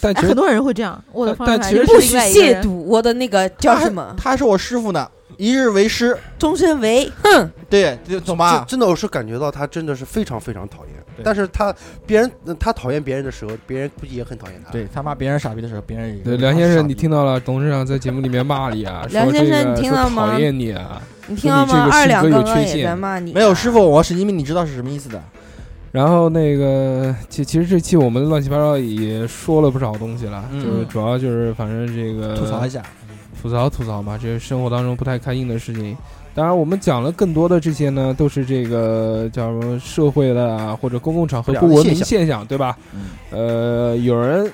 S2: 但
S1: 哎
S2: 其
S1: 很
S2: 实
S1: 多人会这样，我的方
S2: 但
S1: 向盘
S2: 其实
S1: 就是
S4: 不
S1: 另
S4: 许
S1: 外一个
S4: 亵
S1: 人
S4: 渎我的那个叫什么，
S6: 他是我师傅呢，一日为师，
S4: 终身为哼，
S6: 对，就懂
S5: 这
S6: 吧？
S5: 真的我是感觉到他真的是非常非常讨厌
S6: 啊对，
S5: 但是他别人呃他讨厌别人的时候，别人估计也很讨厌他。
S6: 对，他骂别人傻逼的时候，别人也
S2: 对梁先生，你听到了董事长在节目里面骂你啊，
S4: 梁
S2: 说
S4: 先
S2: 这
S4: 生
S2: 个
S4: 你听
S2: 说
S4: 到吗
S2: 讨厌你啊。
S4: 你听到吗
S2: 你这？个
S4: 二两
S2: 性格
S4: 刚
S2: 有
S4: 刚
S2: 缺
S4: 也
S2: 陷
S4: 在骂你，啊
S6: 没有师傅，我神经病，你知道是什么意思的？
S2: 然后那个，其其实这期我们乱七八糟也说了不少东西了，
S6: 嗯
S2: 就是主要就是反正这个
S6: 吐槽一下，
S2: 吐槽吐槽嘛，这是生活当中不太开心的事情。当然，我们讲了更多的这些呢，都是这个叫什么社会的啊，或者公共场合不文明现象，嗯对吧？呃，有人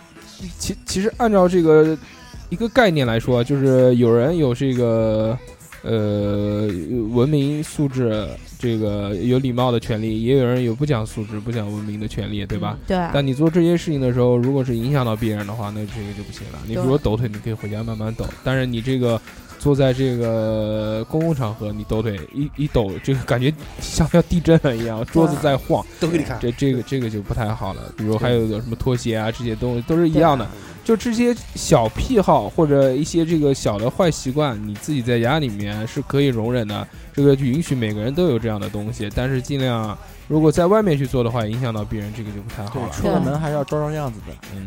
S2: 其其实按照这个一个概念来说，啊就是有人有这个呃文明素质，这个有礼貌的权利，也有人有不讲素质、不讲文明的权利，对吧？？
S4: 对啊，
S2: 但你做这些事情的时候，如果是影响到别人的话，那这个就不行了。你比
S1: 对
S2: 如说抖腿，你可以回家慢慢抖，但是你这个坐在这个公共场合，你抖腿一一抖，这个感觉像要地震了一样，桌子在晃，
S5: 都给你看。
S2: 这这个这个就不太好了。比如还有有什么拖鞋啊，这些东西都是一样的。就这些小癖好或者一些这个小的坏习惯，你自己在家里面是可以容忍的，这个允许每个人都有这样的东西，但是尽量如果在外面去做的话，影响到别人，这个就不太好
S6: 对，
S2: 了。
S6: 出了门还是要装装样子的。
S2: 嗯，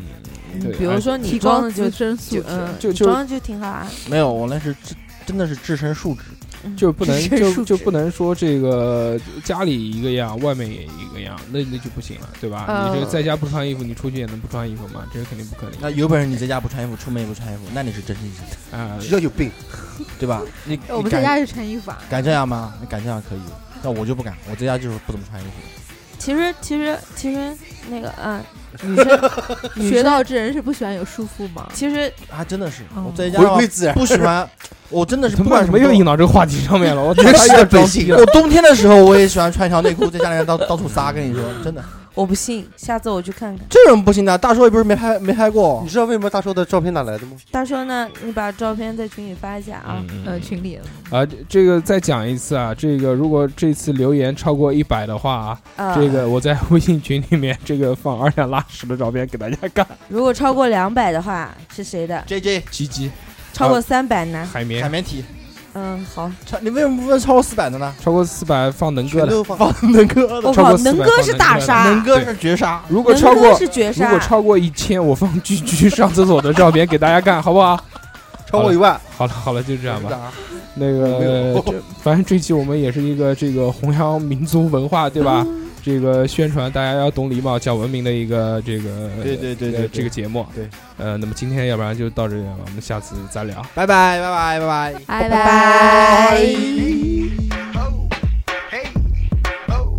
S4: 嗯
S2: 对，
S4: 比如说你
S1: 提高
S4: 装就
S1: 自身素
S4: 就
S1: 质，
S4: 嗯，
S2: 就
S4: 你
S2: 就
S4: 装就挺好啊，
S6: 没有，我那是真真的是置身数值。
S4: 嗯
S2: 就不能
S4: 只是
S2: 就
S4: 数
S2: 就
S4: 值
S2: 不能说这个家里一个样，外面也一个样，那那就不行了，对吧？
S4: 呃
S2: 你这在家不穿衣服，你出去也能不穿衣服吗？这是肯定不可能
S6: 那有本事你在家不穿衣服，出门也不穿衣服，那你是真是
S2: 啊、
S5: 只要有病，
S6: 对吧？你
S1: 我
S6: 你
S1: 们在
S6: 敢
S1: 家是穿衣服啊，
S6: 敢这样吗？你敢这样可以，但我就不敢，我在家就是不怎么穿衣服。
S4: 其实其实其实那个嗯，女生女
S1: 学
S4: 生
S1: 到之人是不喜欢有束缚嘛。
S4: 其实
S6: 还真的是，
S1: 哦
S6: 我在家
S5: 回归自然。
S6: 不喜欢，我真的是
S2: 他
S6: 不
S2: 妈
S6: 管什
S2: 怎
S6: 么
S2: 么又
S6: 都
S2: 引到这个话题上面 了？我操，
S6: 是
S2: 他又
S6: 的
S2: 着
S6: 本
S2: 急
S6: 性。
S2: 了
S6: 我冬天的时候我也喜欢穿一条内裤在家里面到到处撒，跟你说真的，
S4: 我不信，下次我去看看。
S6: 这种不行的。大叔也不是没拍没拍过
S5: 你，知道为什么大叔的照片哪来的吗？
S4: 到时候呢，你把照片在群里发一下啊。
S1: 呃，群里
S2: 嗯啊，这这个再讲一次啊！这个如果这次留言超过一百的话啊，
S4: 啊，
S2: 这个我在微信群里面这个放二两拉屎的照片给大家看。
S4: 如果超过两百的话是谁的？
S6: J J
S2: 鸡鸡
S4: 超
S2: 啊
S4: 过三百呢？
S2: 海
S6: 海
S2: 绵，
S6: 绵体，
S4: 嗯，好。
S6: 超你为什么不问超过四百的呢？
S2: 超过四百放能哥
S5: 全
S2: 的，
S5: 都放。
S6: 能哥
S4: 我靠，
S2: 超过
S4: 哦能
S2: 400
S4: 哥是大
S2: 啊
S4: 杀，
S6: 能哥是绝杀，
S2: 如果
S4: 能
S2: 超过
S4: 哥是啊绝
S2: 如
S4: 杀。
S2: 果超过一千，我放居居上厕所的照片给大家看，好不好？
S5: 超过一万，
S2: 好了好了，就这样吧。
S6: 吧？
S2: 那
S6: 呃
S5: 没
S2: 个
S5: 有，
S2: 这反正这期我们也是一个这个弘扬民族文化，对吧？这个宣传大家要懂礼貌、讲文明的一个这个
S6: 对对对对，
S2: 这个节目。
S6: 对，
S2: 呃，那么今天要不然就到这里了，我们下次再聊。
S6: 拜拜拜拜拜拜。
S1: 拜
S4: 拜。
S9: Oh, hey, oh,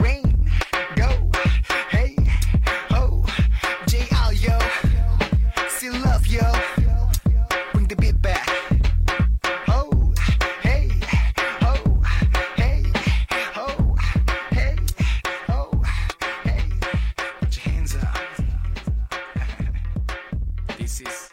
S9: ring, go, hey, oh, JR, yo, still love, yo, bring the beat back. Oh, hey, oh, hey, oh, hey, oh, hey, put your hands up. this is